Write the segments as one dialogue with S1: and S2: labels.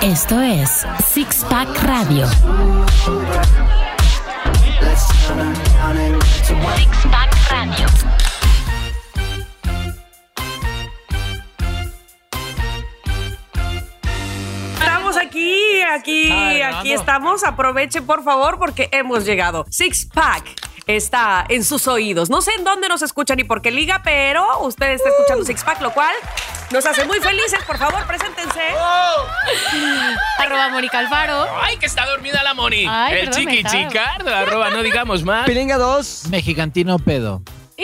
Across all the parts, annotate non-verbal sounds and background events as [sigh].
S1: Esto es Six Pack Radio. Six Pack Radio.
S2: Estamos aquí, aquí, aquí estamos. Aproveche por favor porque hemos llegado. Six Pack está en sus oídos. No sé en dónde nos escuchan y por qué liga, pero usted está escuchando Six Pack, lo cual nos hace muy felices. Por favor, preséntense.
S3: Arroba Mónica Alfaro.
S4: Ay, que está dormida la Moni.
S3: Ay,
S4: el
S3: perdón, me
S4: chiqui
S3: estaba-
S4: chicardo, arroba, no digamos
S2: Ah.
S4: más.
S5: Pilinga 2.
S6: Mexicantino pedo.
S2: Y,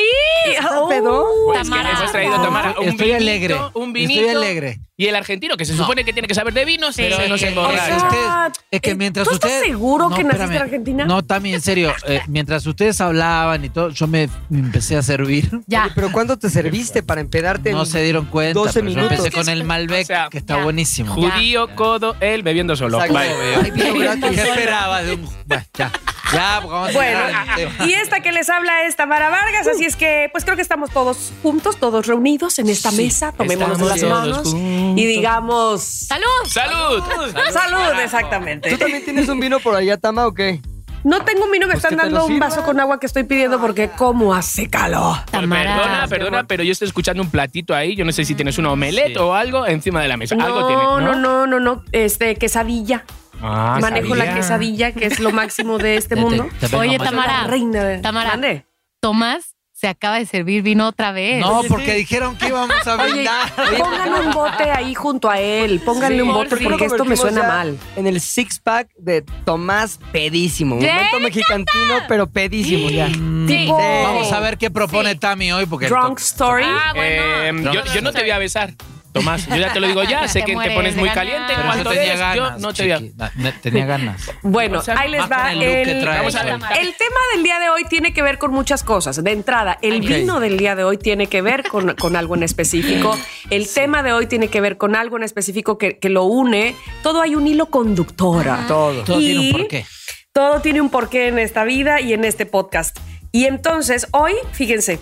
S2: oh,
S4: Pues que
S3: Tamara.
S4: le hemos traído a tomar un
S6: Estoy
S4: vinito,
S6: alegre.
S4: Un
S6: Estoy
S4: vinito.
S6: alegre.
S4: Y el argentino, que se supone que tiene que saber de vinos, pero se nos
S6: O sea,
S4: emborracha.
S6: ustedes- es que
S2: eh,
S6: mientras
S2: ¿tú estás
S6: ustedes-
S2: seguro que naciste
S6: espérame.
S2: en Argentina?
S6: No, también, en serio.
S2: [laughs]
S6: eh, mientras ustedes hablaban y todo, yo me, me empecé a servir.
S3: Ya.
S5: ¿Pero cuánto te serviste para empedarte? en-
S6: No se dieron cuenta.
S5: 12
S6: pero
S5: minutos.
S6: Yo empecé con el Malbec,
S4: O sea,
S6: que está
S3: ya.
S6: buenísimo.
S4: Judío, codo, él bebiendo solo.
S5: Exacto.
S4: Bye.
S5: Ay, vino gratis.
S6: ¿Qué esperaba de un.? Bueno, ya. Ya, pues, vamos a
S2: Bueno, ah,
S6: dejar el tema.
S2: y este esta que les habla es Tamara Vargas, así es que pues creo que estamos todos juntos, todos reunidos en esta mesa, tomémonos
S4: estamos
S2: las
S4: todos
S2: manos y
S4: juntos.
S2: digamos
S3: ¡Salud!
S4: ¡Salud! Pues,
S2: salud,
S4: carajo.
S2: exactamente.
S5: ¿Tú también tienes un vino por allá, Tama, o qué?
S2: No tengo un vino, me
S5: Pues
S2: están
S5: que te
S2: dando
S5: lo
S2: un vaso
S5: sirvan.
S2: con agua que estoy pidiendo porque como hace calor.
S3: Tamara.
S4: Perdona, perdona, pero yo estoy escuchando un platito ahí. Yo no sé si tienes una omelette
S6: Sí.
S4: o algo encima de la mesa. Pues algo tiene.
S2: No, no, no, no, no, este quesadilla.
S4: Ah,
S2: Manejo la
S4: sabía.
S2: quesadilla, que es lo máximo de este
S6: [laughs] Te-
S2: mundo.
S6: te- te vengo
S3: Oye,
S6: a matar.
S2: La
S3: Tamara.
S2: reina de
S3: Tamara.
S2: Mande.
S3: Tomás se acaba de servir vino otra vez.
S6: No, porque dijeron que íbamos a
S2: Oye,
S6: brindar.
S2: pónganle un bote ahí junto a él. Pónganle
S3: Sí,
S2: un
S3: por
S2: bote
S3: fin.
S2: porque esto me
S5: Convertimos
S2: suena
S5: ya
S2: mal.
S5: En el six-pack de Tomás Pedísimo.
S3: ¡Le
S5: Momento mexicantino, pero pedísimo ya.
S3: Sí.
S2: Tipo-
S6: Vamos a ver qué propone Tami hoy, porque.
S2: eh, Drunk Story.
S3: Ah,
S4: Eh,
S3: bueno.
S4: yo, yo no te voy a besar, Tomás. Yo ya te lo digo
S3: [laughs]
S4: ya. Sé
S3: Te
S4: que te
S3: mueres
S4: pones
S3: de
S4: muy
S3: ganas.
S4: caliente.
S6: Pero yo
S4: Cuando
S6: tenía
S4: eres, yo
S6: ganas.
S4: no te voy a.
S6: chiqui. Na- na- tenía ganas.
S2: Bueno, ahí les
S6: Más con
S2: va
S6: el look que
S2: el-
S6: trae.
S4: Vamos a ver.
S2: El tema del día de hoy tiene que ver con muchas cosas. De entrada, el
S6: Ok.
S2: vino del día de hoy tiene que ver con, [laughs] con algo en específico. El tema de hoy tiene que ver con algo en específico que, que lo une. Todo hay un hilo conductor.
S5: Todo.
S6: Todo tiene
S2: Y-
S6: un porqué.
S2: Todo tiene un porqué en esta vida y en este podcast. Y entonces, hoy, fíjense,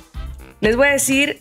S2: les voy a decir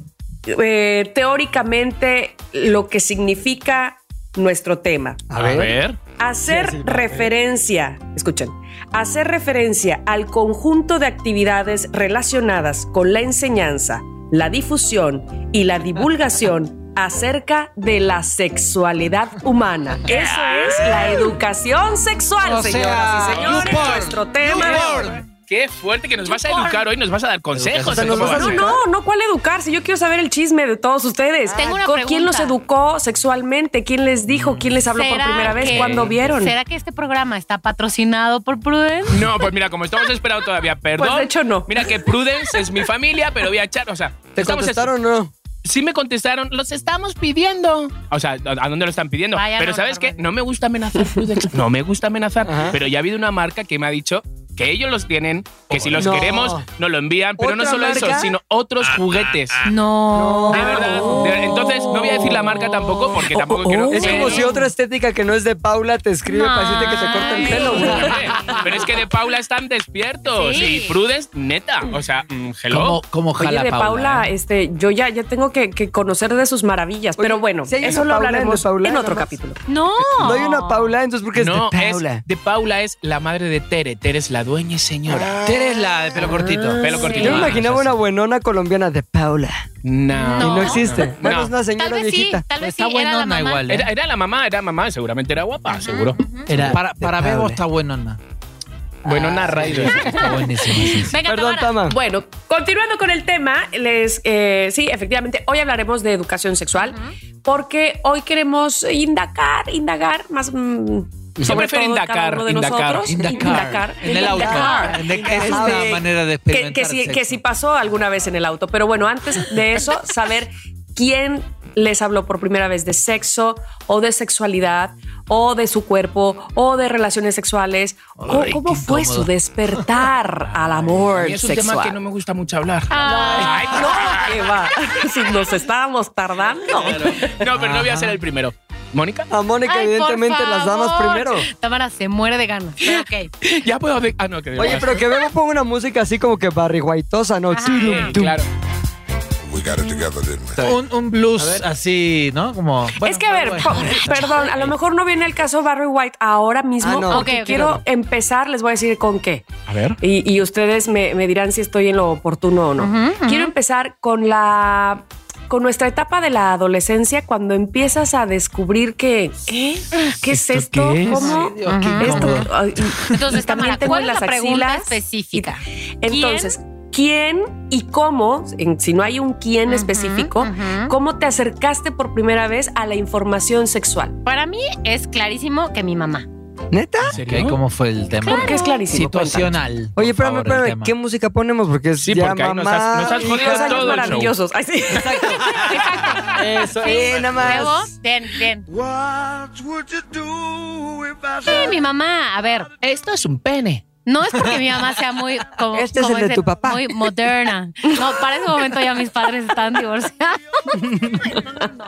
S2: eh, teóricamente lo que significa nuestro tema.
S5: A ver.
S2: Hacer referencia, escuchen, hacer referencia al conjunto de actividades relacionadas con la enseñanza, la difusión y la divulgación acerca de la sexualidad humana. Eso es la educación sexual,
S6: O
S2: señoras
S5: Ah,
S6: sea,
S2: y señores,
S6: YouPorn,
S2: nuestro tema.
S6: YouPorn.
S4: Qué fuerte que nos vas a educar hoy, nos vas a dar consejos. de
S5: nos
S4: cómo
S5: vas a
S2: No,
S4: hacer.
S2: no, no, ¿cuál educarse? Yo quiero saber el chisme de todos ustedes.
S3: Ah, Tengo una
S2: ¿Con ¿Quién los
S3: pregunta.
S2: educó sexualmente? ¿Quién les dijo? ¿Quién les habló por
S3: ¿Será
S2: primera vez?
S3: que-
S2: ¿Cuándo vieron?
S3: ¿Será que este programa está patrocinado por Prudence?
S4: No, pues mira, como estamos esperando todavía, perdón.
S2: Pues de hecho no.
S4: Mira que Prudence es mi familia, pero voy a echar, o sea,
S5: ¿Te
S4: estamos-
S5: contestaron o no?
S4: Sí me contestaron, los estamos pidiendo. O sea, ¿a a dónde lo están pidiendo?
S3: Vayan a
S4: pero
S3: un
S4: ¿sabes qué?
S3: árbol.
S4: No me gusta amenazar, Prudence. No me gusta amenazar,
S5: Ajá.
S4: pero ya ha habido una marca que me ha dicho que ellos los tienen, que si los
S5: No.
S4: queremos, nos lo envían, pero no
S5: ¿Otra
S4: solo eso,
S5: marca?
S4: sino otros juguetes.
S3: ah, No.
S4: Ah. De verdad, de verdad. Entonces, no voy a decir la marca tampoco porque tampoco
S2: oh,
S4: quiero.
S2: oh.
S5: Es como
S4: Pero-
S5: si otra estética que no es de Paula te escribe para decirte que te corta el pelo, güey.
S4: Hombre, Pero es que de Paula están despiertos.
S3: Sí.
S4: Y Prudence, neta. O sea, mm, hello.
S6: Como, como
S2: Oye,
S6: jala
S2: de Paula,
S6: ¿eh?
S2: este, yo ya, ya tengo que, que conocer de sus maravillas,
S5: Oye,
S2: pero bueno,
S5: si hay
S2: eso
S5: una
S2: lo
S5: Paula en
S2: hablaremos
S5: de Paula,
S2: en otro
S5: nada más.
S2: capítulo.
S3: No.
S5: No hay una Paula, entonces ¿por qué es
S4: No,
S5: de Paula?
S4: es de Paula es la madre de Tere. Tere es la dueña y
S2: ah,
S4: señora.
S6: Tere es la de pelo cortito.
S4: Pelo cortito.
S5: Yo
S4: Ah,
S5: me imaginaba
S4: o sea,
S5: una buenona colombiana de Paula.
S4: No.
S5: Y no
S3: No.
S5: existe. Bueno,
S4: No.
S5: es una
S3: Tal
S5: señora
S3: vez sí,
S5: viejita.
S3: tal vez
S6: está
S3: sí. era la
S6: buenona
S3: mamá.
S6: igual, ¿eh?
S4: Era, era la mamá, era mamá, seguramente era guapa, seguro.
S6: Era- para para
S5: Paula.
S6: Bebo está [laughs] buenona.
S4: Bueno, narra y-
S6: Está buenísimo. sí,
S2: [laughs]
S6: sí.
S3: Venga,
S5: Perdón,
S3: Tamara.
S5: Tama.
S2: Bueno, continuando con el tema, les eh, sí, efectivamente, hoy hablaremos de educación sexual porque hoy queremos indagar, indagar más. mm, sobre
S4: prefiero
S2: todo
S4: indagar,
S2: cada uno de
S4: indagar,
S2: nosotros.
S6: In the car. En el auto. En the- es
S2: Este,
S6: una manera de
S2: que,
S6: experimentar
S2: que, si,
S6: sexo.
S2: que si pasó alguna vez en el auto. Pero bueno, antes de eso, saber quién les habló por primera vez de sexo o de sexualidad o de su cuerpo o de relaciones sexuales o
S6: Ay,
S2: cómo
S6: qué
S2: fue
S6: incómodo.
S2: su despertar al amor
S4: Y es un tema que
S2: sexual.
S4: no me gusta mucho hablar.
S3: Ay.
S4: Ay, no.
S3: [laughs]
S2: ¿Qué va? [laughs] Si nos estábamos tardando.
S4: No, pero no voy a ser el primero. ¿Mónica?
S5: A Ah, Mónica,
S3: Ay, por
S5: evidentemente, las damas
S3: favor.
S5: primero.
S3: Tamara se muere de ganas. Pero
S5: [laughs]
S3: ok.
S4: Ya puedo. de- Ah, no, que
S5: Oye, pero que Bebo ponga una música así como que barriguaitosa, ¿no?
S3: Ajá.
S5: Tum,
S4: Sí,
S5: tum.
S4: claro.
S7: we got it together, didn't we?
S6: Un, un blues así, ¿no? Como. bueno,
S2: es que, a ver,
S6: bueno.
S2: po- [laughs] perdón, a lo mejor no viene el caso Barry White ahora mismo,
S5: Ah, no.
S2: porque
S3: Ok, ok,
S2: quiero
S3: ok.
S2: empezar, les voy a decir con qué.
S4: A ver.
S2: Y, y ustedes me, me dirán si estoy en lo oportuno o no.
S3: Ujú, ujú.
S2: Quiero empezar con la con nuestra etapa de la adolescencia, cuando empiezas a descubrir que ¿qué? ¿Qué es esto?
S4: ¿Esto qué es?
S2: ¿Cómo?
S6: Dios, qué
S3: Ajá.
S2: Esto,
S6: incómodo.
S2: ay, y-
S3: Entonces,
S2: y también
S3: Tamara,
S2: tengo
S3: ¿cuál es
S2: las
S3: la pregunta
S2: axilas.
S3: específica?
S2: Entonces, ¿quién y cómo, en- si no hay un quién
S3: Ujú,
S2: específico,
S3: ujú.
S2: cómo te acercaste por primera vez a la información sexual?
S3: Para mí es clarísimo que mi mamá.
S5: ¿Neta?
S4: ¿En serio?
S6: Ok, ¿Cómo fue el tema?
S2: Porque es clarísimo.
S6: Situacional. por
S5: Oye, espérame,
S6: favor, el
S5: espérame.
S6: tema.
S5: ¿Qué música ponemos? Porque es
S4: Sí,
S5: ya
S4: porque ahí nos
S5: mamá,
S4: has- nos has
S5: hija,
S4: jodido
S2: Los años
S4: todo el show.
S2: maravillosos. Ay, sí.
S5: Eso, eh, nada
S3: Luego,
S5: más.
S3: bien, bien. Sí, mi mamá, a ver,
S4: Esto es un pene.
S3: no es porque mi mamá sea
S4: [laughs]
S3: muy como,
S5: Este es
S3: como
S5: el de
S3: dicen,
S5: tu papá.
S3: muy moderna. No, para ese momento ya mis padres están
S4: [laughs]
S3: divorciados. No, no, no.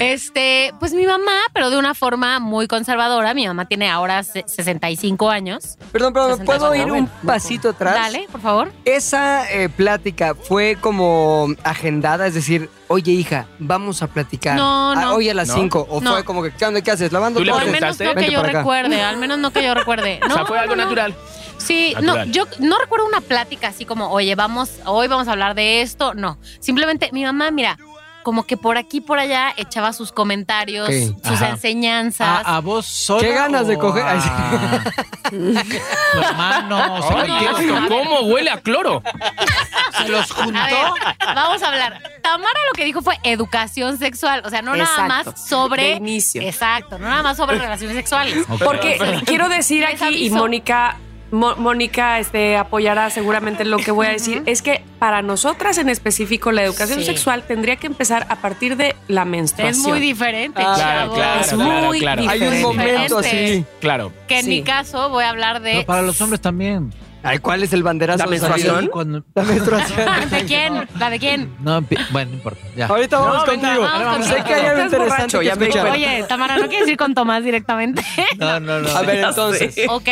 S3: Este, pues mi mamá, pero de una forma muy conservadora. Mi mamá tiene ahora se- 65 años.
S5: Perdón, perdón, ¿me ¿puedo
S3: 68,
S5: ir un pasito atrás?
S3: Dale, por favor.
S5: Esa eh, plática fue como agendada, es decir, oye hija, vamos a platicar.
S3: No,
S5: Ah,
S3: no.
S5: hoy a las
S4: No.
S5: 5. O
S3: No.
S5: fue como que, ¿qué onda? ¿Qué haces? ¿Lavando
S4: ¿Tú le
S3: O al
S5: trastes?
S3: menos
S4: contestaste?
S3: no que
S5: Vente
S3: yo
S5: para acá.
S3: recuerde, al menos no que yo recuerde. No,
S4: [laughs] o sea, fue
S3: no,
S4: algo
S3: no.
S4: natural.
S3: Sí,
S4: Natural.
S3: no, yo no recuerdo una plática así como, oye, vamos, hoy vamos a hablar de esto. No, simplemente mi mamá, mira, como que por aquí, por allá, echaba sus comentarios,
S5: Ok,
S3: sus
S6: ajá. Ah,
S3: enseñanzas.
S6: ¿A, a vos sola
S5: Qué ganas de
S6: o
S5: coger. Ay, sí.
S6: A... [laughs] tu hermano, o sea,
S4: Ay,
S6: ¿qué-
S4: ¿qué es esto? ¿Cómo huele a cloro?
S3: Ah.
S6: ah, se los juntó.
S3: A ver, vamos a hablar. Tamara lo que dijo fue educación sexual, o sea, no nada
S2: Exacto.
S3: más sobre...
S2: De inicio.
S3: Exacto, no nada más sobre relaciones sexuales.
S6: Ok.
S2: Porque [laughs] quiero decir
S3: Les
S2: aquí, y
S3: aviso.
S2: Mónica, Mo- Mónica este, apoyará seguramente lo que voy a decir, es que para nosotras en específico la educación
S3: Sí.
S2: sexual tendría que empezar a partir de la
S3: Es
S2: menstruación.
S3: muy diferente,
S5: Ah,
S4: Claro,
S3: chavos.
S4: claro,
S2: Es
S4: claro,
S2: muy
S4: claro.
S5: Hay un
S2: Diferente.
S5: momento así.
S4: Claro.
S3: Que en
S2: Sí.
S3: mi caso voy a hablar de...
S6: No, para los hombres también.
S5: Ay, ¿cuál es el banderazo?
S2: ¿La
S5: de
S2: menstruación?
S5: salida?
S6: Cuando-
S5: La
S3: [laughs] [laughs]
S5: menstruación.
S3: ¿De quién? ¿La de quién?
S6: no, empi- bueno, no importa. Ya.
S5: Ahorita vamos contigo.
S3: vamos contigo.
S5: sé que hay algo
S2: Estás
S5: interesante
S2: borracho,
S5: que
S2: ya me di
S5: escuchar.
S2: Claro. cuenta.
S3: Oye, Tamara, ¿no quieres ir con Tomás directamente?
S6: No, no, no.
S5: A ver, entonces.
S3: Ok,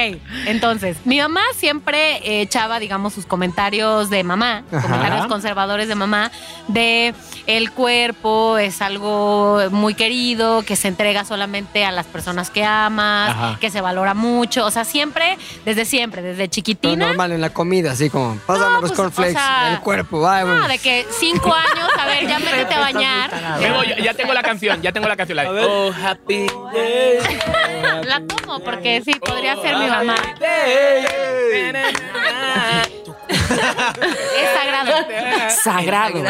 S3: entonces, mi mamá siempre eh, echaba, digamos, sus comentarios de mamá,
S5: Ajá.
S3: comentarios conservadores de mamá, de el cuerpo es algo muy querido, que se entrega solamente a las personas que amas,
S4: Ajá.
S3: que se valora mucho. O sea, siempre, desde siempre, desde
S5: Lo
S3: chiquitina.
S5: normal en la comida, así como, pásame los
S3: pues,
S5: cornflakes,
S3: o sea,
S5: el cuerpo, va,
S3: No, ah, de que cinco años, a ver, ya métete a bañar.
S4: Bebo, ya, ya tengo la canción, ya tengo la canción. La de, Oh, happy
S3: La tomo porque sí, podría ser mi mamá. Es sagrado.
S2: Ah, Sagrado.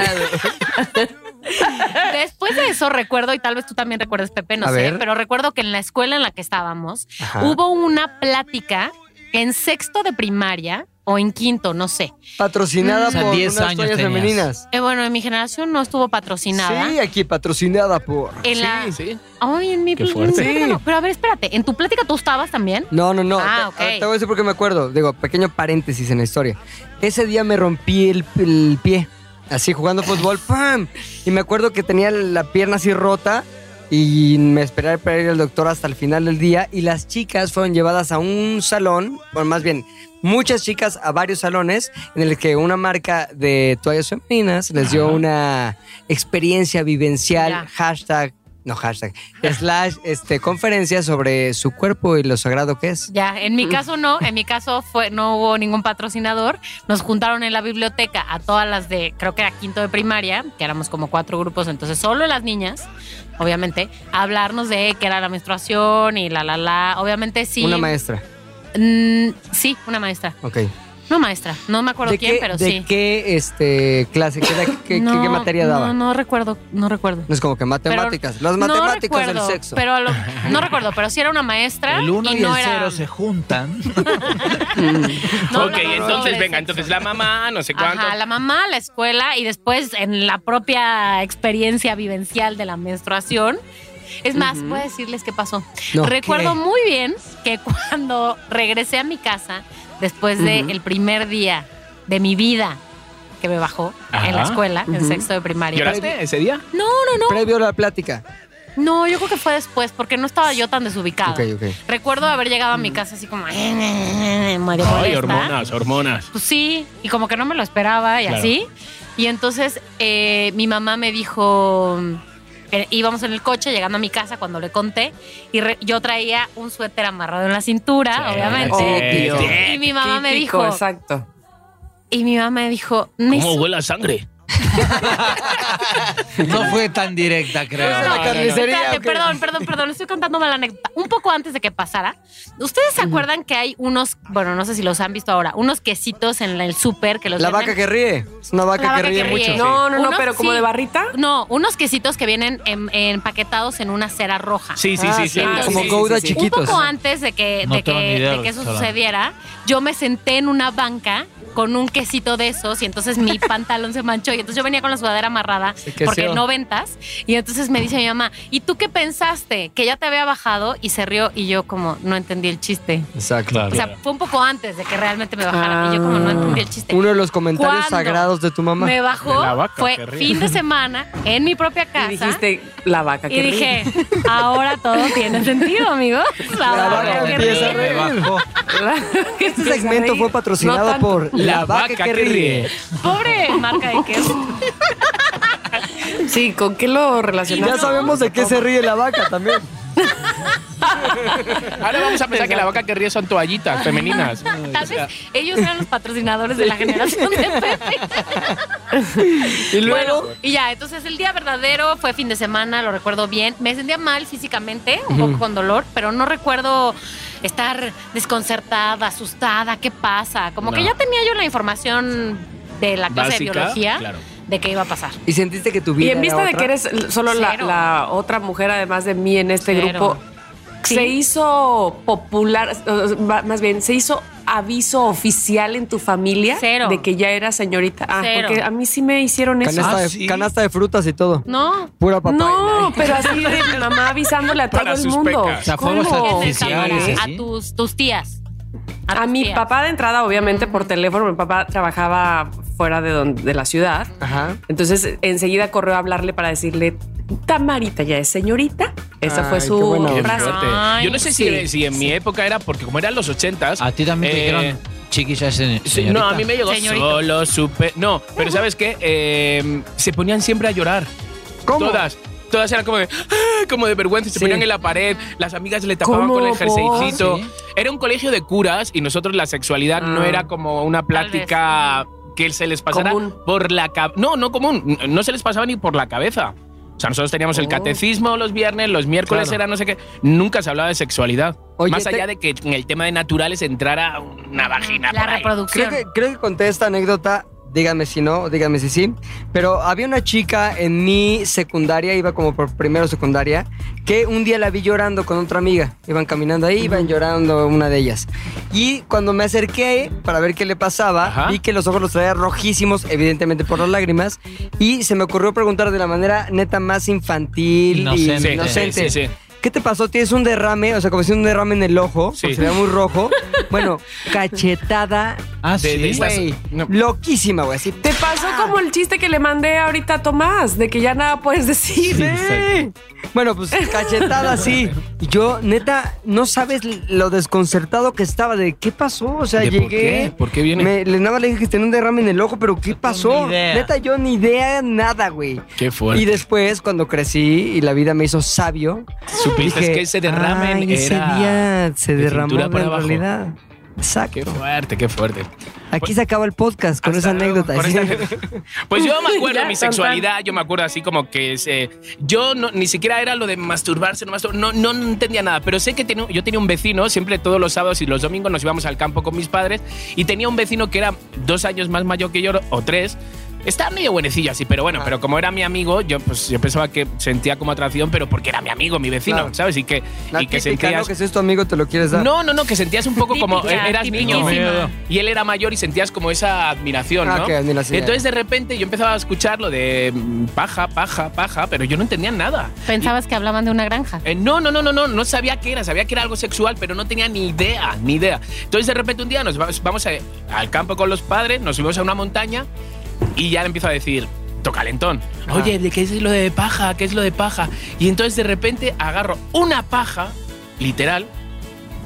S3: Después de eso recuerdo, y tal vez tú también recuerdes, Pepe, no
S5: A
S3: sé,
S5: ver.
S3: pero recuerdo que en la escuela en la que estábamos
S5: Ajá.
S3: hubo una plática en sexto de primaria o en quinto, no sé.
S5: Patrocinada
S6: O sea,
S5: por
S6: 10
S5: unas
S6: años
S5: toallas
S6: tenías.
S5: femeninas.
S3: Eh, bueno, en mi generación no estuvo patrocinada.
S5: Sí, aquí patrocinada por.
S3: En la...
S4: Oh, Sí, sí.
S3: Ay, en mi...
S4: Qué fuerte.
S3: no, no, no. Pero a ver, espérate, ¿en tu plática tú estabas también?
S5: No, no, no.
S3: Ah,
S5: te,
S3: ok.
S5: te voy a decir porque me acuerdo. Digo, pequeño paréntesis en la historia. Ese día me rompí el, el pie, así jugando fútbol, ¡pam! Y me acuerdo que tenía la pierna así rota y me esperé para ir al doctor hasta el final del día. Y las chicas fueron llevadas a un salón, bueno, más bien, muchas chicas a varios salones en el que una marca de toallas femeninas les dio una experiencia vivencial,
S3: Ya.
S5: hashtag. No, hashtag. Slash, este, conferencia sobre su cuerpo y lo sagrado que es.
S3: Ya, en mi caso no, en mi caso fue, no hubo ningún patrocinador. Nos juntaron en la biblioteca a todas las de, creo que era quinto de primaria, que éramos como cuatro grupos, entonces solo las niñas, obviamente, a hablarnos de qué era la menstruación y la, la, la. Obviamente sí.
S5: Una maestra.
S3: Mm, sí, una maestra.
S5: Ok.
S3: No maestra, no me acuerdo
S5: ¿De
S3: quién,
S5: qué,
S3: pero
S5: de
S3: sí.
S5: qué este, clase? ¿Qué, era- qué- qué- qué
S3: No,
S5: materia daba?
S3: No,
S5: No,
S3: no recuerdo, no recuerdo.
S5: es como que matemáticas.
S3: Pero
S5: las
S3: no
S5: matemáticas
S3: recuerdo,
S5: del sexo.
S3: Pero a lo- no recuerdo, pero sí era una maestra.
S6: El 1 y,
S3: no
S6: el
S3: era-
S6: 0 se juntan.
S3: no
S4: ok,
S3: hablábamos
S4: entonces,
S3: sobre
S4: venga,
S3: sexo.
S4: entonces la mamá, no sé cuánto.
S3: Ajá, la mamá, la escuela y después en la propia experiencia vivencial de la menstruación. Es más, voy a decirles qué pasó.
S5: No,
S3: Recuerdo
S5: ¿qué?
S3: muy bien que cuando regresé a mi casa, después del primer día de mi vida que me bajó en la
S4: Ajá.
S3: escuela, en sexto de primaria.
S4: ¿Lloraste ese día?
S3: No, no, no.
S5: Previo a la plática.
S3: No, yo creo que fue después porque no estaba yo tan desubicada.
S5: Ok, ok.
S3: Recuerdo haber llegado a mi casa así como... "Eh, medio
S4: Ay,
S3: molesta.
S4: hormonas, hormonas.
S3: Pues sí, y como que no me lo esperaba y
S4: Claro.
S3: así. Y entonces eh, mi mamá me dijo, eh, íbamos en el coche llegando a mi casa cuando le conté, y re- yo traía un suéter amarrado en la cintura,
S4: Sí,
S3: Ah, obviamente.
S4: obvio.
S3: Y mi mamá me
S2: Típico,
S3: dijo,
S2: Exacto.
S3: y mi mamá me dijo, "Nesu,
S4: ¿Cómo huele a sangre?
S6: No fue tan directa, creo.
S3: No, no,
S5: ¿La
S3: no,
S5: carnicería
S3: espérate,
S5: o qué?
S3: perdón, perdón, perdón, estoy contando mal la anécdota. Un poco antes de que pasara, ¿ustedes se acuerdan que hay unos, bueno, no sé si los han visto ahora, unos quesitos en la- el súper que los
S5: La
S3: venden?
S5: vaca que ríe. Es una vaca,
S3: La
S5: que, ríe mucho.
S2: No, no, no,
S3: Uno,
S2: pero como
S3: sí.
S2: de barrita.
S3: No, unos quesitos que vienen en- empaquetados en una cera roja.
S4: Sí, sí,
S5: Ah,
S4: sí, sí.
S3: sí,
S5: Como
S3: sí,
S5: gouda
S2: sí, sí.
S5: chiquitos.
S3: Un poco antes de que,
S6: No
S3: de
S6: tengo ni
S3: que,
S6: idea
S3: de
S6: de
S3: que
S6: lo
S3: eso
S6: que está
S3: sucediera, yo me senté en una banca con un quesito de esos y entonces mi pantalón se manchó y entonces yo venía con la sudadera amarrada
S5: Se queseó.
S3: porque no ventas y entonces me dice mi mamá, ¿y tú qué pensaste? Que ya te había bajado y se rió y yo como no entendí el chiste.
S5: Exacto.
S3: O sea, fue un poco antes de que realmente me bajara y yo como no entendí el chiste.
S5: Uno de los comentarios
S3: ¿Cuándo?
S5: sagrados de tu mamá.
S3: Me
S4: De la
S3: bajó,
S4: vaca
S3: fue
S4: que ríe.
S3: fin de semana en mi propia casa.
S2: Y dijiste la vaca que
S3: Y dije,
S2: ríe. [laughs]
S3: [laughs] ahora todo tiene sentido, amigos. La
S5: La
S3: vaca
S5: vaca
S3: que
S5: empieza
S3: ríe.
S5: a reír. Este
S2: Se
S5: segmento
S2: ríe.
S5: fue patrocinado
S2: No tanto.
S5: por La vaca que ríe.
S3: Pobre marca de queso.
S2: Sí, ¿con qué lo relacionamos?
S5: Ya sabemos de qué se ríe la vaca también.
S4: Ahora vamos a pensar que la vaca que ríe son toallitas femeninas.
S3: Tal vez ellos eran los patrocinadores de la generación de Pepe.
S5: Y luego,
S3: Bueno, y ya, entonces el día verdadero fue fin de semana, lo recuerdo bien. Me sentía mal físicamente, un poco con dolor, pero no recuerdo estar desconcertada, asustada, ¿qué pasa? Como que
S4: No.
S3: ya tenía yo la información de la clase de
S4: Básica,
S3: biología
S4: claro.
S3: de qué iba a pasar.
S5: y sentiste que tu vida
S2: Y en
S5: era
S2: vista de
S5: otra?
S2: que eres solo la,
S3: Cero.
S2: la otra mujer, además de mí, en este
S3: Cero.
S2: grupo,
S3: Sí.
S2: se hizo popular, o- o- ma- más bien, se hizo aviso oficial en tu familia
S3: Cero.
S2: de que ya eras señorita. Ah,
S3: Cero.
S2: porque a mí sí me hicieron eso.
S5: canasta,
S6: Ah,
S5: de,
S6: sí.
S5: canasta de frutas y todo.
S3: No,
S5: Pura papá.
S2: No, pero así de mi mamá avisándole a todo
S4: Para
S2: el
S4: sus
S2: mundo.
S4: pecas. O
S6: sea, fuegos
S2: ¿Cómo?
S3: ¿Quién les
S6: artificiales,
S3: hablará?
S6: ¿sí?
S3: a tus, tus tías.
S2: A
S3: tus
S2: mi
S3: tías.
S2: papá de entrada, obviamente por teléfono, mi papá trabajaba fuera de, donde, de la ciudad.
S5: Ajá.
S2: Entonces enseguida corrió a hablarle para decirle, Tamarita ya es señorita. Esa fue
S5: Ay, qué
S2: su
S5: bueno.
S4: Qué
S2: frase.
S4: fuerte.
S3: Ay,
S4: Yo no sé
S2: sí,
S4: si, si en mi época era porque como eran los ochentas.
S6: A ti también te
S4: eh,
S6: dijeron chiquilla se-
S4: sí, no, a mí me llegó
S3: Señorita.
S4: solo supe. No, pero ¿sabes qué? Eh, se ponían siempre a llorar.
S5: ¿Cómo?
S4: Todas. Todas eran como de, "Ah", como de vergüenza, y se
S5: Sí.
S4: ponían en la pared, las amigas le tapaban
S2: ¿Cómo,
S4: con el jerseycito.
S6: por? Sí.
S4: Era un colegio de curas y nosotros la sexualidad no
S2: Ah.
S4: era como una plática que se les pasara
S2: Común.
S4: por la cabeza. No, no común, n- no se les pasaba ni por la cabeza. O sea, nosotros teníamos el
S2: Oh.
S4: catecismo los viernes, los miércoles
S5: Claro.
S4: era no sé qué. Nunca se hablaba de sexualidad.
S5: Oye,
S4: Más
S5: te-
S4: allá de que en el tema de naturales entrara una vagina.
S3: La
S4: por ahí.
S3: reproducción.
S5: Creo que, creo que conté esta anécdota, díganme si no, díganme si sí, pero había una chica en mi secundaria, iba como por primero secundaria, que un día la vi llorando con otra amiga, iban caminando ahí, iban llorando una de ellas. Y cuando me acerqué para ver qué le pasaba,
S4: Ajá.
S5: vi que los ojos los traía rojísimos, evidentemente por las lágrimas, y se me ocurrió preguntar de la manera neta más infantil
S6: Inocente.
S5: y
S4: Sí,
S5: inocente.
S4: sí, sí, sí.
S5: ¿Qué te pasó? Tienes un derrame, o sea, como si un derrame en el ojo,
S4: Sí.
S5: porque se veía muy rojo.
S4: [laughs]
S5: Bueno, cachetada
S6: Ah, sí.
S4: De- de esta-
S5: Güey,
S4: No.
S5: loquísima, güey. Así,
S2: Te pasó como el chiste que le mandé ahorita a Tomás, de que ya nada puedes decir. ¿eh?
S6: Sí, exacto.
S4: Ah.
S5: Bueno, pues cachetada
S4: [laughs]
S5: así. Y yo, neta, no sabes lo desconcertado que estaba de qué pasó. O sea,
S4: ¿De por
S5: llegué.
S4: qué? ¿Por qué viene?
S5: Me, le- nada más le dije que tenía un derrame en el ojo, pero ¿qué pasó?
S6: ni idea.
S5: Neta, yo ni idea, nada, güey.
S4: Qué fuerte.
S5: Y después, cuando crecí y la vida me hizo sabio,
S4: Supiste
S5: dije,
S4: que ese derramen
S5: "Ay, ese
S4: era
S5: día se
S4: de
S5: derramó
S4: cintura
S5: en
S4: para abajo".
S5: realidad.
S4: Qué
S5: Exacto.
S4: fuerte, qué fuerte.
S5: Aquí se acaba el podcast con
S4: Hasta
S5: esa
S4: luego.
S5: anécdota.
S4: Con
S5: Sí. [laughs]
S4: esa anécdota. Pues yo me acuerdo
S2: Ya,
S4: de mi
S2: tan, tan.
S4: sexualidad, yo me acuerdo así como que se- yo no- ni siquiera era lo de masturbarse, no, mastur- no, no entendía nada, pero sé que tenía- yo tenía un vecino, siempre todos los sábados y los domingos nos íbamos al campo con mis padres y tenía un vecino que era dos años más mayor que yo o tres. Estaba medio buenecillo así, pero bueno,
S5: Ah.
S4: pero como era mi amigo, yo pues yo pensaba que sentía como atracción, pero porque era mi amigo, mi vecino,
S5: Claro.
S4: ¿sabes? Y que,
S5: La
S4: y que
S5: típica, ¿no?
S4: sentías...
S5: Que si es tu amigo, te lo quieres dar.
S4: No, no, no, que sentías un poco como
S3: Típica,
S4: eras niño
S3: tipiquísima.
S4: y él era mayor y sentías como esa admiración,
S5: Ah,
S4: ¿no?
S5: que admiración.
S4: Entonces de repente yo empezaba a escuchar lo de mm, paja, paja, paja, pero yo no entendía nada.
S3: Pensabas que hablaban de una granja.
S4: Eh, no, no, no, no, no, no sabía qué era, sabía que era algo sexual, pero no tenía ni idea, ni idea. Entonces de repente un día nos vamos, vamos a- al campo con los padres, nos subimos a una montaña y ya le empiezo a decir, tocalentón,
S5: Ajá.
S4: oye, ¿de qué es lo de paja? ¿Qué es lo de paja? Y entonces de repente agarro una paja, literal,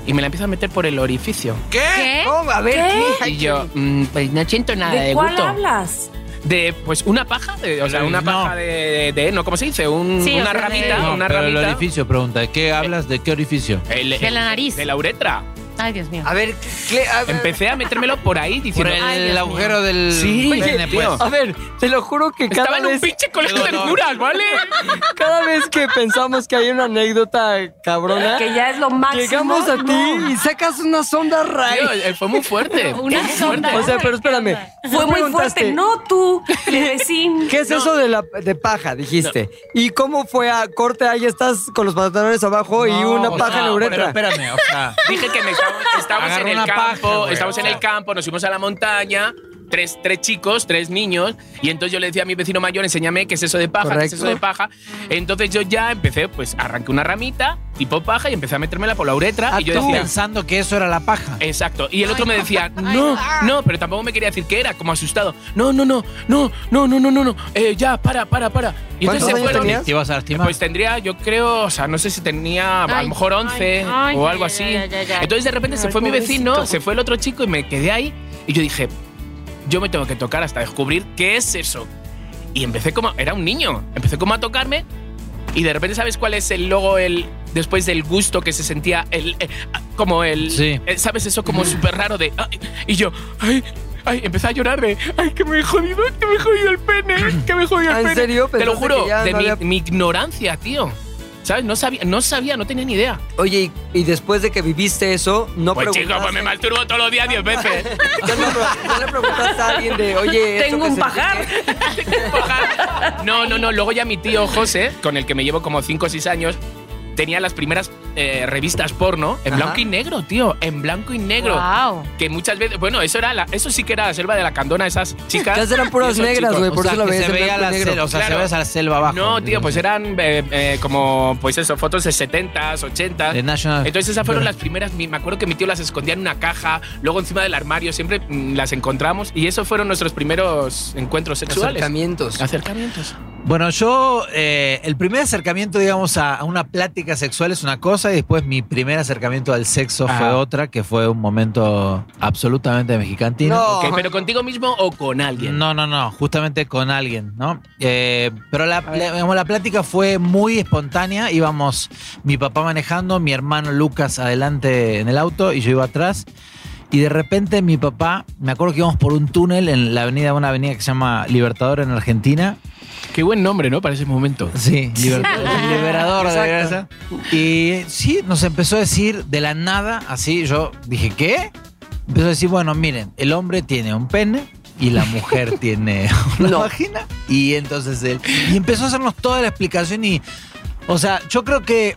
S4: y me la empiezo a meter por el orificio.
S3: ¿Qué?
S5: ¿Cómo? A ver, ¿qué?
S4: Y yo, mm, pues no siento nada de,
S2: ¿De cuál
S4: gusto.
S2: hablas?
S4: de pues una paja, de- o sea, una
S6: Eh, No.
S4: paja de, de- de- no, ¿cómo se dice? Un-
S3: Sí, o sea,
S4: una
S3: de-
S4: ramita,
S3: No,
S4: una
S6: pero el
S4: ramita.
S6: orificio pregunta, ¿qué hablas de qué orificio?
S4: El-
S3: De la
S4: el-
S3: nariz.
S4: De la uretra.
S3: Ay, Dios mío.
S5: A ver, Cle- a ver,
S4: Empecé a metérmelo por ahí
S6: Por
S4: diciendo. "Ah,
S6: el,
S3: Ay, Dios
S6: agujero del
S4: Sí,
S6: pene,
S4: oye,
S6: pues.
S4: tío.
S5: a ver, te lo juro que cada
S4: Estaba en un
S5: vez-
S4: pinche colegio de
S6: dolor.
S4: curas, ¿vale?
S5: Cada vez que pensamos que hay una anécdota cabrona,
S2: Que ya es lo máximo.
S5: llegamos a ti y sacas una sonda
S4: Tío,
S5: raíz.
S4: eh, fue muy
S6: [laughs]
S4: fuerte.
S3: Una sonda.
S5: O sea, pero espérame.
S2: Fue
S5: tú
S2: muy
S5: preguntaste,
S2: fuerte. No tú, Clemencín.
S5: [laughs] ¿Qué es eso de la de paja? Dijiste. ¿Y cómo fue a corte? Ahí estás con los pantalones abajo y
S6: No,
S5: una
S6: o
S5: paja
S6: sea,
S5: en la uretra.
S6: Pero espérame, o sea,
S4: Dije que me estaba- estábamos
S6: Agarra
S4: en el
S6: una paja,
S4: campo,
S6: güey,
S4: estábamos
S6: o
S4: en
S6: sea.
S4: el campo, nos fuimos a la montaña, tres, tres chicos, tres niños, y entonces yo le decía a mi vecino mayor, enséñame qué es eso de paja, qué es eso de
S5: Correcto.
S4: paja. Entonces yo ya empecé, pues arranqué una ramita, tipo paja, y empecé a metérmela por la uretra, [laughs]
S6: ah,
S4: y yo
S6: tú
S4: decía...
S6: pensando que eso era la paja.
S4: Exacto. Y el otro me decía, no, no, pero tampoco me quería decir qué era, como asustado. No, no, no, no, no, no, no, no, no. Eh, ya, para, para, para. Y entonces
S5: ¿Cuántos
S4: se
S5: años
S4: fueron.
S5: tenías?
S6: Te ibas a lastimar.
S4: Pues tendría, yo creo, o sea, no sé si tenía a
S3: Ay,
S4: lo mejor
S3: ay,
S4: 11
S3: ay,
S4: o
S3: ya,
S4: algo
S3: ya,
S4: así.
S3: ya, ya, ya.
S4: Entonces de repente se
S2: Ay,
S4: fue mi
S2: pobrecito.
S4: vecino, se fue el otro chico y me quedé ahí. Y yo dije, yo me tengo que tocar hasta descubrir qué es eso. Y empecé como, era un niño, empecé como a tocarme y de repente sabes cuál es el logo, el después del gusto que se sentía, el, eh, como el,
S6: Sí.
S4: eh, sabes eso como súper raro de, ay, y yo, ay. Ay, empecé a llorar de, ay, que me he jodido, que me he jodido el pene, que me he jodido el
S5: Ah, ¿en
S4: pene.
S5: serio?
S4: Te lo
S5: Pensaste
S4: juro,
S5: que ya
S4: de
S5: no
S4: mi,
S5: había-
S4: mi ignorancia, tío. ¿Sabes? No sabía, no sabía, no tenía ni idea.
S5: Oye, y, y después de que viviste eso, no
S4: pues
S5: preguntaste.
S4: chico, pues me masturbo todos los días diez veces.
S5: [laughs] Ya no, pre- no le preguntaste a alguien de, oye, ¿esto
S2: Tengo
S5: que
S2: un
S5: se-
S2: pajar.
S4: Ojalá. No, no, no. Luego ya mi tío José, con el que me llevo como 5 o 6 años, tenía las primeras eh, revistas porno en
S5: Ajá.
S4: blanco y negro, tío. En blanco y negro.
S3: Wow.
S4: Que muchas veces, bueno, eso era la- eso sí que era la selva de la candona,
S5: [laughs]
S4: esas chicas.
S5: Casi eran
S4: y
S5: puras
S4: esos
S5: negras,
S4: chicos.
S5: güey,
S6: O
S5: por
S6: sea,
S5: eso la
S6: que
S5: veías
S6: se
S5: en
S6: veía
S5: blanco
S6: la
S5: y negro.
S6: selva, o sea,
S4: Claro.
S6: se veía esa selva abajo.
S4: No, tío, pues eran eh, eh, como, pues eso, fotos de 70s, 80s.
S6: De National.
S4: Entonces esas fueron las primeras, mi- me acuerdo que mi tío las escondía en una caja, luego encima del armario, siempre mm, las encontramos y esos fueron nuestros primeros encuentros sexuales.
S5: Acercamientos.
S4: Acercamientos.
S6: Bueno, yo, eh, el primer acercamiento, digamos, a, a una plática sexual es una cosa y después mi primer acercamiento al sexo fue
S4: Ah.
S6: otra, que fue un momento absolutamente mexicantino.
S5: No.
S4: Ok, pero contigo mismo o con alguien.
S6: No, no, no, justamente con alguien, ¿no? Eh, pero la, la- digamos, la plática fue muy espontánea, íbamos mi papá manejando, mi hermano Lucas adelante en el auto y yo iba atrás. Y de repente mi papá, me acuerdo que íbamos por un túnel en la avenida, una avenida que se llama Libertador en Argentina.
S4: Qué buen nombre, ¿no? Para ese momento.
S6: Sí, liberador, liberador de grasa. Y sí, nos empezó a decir de la nada, así, yo dije, ¿qué? Empezó a decir, bueno, miren, el hombre tiene un pene y la mujer tiene una vagina. Y entonces él... Y empezó a hacernos toda la explicación y... O sea, yo creo que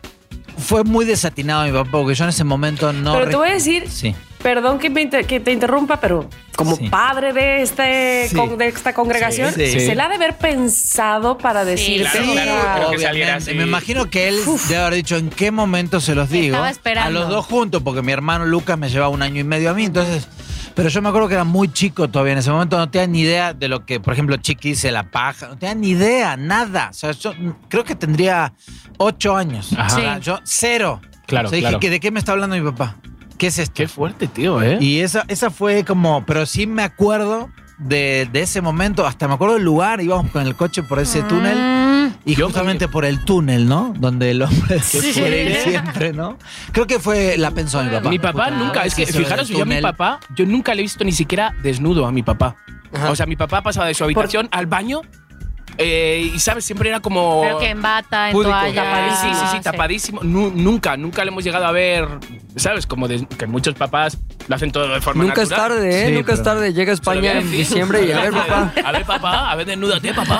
S6: fue muy desatinado mi papá, porque yo en ese momento no...
S2: Pero te voy a decir,
S6: Sí.
S2: perdón que, me inter- que te interrumpa, pero como
S6: Sí.
S2: padre de, este,
S6: Sí.
S2: con- de esta congregación,
S6: Sí, sí.
S2: se la ha de haber pensado para decirte.
S4: claro,
S2: o sea,
S4: claro, creo que
S6: obviamente.
S4: saliera así.
S6: Me imagino que él debe haber dicho en qué momento se los digo.
S3: Estaba esperando.
S6: A los dos juntos, porque mi hermano Lucas me llevaba un año y medio a mí, entonces. Pero yo me acuerdo que era muy chico todavía. En ese momento no tenía ni idea de lo que, por ejemplo, Chiqui dice la paja. No tenía ni idea, nada. O sea, yo creo que tendría ocho años.
S4: Ajá.
S6: O sea,
S3: Sí.
S6: Yo, cero.
S4: Claro,
S6: O sea, dije,
S4: claro.
S6: ¿que ¿de qué me está hablando mi papá? ¿Qué es esto?
S4: Qué fuerte, tío, ¿eh?
S6: Y esa, esa fue como, pero sí me acuerdo de, de ese momento, hasta me acuerdo del lugar, íbamos con el coche por ese túnel.
S3: Mm,
S6: Y
S4: Yo
S6: justamente por el túnel, ¿no? Donde el hombre se suele ir siempre, ¿no? Creo que fue la pensó mi papá.
S4: mi papá
S6: Justamente
S4: nunca, es que
S6: eso del
S4: fijaros, yo a mi
S6: túnel.
S4: papá, yo nunca le he visto ni siquiera desnudo a mi papá.
S5: Ajá.
S4: O sea, mi papá pasaba de su habitación al baño eh, y, ¿sabes? Siempre era como...
S3: Creo que en bata, en
S5: Púdico.
S3: toalla.
S4: Tapadísimo, Ah, sí, sí, tapadísimo. Nu- nunca, nunca le hemos llegado a ver, ¿sabes? Como de- que muchos papás lo hacen todo de forma
S5: Nunca es
S4: natural.
S5: tarde, ¿eh?
S6: Sí,
S5: Nunca es
S6: pero-
S5: tarde. Llega a
S4: Se lo voy a
S5: España en
S4: decir.
S5: diciembre y a ver, papá.
S4: [laughs] A ver, papá, a ver, desnúdate,
S5: [laughs]
S4: papá.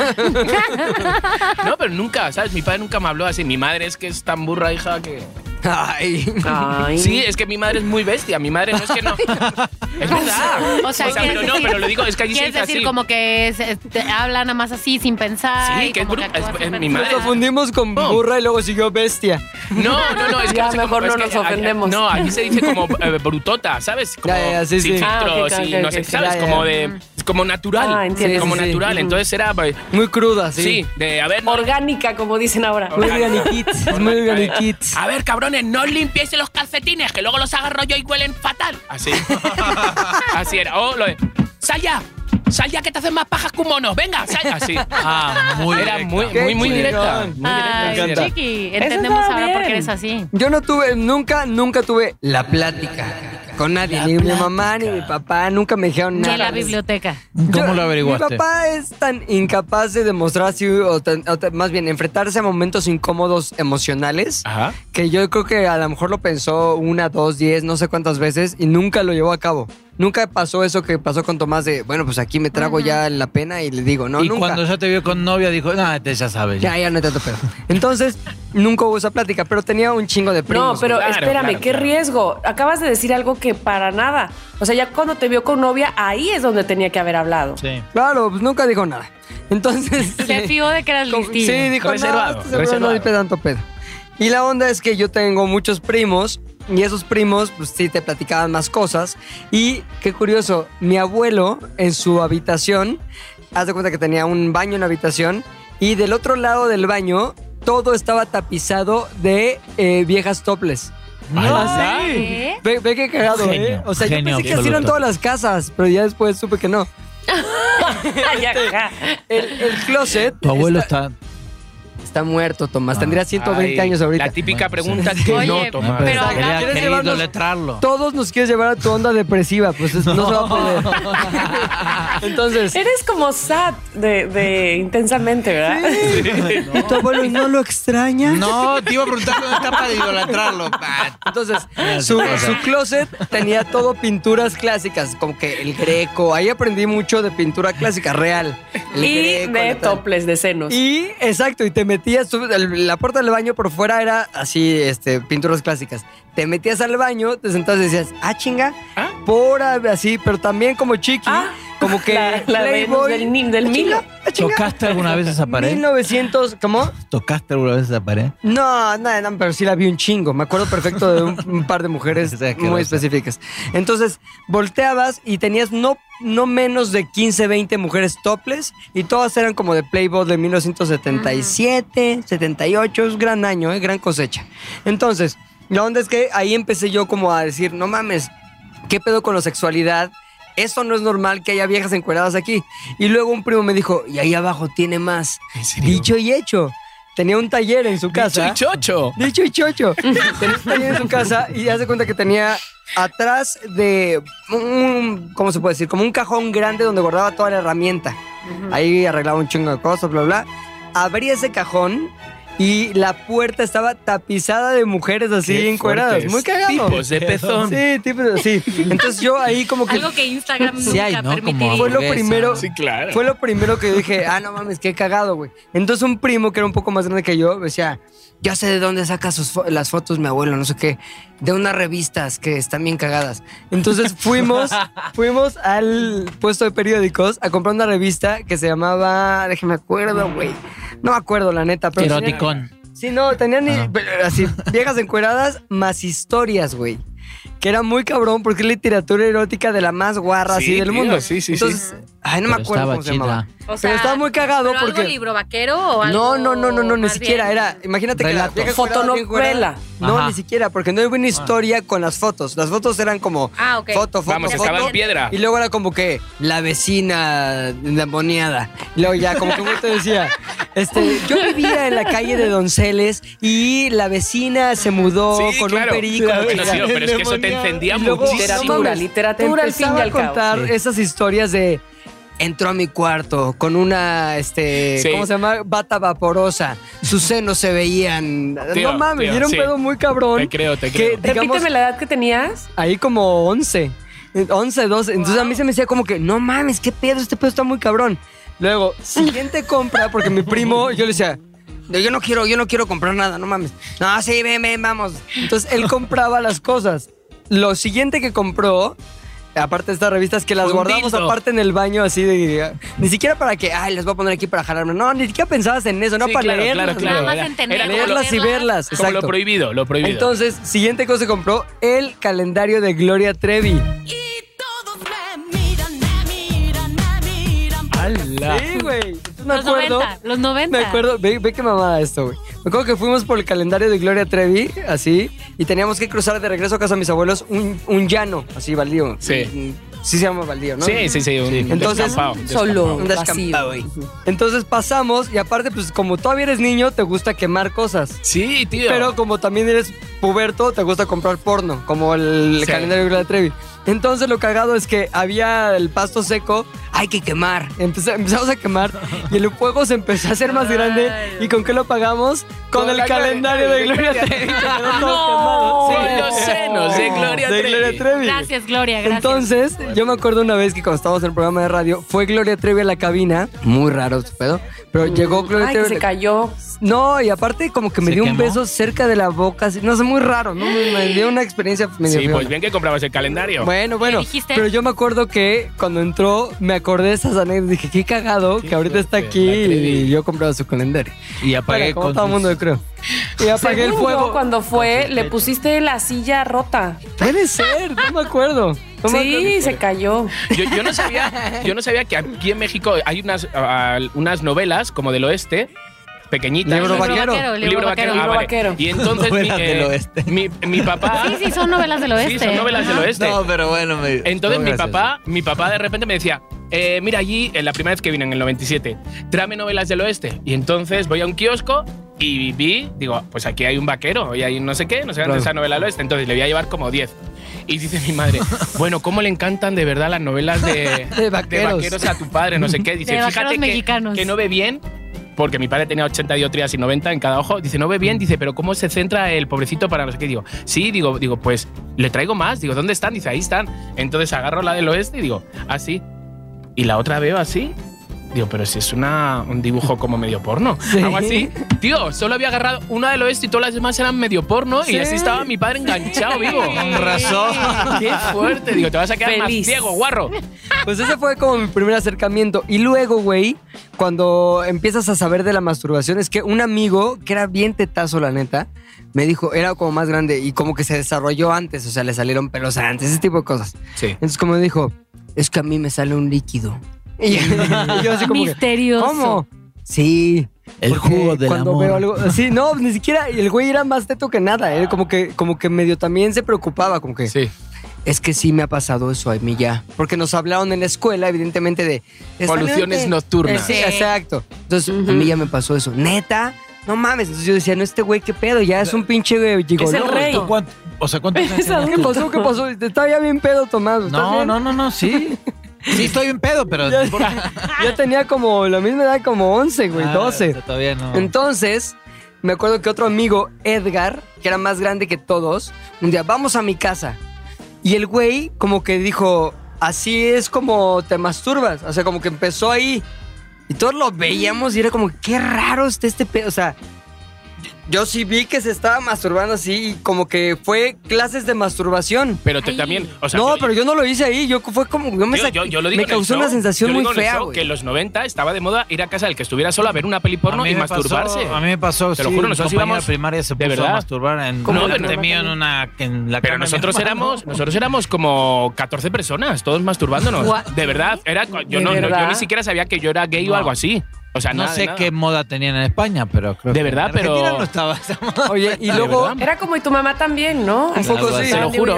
S4: No, pero nunca, ¿sabes? Mi padre nunca me habló así. Mi madre es que es tan burra, hija, que...
S5: Ay.
S2: ay.
S4: Sí, es que mi madre es muy bestia. Mi madre no es
S5: [laughs]
S4: que no... Es verdad.
S3: O sea, ¿quieres
S4: pero no,
S3: decir-
S4: pero lo digo, es que allí se
S3: Quieres
S4: dice
S3: decir
S4: así.
S3: como que se- te habla nada más así sin pensar.
S4: Sí,
S3: y
S4: que es
S3: como
S4: bruta-
S3: actúa
S4: es-
S3: sin
S4: es mi
S3: pensar.
S4: madre.
S5: Lo confundimos con
S4: Oh.
S5: burra y luego siguió bestia.
S4: No, no, no, es que
S2: Ya,
S4: no sé cómo-
S2: mejor no
S4: es que
S2: nos
S4: allá-
S2: ofendemos.
S4: no, aquí se dice como eh, brutota, ¿sabes? Como
S5: Ya, ya, sí,
S4: sin
S5: sí.
S2: Ah,
S4: filtros
S2: ok,
S4: y
S2: ok,
S4: no
S2: ok,
S4: sé,
S2: sí.
S4: ¿sabes?
S5: Ya, ya.
S4: Como de como natural,
S2: Ah, entiendo.
S4: como
S5: Sí, sí, sí.
S4: natural. Entonces era pues,
S5: Muy cruda, sí.
S4: sí. de a ver, no-
S2: Orgánica, como dicen ahora.
S5: Muy
S4: Orgánica.
S5: organiquits, es muy organiquits.
S4: A ver, cabrones, no os limpiéis los calcetines, que luego [laughs] los agarro yo y huelen fatal. Así. Así era. O lo de, Oh, ¡Sal ya! Sal ya que te hacen más pajas que un mono. Venga, sal ya. Sí.
S6: Ah, muy
S4: Era
S6: directa.
S4: muy, muy, muy
S5: Qué
S4: directa.
S5: chingón.
S4: Muy directa,
S3: Ay,
S4: directa.
S3: Chiqui, entendemos
S2: está
S3: ahora por qué
S2: bien.
S3: eres así.
S5: Yo no tuve, nunca, nunca tuve la plática con nadie. ni mi mamá ni mi papá nunca me dijeron
S3: Ni
S5: nada.
S3: en la biblioteca.
S5: Yo-
S6: ¿Cómo lo averiguaste?
S5: Mi papá es tan incapaz de demostrar, si- o tan- o tan- más bien, enfrentarse a momentos incómodos emocionales,
S4: Ajá.
S5: que yo creo que a lo mejor lo pensó una, dos, diez, no sé cuántas veces y nunca lo llevó a cabo. Nunca pasó eso que pasó con Tomás de, bueno, pues aquí me trago ya la pena y le digo, no,
S6: y
S5: nunca.
S6: cuando ya te vio con novia dijo, no, este ya sabes.
S5: Ya, ya no hay tanto pedo. Entonces, nunca hubo esa plática, pero tenía un chingo de primos.
S2: No, pero
S4: claro,
S2: espérame,
S4: claro,
S2: qué
S4: claro.
S2: riesgo. Acabas de decir algo que para nada. O sea, ya cuando te vio con novia, ahí es donde tenía que haber hablado.
S6: Sí.
S5: Claro, pues nunca dijo nada. Entonces. eh,
S3: Se fió de que eras
S5: Como-
S3: listillo.
S5: Sí, dijo,
S4: Reservado,
S5: no, este seguro
S4: reservado.
S5: no dice tanto pedo. Y la onda es que yo tengo muchos primos y esos primos, pues sí, te platicaban más cosas. Y qué curioso, mi abuelo en su habitación, haz de cuenta que tenía un baño en la habitación y del otro lado del baño todo estaba tapizado de eh, viejas toples.
S4: Ah, sí.
S3: ¿Qué?
S5: Ve, ve qué cagado,
S6: Genio,
S5: ¿eh? O sea, yo
S6: genio
S5: pensé que así eran
S6: absoluto.
S5: todas las casas, pero ya después supe que no.
S2: [laughs] Ay, ajá.
S5: El, el closet
S6: Tu abuelo Ah.
S5: está,
S6: está...
S5: está muerto, Tomás. Tendría 120
S4: Ay,
S5: años ahorita.
S4: La típica
S6: Bueno,
S4: pregunta
S6: sí.
S4: que
S3: Oye,
S4: no
S6: No,
S4: tomas.
S6: pero
S3: Pero
S6: quería-
S3: acá-
S6: quería
S5: ¿Quieres llevarnos-
S6: idoletrarlo.
S5: todos nos quieres llevar a tu onda depresiva, pues es- no, se va
S2: [laughs]
S5: a poder. Entonces,
S2: Eres como sad de, de intensamente, ¿verdad? [laughs]
S5: ¿tu abuelo no lo extraña?
S6: No, te iba a preguntar dónde está
S5: [laughs]
S6: para idolatrarlo. Ah,
S5: Entonces,
S6: Mira,
S5: su,
S6: sí, o sea.
S5: su closet tenía todo pinturas clásicas, como que el greco. Ahí aprendí mucho de pintura clásica real. El
S2: Y
S5: Greco,
S2: de
S5: la tal.
S2: toples, de senos.
S5: Y exacto, y te metías, tú- el- la puerta del baño por fuera era así, este, pinturas clásicas. Te metías al baño, te sentabas y decías, ah, chinga,
S4: Ah.
S5: por a- así, pero también como chiqui,
S2: Ah,
S5: como
S2: [laughs]
S5: que
S2: la- la Venus del Ni- del
S5: ah, chinga,
S2: Nilo.
S5: ah, chinga.
S6: ¿Tocaste alguna vez esa pared?
S5: 1900, ¿cómo?
S6: ¿Tocaste alguna vez esa pared?
S5: No, no, no, pero sí la vi un chingo. Me acuerdo perfecto de un, un par de mujeres
S6: O sea, qué
S5: muy
S6: rosa.
S5: específicas. Entonces, volteabas y tenías no, no menos de 15, 20 mujeres topless y todas eran como de Playboy de 1977, 78. Es gran año, ¿eh? gran cosecha. Entonces, la onda es que ahí empecé yo como a decir, no mames, ¿qué pedo con la sexualidad? Esto no es normal que haya viejas encueradas aquí. Y luego un primo me dijo, y ahí abajo tiene más.
S4: ¿En serio?
S5: Dicho y hecho. Tenía un taller en su casa.
S4: Soy chocho.
S5: Dicho y chocho. tenía un taller en su casa y hace cuenta que tenía atrás de un, ¿cómo se puede decir? Como un cajón grande donde guardaba toda la herramienta. Ahí arreglaba un chingo de cosas, bla, bla. Abría ese cajón y la puerta estaba tapizada de mujeres así
S4: Qué
S5: encueradas.
S4: fuertes
S5: Muy cagado.
S4: Tipos de pezón.
S5: Sí, tipos así. Entonces yo ahí como que...
S3: Algo que Instagram
S6: [laughs] Sí
S3: nunca
S6: hay, ¿no? Como
S3: permitiría.
S5: Fue lo
S6: hamburguesa.
S5: primero,
S4: Sí, claro.
S5: fue lo primero que yo dije, ah, no mames, qué cagado, güey. Entonces un primo que era un poco más grande que yo me decía, ya sé de dónde saca sus fo- las fotos mi abuelo, no sé qué, de unas revistas que están bien cagadas. Entonces fuimos, fuimos al puesto de periódicos a comprar una revista que se llamaba, déjeme acuerdo, güey. No me acuerdo, la neta, pero... tenía-
S6: Eroticón.
S5: Sí, no, tenían ni-
S6: Ah.
S5: pero así, viejas encueradas más historias, güey. Que era muy cabrón porque es literatura erótica de la más guarra
S4: Sí,
S5: así del
S4: tío,
S5: mundo.
S4: sí, sí, sí.
S5: Entonces, ay, no me
S6: Pero
S5: acuerdo
S6: estaba
S5: cómo se
S6: chida.
S5: llamaba. pero estaba muy cagado
S3: ¿pero
S5: porque
S3: algo libro vaquero o algo
S5: No, no, no, no, no, ni
S3: más
S5: siquiera
S3: bien?
S5: era, imagínate
S6: Relato.
S5: que la vieja encuerada, bien encuerada-
S2: Fotonovela.
S5: No,
S6: Ajá. Ah.
S5: ni siquiera, porque no hubo una historia con las fotos. Las fotos eran como
S3: Ah, ok.
S5: foto, foto,
S4: Vamos,
S5: foto.
S4: estaba en piedra.
S5: Y luego era como que la vecina endemoniada. Y luego ya, como que te decía, este, yo vivía en la calle de Donceles y la vecina se mudó
S4: Sí,
S5: con
S4: claro.
S5: un perico. la
S4: Bueno, sí,
S5: chingada.
S4: pero es que eso te
S6: Endemoniada.
S4: encendía
S5: Y luego-
S4: muchísimo.
S5: no
S2: Literatura,
S5: mames, te
S2: literatura al fin
S5: empezaba
S2: y al
S5: a
S2: cabo.
S5: contar
S6: Sí.
S5: esas historias de entró a mi cuarto con una, este,
S4: Sí.
S5: ¿cómo se llama? Bata vaporosa. Sus senos se veían.
S4: Tío,
S5: no mames,
S4: tío,
S5: era un
S4: sí.
S5: pedo muy cabrón.
S4: Te creo, te
S5: que,
S4: creo.
S5: digamos,
S2: Repíteme la edad que tenías.
S5: ahí como 11, 11, 12. Entonces a mí se me decía como que, no mames, qué pedo, este pedo está muy cabrón. Luego,
S4: [laughs]
S5: siguiente compra, porque mi primo, yo le decía, "No, yo no quiero, yo no quiero comprar nada, no mames. No, sí, ven, ven, vamos.
S4: [laughs]
S5: Entonces él compraba las cosas. Lo siguiente que compró, aparte de estas revistas, que las
S4: Un
S5: guardamos
S4: dildo.
S5: aparte en el baño, así de. Ni siquiera para que, ay, les voy a poner aquí para jalarme. No, ni siquiera pensabas en eso, no
S4: Sí,
S5: para
S4: claro,
S5: leerlas.
S4: claro, claro.
S3: Nada más
S4: Era-
S3: entender.
S4: era como lo-
S5: Leerlas y verlas.
S3: Ah,
S4: Como
S5: Exacto.
S4: lo prohibido, lo prohibido.
S5: Entonces, siguiente cosa que compró, el calendario de Gloria Trevi.
S4: ¡Hala!
S5: Sí, güey. Entonces Me
S3: Los
S5: acuerdo.
S3: 90, los 90.
S5: Me acuerdo, ve, ve qué mamada esto, güey. Me acuerdo que fuimos por el calendario de Gloria Trevi, así, y teníamos que cruzar de regreso a casa de mis abuelos un, un llano, así, baldío.
S4: Sí.
S5: Sí se llama baldío, ¿no?
S4: Sí, sí, sí. Un
S5: Entonces,
S4: descampado, un
S2: Solo,
S5: Un descampado,
S2: vacío.
S5: güey. Entonces pasamos y aparte, pues como todavía eres niño, te gusta quemar cosas.
S4: Sí, tío.
S5: Pero como también eres puberto, te gusta comprar porno, como el
S4: Sí.
S5: calendario de la Trevi. Entonces lo cagado es que había el pasto seco, hay que quemar. Empeza- empezamos a quemar y el fuego se empezó a hacer más grande. ¿Y con qué lo pagamos? Con,
S4: Con
S5: el
S4: la
S5: calendario
S4: [laughs]
S5: de Gloria Trevi. que quedó todo
S4: Con
S5: quemado. Sí.
S4: los senos de Gloria
S5: De
S4: Trevi.
S5: Gloria Trevi.
S3: Gracias, Gloria, gracias.
S5: Entonces, yo me acuerdo una vez que cuando estábamos en el programa de radio, fue Gloria Trevi a la cabina. Muy raro su pedo. Pero llegó Gloria
S2: Ay, que
S5: Trevi.
S2: se cayó.
S5: No, y aparte como que me
S6: ¿Se
S5: dio un
S6: quemó?
S5: beso cerca de la boca. así, No sé, muy raro, ¿no? Me, me dio una experiencia medio
S4: Sí,
S5: fea.
S4: pues bien que comprabas el calendario.
S5: Bueno, bueno.
S3: dijiste?
S5: Pero yo me acuerdo que cuando entró, me acordé de esas anécdotas. Dije, qué cagado, que ahorita está
S4: fuerte,
S5: aquí
S4: la Trevi.
S5: y yo compraba su calendario.
S6: Y
S5: Para,
S6: apagué
S5: como
S6: con
S5: todo el mundo, yo
S6: tus-
S5: creo. Y apagué el
S2: Según yo,
S5: fuego.
S2: cuando fue, le pusiste la silla rota.
S5: Puede ser, no me acuerdo. No me
S2: sí,
S5: acuerdo.
S2: se cayó.
S4: Yo, yo no sabía, yo no sabía que aquí en México hay unas, a- a- unas novelas como del oeste, pequeñitas.
S5: Libro
S4: Un
S5: vaquero.
S4: Un Libro vaquero.
S2: Libro
S4: Ah, vale.
S2: vaquero.
S4: Y entonces mi,
S6: Novelas
S4: eh,
S6: del oeste.
S4: mi, mi papá.
S3: Ah, Sí, sí, son novelas del oeste. Ah,
S4: Sí, son novelas del
S3: Ajá.
S4: oeste.
S6: No, pero bueno, me-
S4: Entonces
S6: no,
S4: mi
S6: gracias.
S4: papá, mi papá de repente me decía, eh, mira allí, en la primera vez que vine en el 97, tráeme novelas del oeste. Y entonces voy a un kiosco y vi, digo, pues aquí hay un vaquero y hay no sé qué, no sé dónde
S5: Claro.
S4: está novela del oeste. Entonces le voy a llevar como 10. Y dice mi madre, bueno, ¿cómo le encantan de verdad las novelas de,
S5: vaqueros.
S4: a tu padre? No sé qué. Dice,
S3: De vaqueros
S4: fíjate que,
S3: mexicanos.
S4: que no ve bien. Porque mi padre tenía 80 dioptrías y 90 en cada ojo. Dice, no ve bien. Dice, pero ¿cómo se centra el pobrecito para no sé qué? Digo, sí, digo, digo, pues le traigo más. Digo, ¿dónde están? Dice, ahí están. Entonces agarro la del oeste y digo, así. Y la otra veo así. Digo, pero si es una, un dibujo como medio porno. Algo así. Tío, solo había agarrado una del oeste y todas las demás eran medio porno. Y así estaba mi padre enganchado vivo.
S6: Con razón.
S4: Qué fuerte. Digo, te vas a quedar
S2: Feliz.
S4: más
S3: [laughs]
S4: ciego, guarro.
S5: Pues ese fue como mi primer acercamiento. Y luego, güey, cuando empiezas a saber de la masturbación, es que un amigo, que era bien tetazo, la neta, me dijo, era como más grande y como que se desarrolló antes, o sea, le salieron pelos antes, ese tipo de cosas.
S4: Sí.
S5: Entonces, como dijo, es que a mí me sale un líquido. Y [laughs] yo así como que,
S3: Misterioso.
S5: ¿Cómo? Sí.
S6: El
S5: porque
S6: jugo del
S5: cuando
S6: amor.
S5: veo algo, sí, no, ni siquiera el güey era más teto que nada, él como que como que medio también se preocupaba, como que
S4: Sí.
S5: es que sí me ha pasado eso a mí ya. Porque nos hablaron en la escuela, evidentemente, de...
S4: Poluciones nocturnas.
S5: Sí,
S3: Sí.
S5: exacto. Entonces, a mí ya me pasó eso. ¿Neta? No mames. Entonces yo decía, no, este güey, ¿qué pedo? Ya es un pinche güey gigoló.
S2: Es el rey.
S6: ¿Tú cuánto- o
S2: [laughs]
S6: sea, ¿cuántos años
S2: Esa-
S6: tenías
S5: ¿Qué
S6: tú?
S5: pasó? ¿Qué pasó? Estaba ya bien pedo, Tomás. ¿estás
S6: No,
S5: bien?
S6: no, no, no, sí. Sí, estoy bien pedo,
S2: [laughs]
S6: pero.
S5: Ya,
S6: ¿por qué?
S5: ya tenía como la misma edad, como 11, güey,
S6: Ah,
S5: 12.
S6: Todavía no.
S5: Entonces, me acuerdo que otro amigo, Edgar, que era más grande que todos, un día, vamos a mi casa. Y el güey como que dijo, así es como te masturbas. O sea, como que empezó ahí. Y todos lo veíamos y era como, qué raro está este pedo. O sea, yo sí vi que se estaba masturbando así y como que fue clases de masturbación.
S4: Pero te-
S3: Ay.
S4: también. O sea,
S5: no, pero yo no lo hice ahí. Yo fue como, yo me,
S4: Yo,
S5: saqué-
S4: yo- yo lo digo
S5: me
S4: en el
S5: causó una
S4: show,
S5: sensación
S4: yo
S5: muy
S4: digo en el
S5: fea.
S4: show
S5: güey.
S4: que en los 90 estaba de moda ir a casa del que estuviera solo a ver una peli porno
S6: A mí
S4: y
S6: me pasó-
S4: masturbarse.
S6: a mí me pasó.
S4: Te lo
S6: sí,
S4: juro,
S6: un
S4: nosotros
S6: compañero
S4: íbamos-
S6: de primaria se
S4: de
S6: puso
S4: verdad.
S6: a masturbar en,
S4: ¿Cómo?
S6: delante
S4: Pero-
S6: mío en, una, en la
S4: Pero
S6: cama de mi
S4: nosotros
S6: hermano. [laughs]
S4: éramos, nosotros éramos como 14 personas, todos masturbándonos.
S2: Gua-
S4: De verdad, era, yo,
S2: ¿De
S4: no, no, yo
S2: verdad?
S4: ni siquiera sabía que yo era gay o
S6: No.
S4: algo así. O sea,
S6: No
S4: nada de
S6: sé
S4: nada.
S6: qué moda tenían en España, pero creo
S4: De
S6: que
S4: verdad,
S6: en
S4: pero-
S6: Argentina no estaba esa
S4: [laughs]
S6: moda.
S5: Oye, y
S4: ¿De
S5: luego
S4: verdad?
S2: Era como y tu mamá también, ¿no?
S5: Un poco sí.
S4: Te lo juro.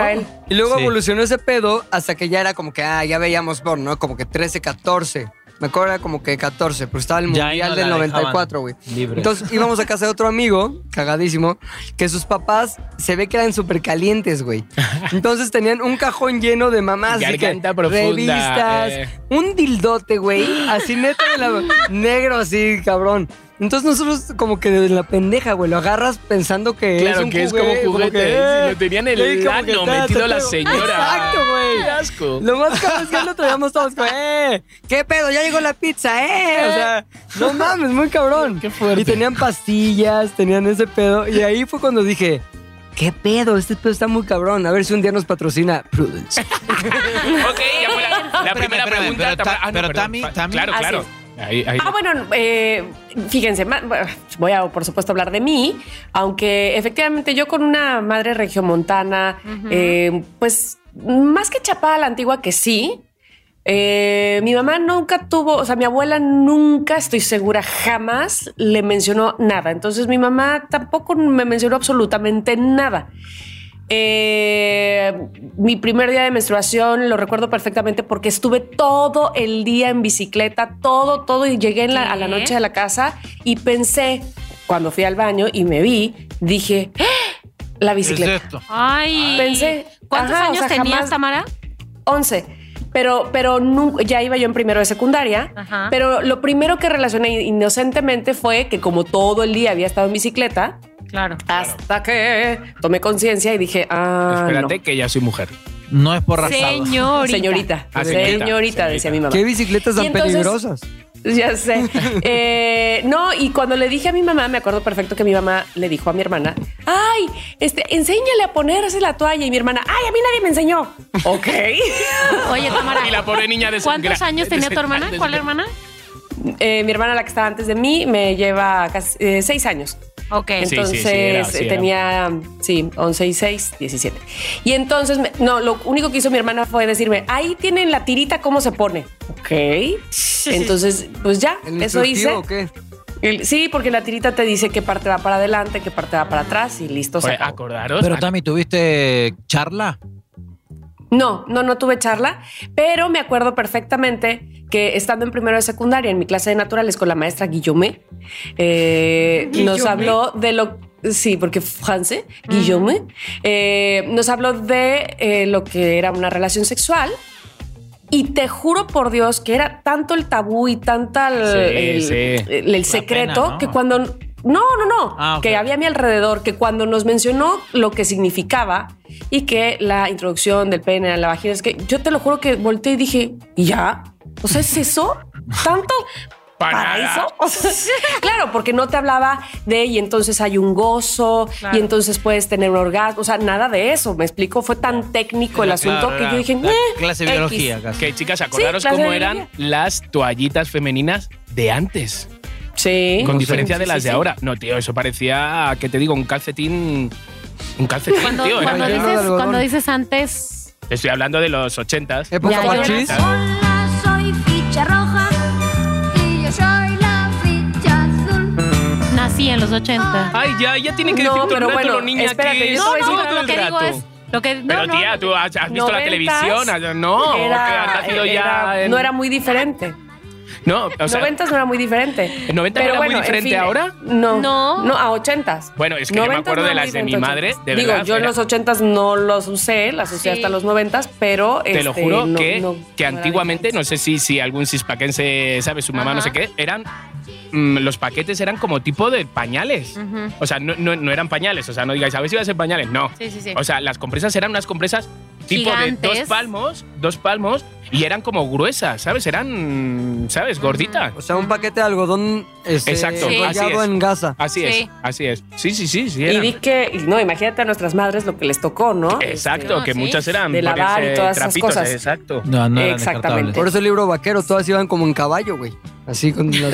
S5: Y luego
S6: Sí.
S5: evolucionó ese pedo hasta que ya era como que, ah, ya veíamos porno, ¿no? Como que 13, 14. Me acuerdo era como que 14, pero estaba el
S6: Ya ahí
S5: mundial
S6: no la
S5: del
S6: dejaban
S5: 94, güey.
S6: libre.
S5: Entonces íbamos a casa de otro amigo, cagadísimo, que sus papás se ve que eran súper calientes,
S6: [laughs]
S5: güey. Entonces tenían un cajón lleno de mamás, así que
S4: Garganta profunda,
S5: revistas,
S4: eh.
S5: un dildote, güey, así neta de
S6: [laughs]
S5: la negro así, cabrón. Entonces nosotros como que de la pendeja, güey, lo agarras pensando que
S4: Claro
S5: es un
S4: que es como
S5: juguete,
S4: juguete,
S5: que, eh,
S4: sí, lo tenía en el
S5: sí, como que
S4: ano
S5: ta, ta,
S4: metido
S5: ta,
S4: la
S5: ta.
S4: señora.
S5: Exacto,
S4: Qué
S5: güey.
S4: asco.
S5: Lo más caro es que lo traíamos todos como, ¡eh! ¿Qué pedo? Ya llegó la pizza, ¡eh! O sea, no mames, muy cabrón. Qué fuerte. Y tenían pastillas, tenían ese pedo. Y ahí fue cuando dije, ¿qué pedo? Este pedo está muy cabrón. A ver si un día nos patrocina
S4: [laughs]
S5: Prudence.
S4: Ok, ya fue la, la primera
S6: espérame,
S4: pregunta.
S6: pero ta-
S4: Ah, no,
S6: pero
S4: perdón.
S6: Tami-
S4: Pa-
S6: Tami-
S4: Claro,
S2: Así
S4: claro. Ahí- ahí-
S2: Ah, bueno, eh, fíjense, ma- voy a por supuesto hablar de mí, aunque efectivamente yo con una madre regiomontana, eh, pues más que chapada a la antigua que sí. eh, mi mamá nunca tuvo, o sea, mi abuela nunca, estoy segura, jamás le mencionó nada. Entonces mi mamá tampoco me mencionó absolutamente nada. Eh, mi primer día de menstruación lo recuerdo perfectamente porque estuve todo el día en bicicleta, todo, todo, y llegué en la- a la
S3: ¿Qué?
S2: noche de la casa y pensé, cuando fui al baño y me vi, dije, ¡Ah! la
S6: ¿Qué es
S2: bicicleta.
S6: esto?
S3: Ay.
S2: Pensé,
S3: ¿Cuántos
S2: ajá, o
S3: años
S2: sea,
S3: tenías,
S2: jamás-
S3: Tamara?
S2: 11. Pero, pero nunca, ya iba yo en primero de secundaria.
S3: Ajá.
S2: Pero lo primero que relacioné inocentemente fue que como todo el día había estado en bicicleta,
S3: Claro.
S2: hasta que tomé conciencia y dije, ah,
S4: Espérate,
S2: no.
S4: que ya soy mujer.
S6: No es por rasados.
S3: Señorita.
S2: Señorita,
S4: Ah,
S2: señorita,
S4: señorita,
S2: decía
S4: señorita.
S2: mi mamá.
S5: ¿Qué bicicletas tan
S2: Y entonces-
S5: peligrosas?
S2: Ya sé. Eh, no, y cuando le dije a mi mamá, me acuerdo perfecto que mi mamá le dijo a mi hermana, ay, este, enséñale a ponerse la toalla. Y mi hermana, ay, a mí nadie me enseñó. ok.
S3: Oye, Tamara.
S4: Y la pobre niña de
S3: ¿Cuántos años tenía tu hermana? ¿Cuál hermana?
S2: [laughs] Eh, mi hermana, la que estaba antes de mí, me lleva casi, eh, seis años.
S3: Ok.
S4: Sí.
S2: Entonces
S4: era, sí,
S2: eh,
S4: era.
S2: tenía, sí, 11 y 6, 17. Y entonces, me- no, lo único que hizo mi hermana fue decirme, ahí tienen la tirita cómo se pone. Ok. Entonces, pues ya,
S5: ¿El
S2: eso hice.
S5: instructivo o qué?
S2: El- sí, porque la tirita te dice qué parte va para adelante, qué parte va para atrás y listo. se
S4: Oye, ah,
S2: acabó.
S4: acordaros.
S6: Pero Tami, ¿tuviste charla?
S2: No, no, no tuve charla, pero me acuerdo perfectamente que estando en primero de secundaria, en mi clase de naturales con la maestra Guillomé, eh, nos habló de lo... Sí, porque France, Guillomé, eh, nos habló de eh, lo que era una relación sexual. Y te juro por Dios que era tanto el tabú y tanta el,
S4: Sí,
S2: el-
S4: sí.
S2: el- el
S6: La
S2: secreto
S6: pena, ¿no?
S2: que cuando... No, no, no,
S6: Ah, ok.
S2: que había a mi alrededor que cuando nos mencionó lo que significaba y que la introducción del pene a la vagina es que yo te lo juro que volteé y dije, ¿y ya? O sea, ¿es eso? ¿Tanto?
S4: [laughs] Para
S2: ¿Para
S4: nada.
S2: eso? O
S4: [laughs]
S2: sea, claro, porque no te hablaba de y entonces hay un gozo
S3: Claro.
S2: y entonces puedes tener un orgasmo. O sea, nada de eso. Me explico, fue tan técnico el asunto
S6: Claro,
S2: que
S6: era
S2: yo dije, "Eh,
S6: la
S2: "Neh,
S6: clase de
S2: X".
S6: biología casi.
S4: Que chicas, acordaros
S2: Sí, clase
S4: cómo
S2: de
S4: eran las toallitas femeninas de antes.
S2: Sí.
S4: Con
S2: Sí,
S4: diferencia de
S2: sí,
S4: las
S2: sí,
S4: de
S2: sí.
S4: ahora. No, tío, eso parecía, ¿qué te digo? Un calcetín. Un calcetín,
S3: Cuando,
S4: tío.
S3: cuando
S5: era-
S3: dices,
S5: algodón.
S3: cuando dices antes.
S4: Estoy hablando de los 80
S5: ¿Época
S3: Ya, yo-
S5: machis?
S7: Hola, soy ficha roja y yo soy la ficha azul.
S3: Nací en los Ah, 80.
S4: Ay, ya, ya tienen que
S2: No,
S4: decir todo el
S2: pero
S4: rato
S2: bueno,
S4: los niños
S2: espérate,
S4: aquí.
S2: Ah, yo te voy a decir
S4: todo el
S3: lo que digo
S4: rato.
S3: es. Lo que, no,
S4: Pero
S3: no,
S4: tía, tú has, has visto la
S2: Noventas,
S4: televisión. has- No, que has nacido ya.
S2: era-
S4: en-
S2: no era muy diferente.
S4: No, o sea,
S2: 90 no era muy diferente.
S4: ¿En 90
S2: Pero
S4: era muy
S2: bueno, en
S4: diferente
S2: fin,
S4: ahora?
S2: No.
S3: No.
S2: No, a 80.
S4: Bueno, es que yo me acuerdo de las de mi madre, de
S2: Digo,
S4: verdad,
S2: yo en
S4: era-
S2: los 80 no los usé, las usé
S3: Sí.
S2: hasta los 90, pero.
S4: Te lo
S2: este,
S4: juro
S2: no-
S4: que,
S2: no-
S4: que
S2: no era
S4: antiguamente,
S2: diferente.
S4: no sé si, si algún cispaquense sabe, su mamá, no
S3: Ajá.
S4: sé qué, eran. mm, los paquetes eran como tipo de pañales.
S3: Ujú.
S4: O sea, no, no- no eran pañales. O sea, no digáis, a ver si iba a ser pañales. No.
S3: Sí, sí, sí.
S4: O sea, las compresas eran unas compresas tipo de
S3: Gigantes.
S4: dos palmos, dos palmos, y eran como gruesas, ¿sabes? Eran, ¿sabes? Gorditas.
S5: O sea,
S2: Mm.
S5: un paquete de algodón este,
S4: Exacto,
S3: Sí.
S5: enrollado
S4: así es.
S5: en gasa.
S4: Así es,
S3: Sí.
S4: así es. Sí, sí, sí, sí.
S2: Y
S4: eran.
S2: di que. y No, imagínate a nuestras madres lo que les tocó, este, ¿no?
S4: Exacto,
S3: No,
S4: que
S3: sí.
S4: muchas eran
S2: De lavar
S4: ponerse
S2: y todas esas
S4: trapitos,
S2: cosas.
S4: Exacto.
S6: No, no eran
S2: Exactamente.
S6: descartables.
S5: Por eso el libro vaquero, todas iban como en caballo, güey. Así
S2: [laughs]
S5: con las...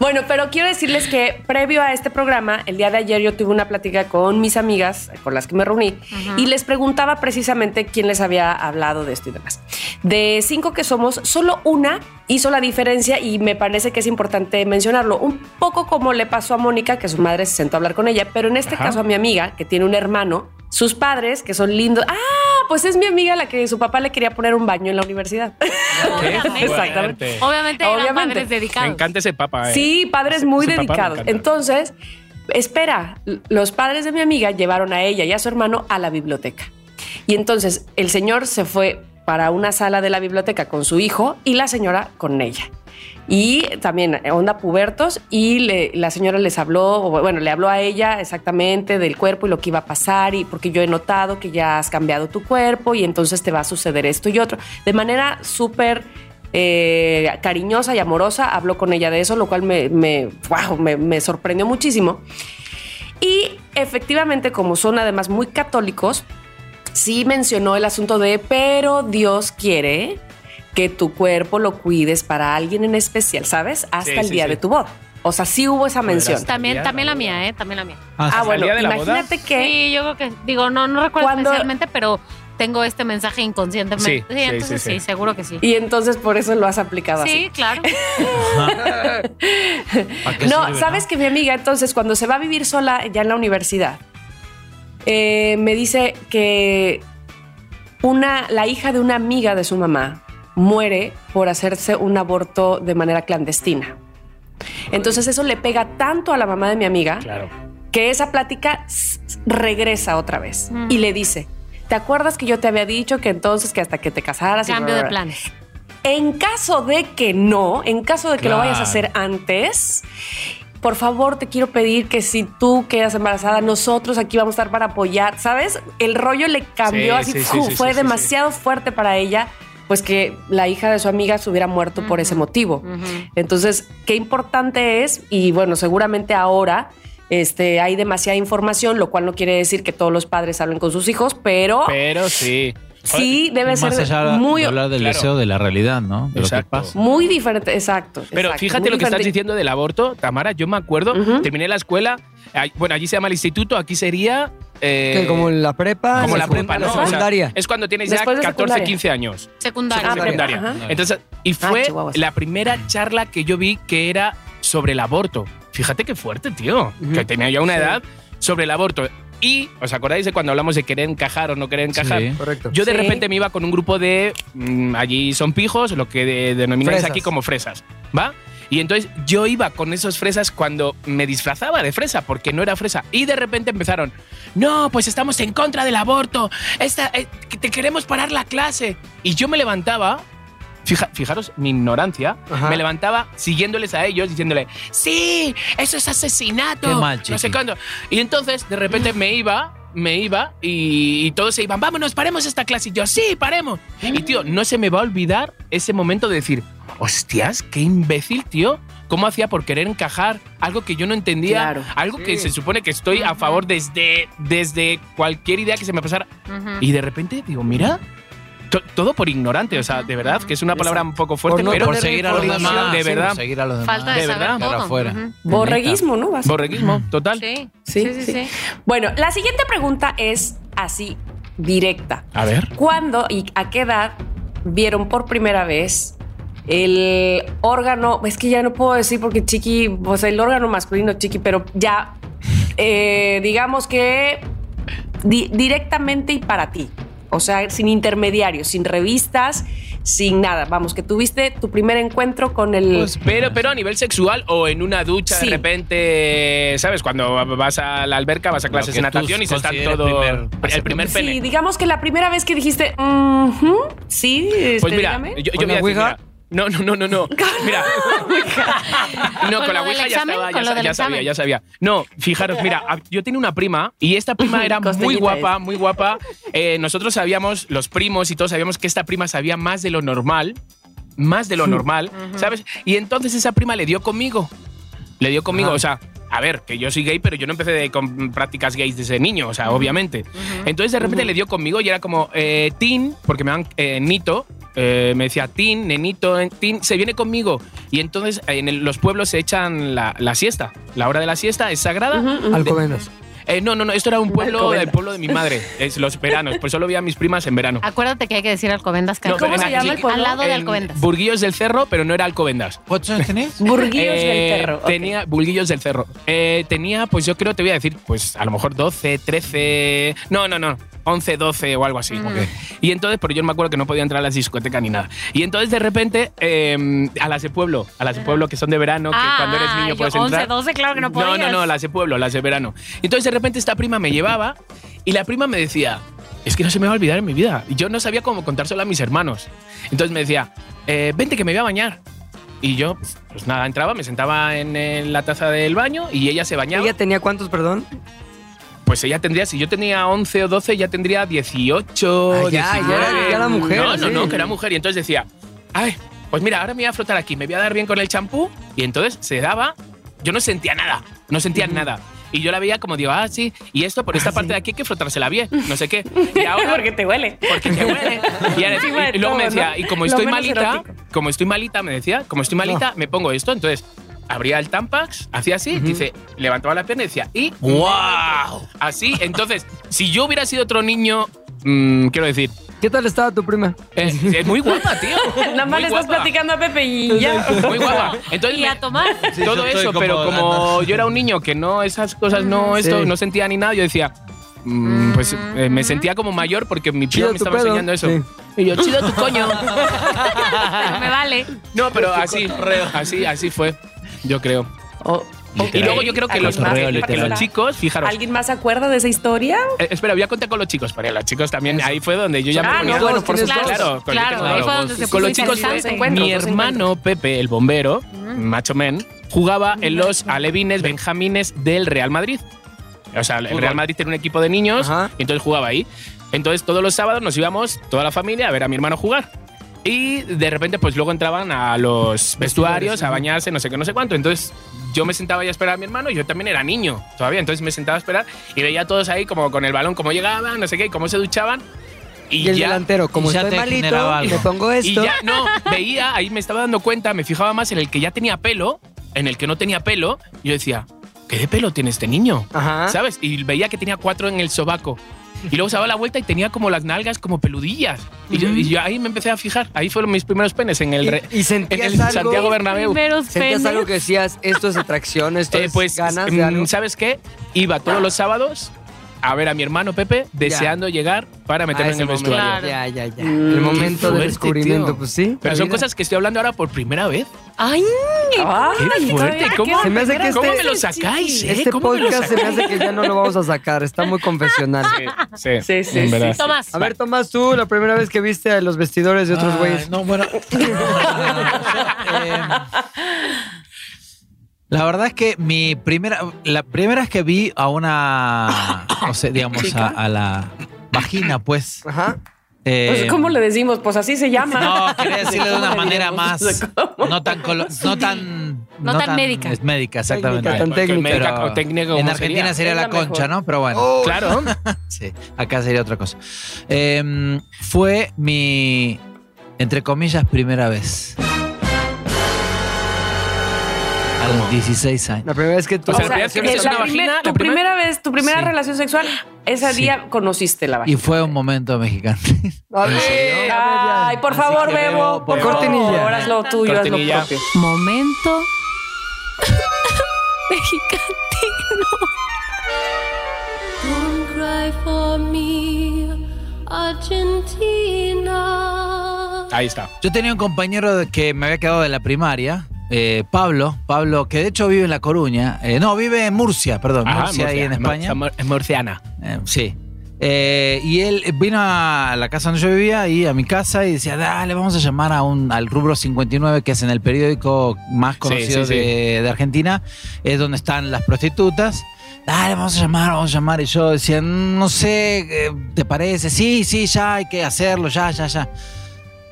S2: Bueno, pero quiero decirles que previo a este programa, el día de ayer yo tuve una plática con mis amigas, eh, con las que me reuní, y les preguntaba precisamente quién les había hablado de esto y demás. De cinco que somos, solo una hizo la diferencia y me parece que es importante mencionarlo, un poco como le pasó a Mónica, que su madre se sentó a hablar con ella, pero en este
S4: Ajá.
S2: caso a mi amiga, que tiene un hermano, sus padres, que son lindos. Ah, pues es mi amiga la que su papá le quería poner un baño en la universidad.
S3: Obviamente.
S2: Exactamente.
S3: Obviamente eran
S2: Obviamente.
S3: padres
S4: Me
S3: dedicados.
S4: encanta ese papa. eh.
S2: Sí, padres
S4: Ese-
S2: muy
S4: ese papa me
S2: dedicados.
S4: encanta.
S2: Entonces, espera, l- los padres de mi amiga llevaron a ella y a su hermano a la biblioteca. Y entonces el señor se fue para una sala de la biblioteca con su hijo y la señora con ella. Y también onda pubertos y le- la señora les habló, o bueno, le habló a ella exactamente del cuerpo y lo que iba a pasar y porque yo he notado que ya has cambiado tu cuerpo y entonces te va a suceder esto y otro. De manera súper eh, cariñosa y amorosa, habló con ella de eso, lo cual me, me, wow, me, me sorprendió muchísimo. Y efectivamente, como son además muy católicos, sí mencionó el asunto de, pero Dios quiere que tu cuerpo lo cuides para alguien en especial, ¿sabes? Hasta
S4: Sí,
S2: el
S4: sí,
S2: día
S4: sí.
S2: de tu boda. O sea, sí hubo esa mención.
S3: Pues También, también la
S4: Sabía,
S3: mía, ¿eh? También la mía.
S2: Ah,
S6: Ah,
S2: bueno,
S4: día de la boda?
S2: imagínate que...
S3: Sí, yo creo que. Digo, no, no recuerdo
S2: Cuando-
S3: especialmente, pero tengo este mensaje inconscientemente.
S4: Sí,
S3: Sí,
S4: sí, sí,
S3: entonces sí,
S4: sí.
S3: seguro que sí.
S2: Y entonces por eso lo has aplicado así.
S3: Sí,
S2: [laughs]
S3: claro.
S6: ¿para qué
S2: No,
S6: sirve,
S2: sabes que mi amiga entonces cuando se va a vivir sola ya en la universidad, Eh, me dice que una, la hija de una amiga de su mamá muere por hacerse un aborto de manera clandestina. Entonces eso le pega tanto a la mamá de mi amiga
S4: Claro.
S2: que esa plática s- s- regresa otra vez
S3: Mm.
S2: y le dice, ¿te acuerdas que yo te había dicho que entonces que hasta que te casaras? y
S3: Cambio
S2: bla,
S3: de
S2: bla, bla"?
S3: planes.
S2: En caso de que no, en caso de que lo vayas a
S4: Claro.
S2: hacer antes, por favor te quiero pedir que si tú quedas embarazada, nosotros aquí vamos a estar para apoyar. ¿Sabes? El rollo le cambió
S4: Sí,
S2: así,
S4: sí, sí,
S2: ¡fu!
S4: sí,
S2: fue
S4: sí, sí,
S2: demasiado fuerte para ella, pues que la hija de su amiga se hubiera muerto por
S3: Ujú,
S2: ese motivo.
S3: Ujú.
S2: Entonces, qué importante es, y bueno, seguramente ahora este, hay demasiada información, lo cual no quiere decir que todos los padres hablen con sus hijos, pero...
S4: Pero sí.
S2: Sí, debe
S6: Más
S2: ser
S6: allá
S2: muy
S6: de hablar del
S4: claro.
S6: deseo de la realidad, ¿no? De lo que
S4: Exacto.
S6: pasa.
S2: Muy diferente, exacto.
S4: Pero
S2: exacto,
S4: fíjate
S2: muy
S4: lo que estás
S2: diferente.
S4: diciendo del aborto, Tamara. Yo me acuerdo,
S2: Ujú.
S4: terminé la escuela. ay, Bueno, allí se llama el instituto, aquí sería. eh,
S5: Que como la prepa.
S4: como la
S5: secu-
S4: prepa, ¿no? O sea,
S5: secundaria.
S4: es cuando tienes ya
S2: Después de
S4: 14,
S2: secundaria.
S4: 15 años.
S3: Secundaria.
S2: Ah,
S5: Secundaria.
S4: secundaria.
S2: ajá. Ah,
S4: Entonces, y fue
S2: chihuahuas.
S4: la primera charla que yo vi que era sobre el aborto. Fíjate qué fuerte, tío. Que tenía ya una edad sobre el aborto. Y, ¿os acordáis de cuando hablamos de querer encajar o no querer encajar?
S6: Sí.
S5: Correcto.
S4: Yo de
S2: Sí.
S4: repente me iba con un grupo de. mm, allí son pijos, lo que de- denomináis
S5: Fresas.
S4: aquí como fresas, ¿va? Y entonces yo iba con esos fresas cuando me disfrazaba de fresa, porque no era fresa. Y de repente empezaron, no, pues estamos en contra del aborto, esta, eh, que te queremos parar la clase. Y yo me levantaba, fija- fijaros mi ignorancia,
S5: Ajá.
S4: me levantaba siguiéndoles a ellos, diciéndole, sí, eso es asesinato.
S6: Qué mal,
S4: no sé
S6: chiqui.
S4: cuándo. Y entonces de repente me iba, me iba y, y todos se iban, vámonos, paremos esta clase. Y yo, sí, paremos. Y tío, no se me va a olvidar ese momento de decir, hostias, qué imbécil, tío. ¿Cómo hacía por querer encajar algo que yo no entendía?
S2: Claro.
S4: Algo que
S5: Sí.
S4: se supone que estoy a favor desde, desde cualquier idea que se me pasara.
S3: Ujú.
S4: Y de repente digo, mira, to- todo por ignorante. O sea, de verdad, que es una palabra un poco fuerte,
S5: no
S4: pero
S5: poner
S4: ignorancia, De
S6: sí,
S4: verdad.
S6: por seguir a los demás.
S3: Falta de,
S4: de
S3: saber
S4: verdad.
S3: todo.
S6: Para afuera.
S3: Ujú.
S2: Borreguismo, ¿no? Básico.
S4: Borreguismo, total.
S3: Sí.
S2: Sí,
S3: Sí, sí, sí.
S2: sí. Bueno, la siguiente pregunta es así, directa.
S4: A ver.
S2: ¿Cuándo y a qué edad vieron por primera vez el órgano? Es que ya no puedo decir porque chiqui, o sea, el órgano masculino chiqui, pero ya, eh, digamos que di- directamente y para ti. O sea, sin intermediarios, sin revistas, sin nada. Vamos, que tuviste tu primer encuentro con el...
S6: Pues,
S4: Pero, pero a nivel sexual o en una ducha
S2: Sí.
S4: de repente, ¿sabes? Cuando vas a la alberca, vas a clases
S6: que
S4: de
S6: tú
S4: natación y se están
S6: consideres
S4: todo
S6: primer
S4: el primer pene.
S2: Sí, digamos que la primera vez que dijiste, "Ujú, sí, este,
S4: pues mira,
S2: dígame".
S4: yo, yo voy
S5: ¿Con
S4: a
S5: la
S4: decir,
S5: ouija?
S4: mira, no, no, no,
S3: [laughs]
S4: no, no. Mira. no,
S3: ¿Con
S4: con la
S3: lo del
S4: Ouija ya
S3: examen?
S4: estaba, ya,
S3: ¿Con lo
S4: sa-
S3: del
S4: ya sabía,
S3: examen?
S4: ya sabía. No, fijaros, mira, a- yo tenía una prima y
S3: [laughs]
S4: esta prima era muy
S2: Costellita
S4: guapa,
S2: es.
S4: muy guapa. Eh, nosotros sabíamos, los primos y todos sabíamos que esta prima sabía más de lo normal,
S3: [laughs]
S4: más de lo normal, ¿sabes? Y entonces esa prima le dio conmigo. Le dio conmigo, o sea, a ver, que yo soy gay, pero yo no empecé de- con prácticas gays desde niño, o sea, obviamente. Entonces de repente le dio conmigo y era como, eh, Tin, porque me dan eh, Nito, eh, me decía Tin, Nenito, eh, Tin, se viene conmigo. Y entonces eh, en el- los pueblos se echan la, la siesta. La hora de la siesta es sagrada.
S5: Alcobendas.
S4: Eh, no, no, no, esto era un pueblo,
S2: Alcobendas.
S4: el pueblo de mi madre, es los veranos, pues solo veía a mis primas en verano.
S3: Acuérdate que hay que decir Alcobendas.
S4: No,
S3: Carlos.
S4: pero [laughs] ¿Cómo
S2: se llama el pueblo?
S3: Al lado de
S4: En
S3: Alcobendas.
S4: Burguillos del Cerro, pero no era Alcobendas.
S6: ¿Cuántos
S2: [laughs]
S6: años tenés?
S2: Burguillos
S4: Eh,
S2: del perro. [laughs] ok.
S4: Tenía Burguillos del Cerro. Eh, tenía, pues yo creo, te voy a decir, pues a lo mejor 12, 13. No, no, no. 11, 12 o algo así. Y entonces, pero yo me acuerdo que no podía entrar a las discotecas ni nada. Y entonces, de repente, eh, a las de pueblo, a las de pueblo que son de verano, que
S3: Ah,
S4: cuando eres
S3: ah,
S4: niño
S3: yo
S4: puedes entrar.
S3: 11, 12, claro que no podías.
S4: No, no, no, las de pueblo, las de verano. Y entonces, de repente, esta prima me llevaba y la prima me decía, es que no se me va a olvidar en mi vida. Y Yo no sabía cómo contárselo a mis hermanos. Entonces me decía, "Eh, vente que me voy a bañar. Y yo, pues nada, entraba, me sentaba en, eh, la taza del baño y ella se bañaba.
S5: ¿Ella tenía cuántos, perdón?
S4: Pues ella tendría, si yo tenía 11 o 12, ya tendría 18,
S5: Ah, ya, ya era-
S4: 19.
S5: ya era mujer,
S4: No, Oh, no,
S5: sí.
S4: no, que era mujer. Y entonces decía, ay, pues mira, ahora me voy a frotar aquí, me voy a dar bien con el champú. Y entonces se daba, yo no sentía nada, no sentía nada. Y yo la veía como digo, ah, sí, y esto por esta parte de aquí hay que frotársela bien, no sé qué.
S2: [laughs]
S4: Y ahora,
S2: porque te huele.
S4: porque
S2: [laughs]
S4: te huele. Y, ahora-
S2: Encima de
S4: y luego me
S2: todo,
S4: decía,
S2: ¿no?
S4: y como
S2: Lo
S4: estoy
S2: menos
S4: malita,
S2: erótico. Ah.
S4: como estoy malita, me decía, como estoy malita, me pongo esto. Entonces abría el Tampax, hacía así, dice, levantaba la pierna y decía, y
S6: ¡Wow!
S4: así. Entonces, si yo hubiera sido otro niño, mm, quiero decir,
S5: ¿Qué tal estaba tu prima?
S4: eh, es muy guapa, tío.
S2: [laughs] Nada más
S4: Muy
S2: le estás
S4: guapa.
S2: platicando a Pepe y ya.
S4: Muy guapa. Entonces,
S3: Y
S4: me-
S3: a tomar.
S4: [laughs]
S6: Sí,
S4: todo
S6: yo estoy
S4: eso,
S6: como-
S4: pero como yo era un niño que no, esas cosas no, esto,
S5: Sí.
S4: no sentía ni nada, yo decía, mm, pues
S3: Mm.
S4: eh, me sentía como mayor porque mi
S5: Chido
S4: tío me
S5: tu
S4: estaba
S5: pedo.
S4: enseñando eso.
S5: Sí.
S4: Y yo, chido tu
S6: [laughs]
S4: coño.
S3: Pero me vale.
S4: No, pero así, así, así fue, yo creo. Y
S6: Literal.
S4: luego yo creo que los,
S6: Cotorreo
S4: que- que
S6: literal.
S4: los chicos, fijaros,
S2: ¿Alguien más se acuerda de esa historia?
S4: eh, espera, voy a contar con los chicos, para los chicos también, ahí fue donde yo ya
S2: Ah,
S4: me
S2: no,
S4: ponía.
S5: bueno, por
S4: supuesto,
S3: supuesto.
S4: Claro, con-
S3: Claro, ahí fue donde se
S4: con los
S3: puso
S4: chicos fue
S3: interesante.
S4: mi
S2: Dos
S4: hermano Pepe, el bombero, macho men, jugaba en los alevines benjamines del Real Madrid. O sea, el
S6: Fútbol.
S4: Real Madrid tenía un equipo de niños
S5: Ajá.
S4: y entonces jugaba ahí. Entonces todos los sábados nos íbamos, toda la familia, a ver a mi hermano jugar. Y de repente, pues luego entraban a los vestuarios, a bañarse, no sé qué, no sé cuánto. Entonces yo me sentaba ahí a esperar a mi hermano, y yo también era niño todavía, entonces me sentaba a esperar y veía a todos ahí como con el balón, cómo llegaban, no sé qué, y cómo se duchaban. Y,
S5: Y el
S4: ya,
S5: delantero, como
S6: ya
S5: estoy
S6: te
S5: malito,
S6: generaba algo.
S5: me pongo
S4: y
S5: esto.
S4: ya no, veía, ahí me estaba dando cuenta, me fijaba más en el que ya tenía pelo, en el que no tenía pelo, y yo decía, ¿qué de pelo tiene este niño?
S5: Ajá.
S4: ¿Sabes? Y veía que tenía cuatro en el sobaco. Y luego se daba la vuelta y tenía como las nalgas como peludillas. Y, yo, y yo ahí me empecé a fijar. Ahí fueron mis primeros penes en el,
S5: Y-
S4: re-
S5: y sentías
S4: en el
S5: algo.
S4: Santiago Bernabéu.
S3: Primeros
S5: ¿Sentías
S3: penes.
S5: algo que decías, esto es atracción, esto
S4: Eh,
S5: es
S4: pues,
S5: ganas
S4: mm,
S5: de algo?
S4: ¿sabes qué? Iba todos los sábados a ver a mi hermano Pepe deseando llegar para
S5: Ah,
S4: meterme en
S5: ese
S4: el
S5: momento.
S4: vestuario.
S3: Claro.
S5: Ya, ya, ya.
S2: Mm,
S5: el momento
S4: fuerte,
S5: del descubrimiento,
S4: tío.
S5: pues sí.
S4: Pero
S5: la
S4: son
S5: vida.
S4: cosas que estoy hablando ahora por primera vez.
S3: Ay,
S2: Ay,
S4: ¡Qué fuerte!
S2: todavía
S4: ¿Cómo,
S5: Se me hace que
S4: ¿cómo
S5: este-
S4: me lo sacáis? eh?
S5: Este
S4: ¿Cómo me lo
S5: podcast se me
S4: sacáis?
S5: hace que ya no lo vamos a sacar, está muy confesional.
S4: [laughs] Sí,
S2: Sí, sí,
S4: en
S2: sí.
S4: verdad.
S3: Tomás.
S5: A ver, Tomás, tú, la primera vez que viste a los vestidores de otros
S6: Ay,
S5: güeyes.
S2: [laughs]
S6: No, bueno. Ah, o sea, eh, la verdad es que mi primera. La primera es que vi a una. No sé, digamos, a, a la vagina, pues.
S5: Ajá.
S6: eh,
S2: Pues, ¿Cómo le decimos? Pues así se llama.
S6: No, quería decirle de
S2: ¿Cómo
S6: una
S2: le
S6: manera
S2: diremos?
S6: más.
S2: [laughs]
S6: No tan. colo- No tan.
S3: No tan médica.
S6: Es médica, exactamente.
S5: Técnica, tan
S4: Porque
S5: técnica.
S4: médica
S6: Pero
S4: o técnico, como
S6: en Argentina
S4: sería. Oh.
S6: sería,
S2: Es
S6: la,
S2: la
S6: concha,
S2: mejor.
S6: ¿no? Pero bueno.
S4: Claro.
S6: Sí, acá sería otra cosa. Eh, fue mi, entre comillas, primera vez. A los 16 años.
S5: La primera vez que tú.
S4: O
S2: O
S4: sea,
S2: sea,
S4: la primera vez que
S2: que
S4: viste
S2: la
S4: una
S2: primer-
S4: vagina, la
S2: tu
S4: primera-
S2: primera vez, tu primera
S6: Sí.
S2: relación sexual, ese
S6: Sí.
S2: día conociste la
S6: Y
S2: vagina.
S6: fue un momento mexicano. [laughs]
S5: A
S2: Ay,
S5: ver, a ver, ya.
S2: por
S6: Así
S2: favor,
S6: que
S2: Bebo,
S6: Bebo,
S2: por
S6: Bebo.
S2: favor,
S5: Cortinilla.
S2: ahora haz lo tuyo, haz lo
S4: Cortinilla.
S2: propio.
S3: Momento mexicantino.
S8: Don't cry for me, Argentina.
S4: Ahí está.
S6: Yo tenía un compañero de- que me había quedado de la primaria, eh, Pablo, Pablo, que de hecho vive en La Coruña. Eh, no, vive en Murcia, perdón,
S4: Ajá,
S6: Murcia, ahí en
S4: Murcia,
S6: España.
S4: Mur- Es murciana.
S6: Eh, sí. Eh, y él vino a la casa donde yo vivía y a mi casa y decía, dale, vamos a llamar a un, al rubro 59, que es en el periódico más conocido
S4: sí, sí.
S6: De, de Argentina, es donde están las prostitutas. Dale, vamos a llamar, vamos a llamar. Y yo decía, "Mm, no sé, eh, ¿te parece? Sí, sí, ya hay que hacerlo, ya, ya, ya.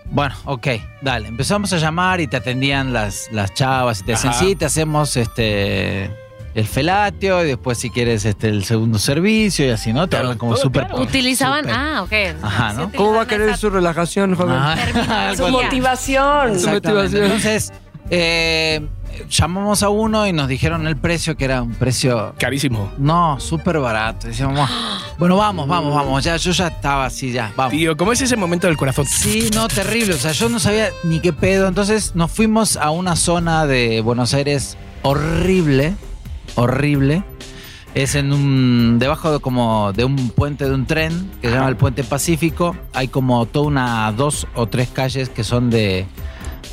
S6: Bueno, ok, dale. Empezamos a llamar y te atendían las, las chavas y te decían,
S4: Ajá.
S6: sí, te hacemos este el felatio y después si quieres este el segundo servicio y así, ¿no? Te
S4: Claro,
S6: hablan como
S4: todo,
S6: súper...
S4: claro.
S3: Utilizaban.
S6: súper-
S3: Ah, ok.
S6: Ajá,
S3: Sí
S6: ¿no?
S5: ¿Cómo va a
S3: utilizaban
S5: querer
S3: esa-
S5: su relación, joven? [laughs]
S6: Ah,
S3: Terminología. [laughs]
S2: Su motivación.
S5: Su
S6: Exactamente.
S5: motivación.
S6: Entonces, eh, llamamos a uno y nos dijeron el precio, que era un precio...
S4: Carísimo.
S6: No, súper barato. Decíamos, "Buah, bueno, vamos, vamos, vamos. Ya, yo ya estaba así, ya, vamos.
S4: Tío, ¿cómo es ese momento del corazón?
S6: Sí, no, terrible. O sea, yo no sabía ni qué pedo. Entonces nos fuimos a una zona de Buenos Aires horrible, horrible. Es en un. debajo de como de un puente de un tren que se llama el Puente Pacífico. Hay como toda una, dos o tres calles que son de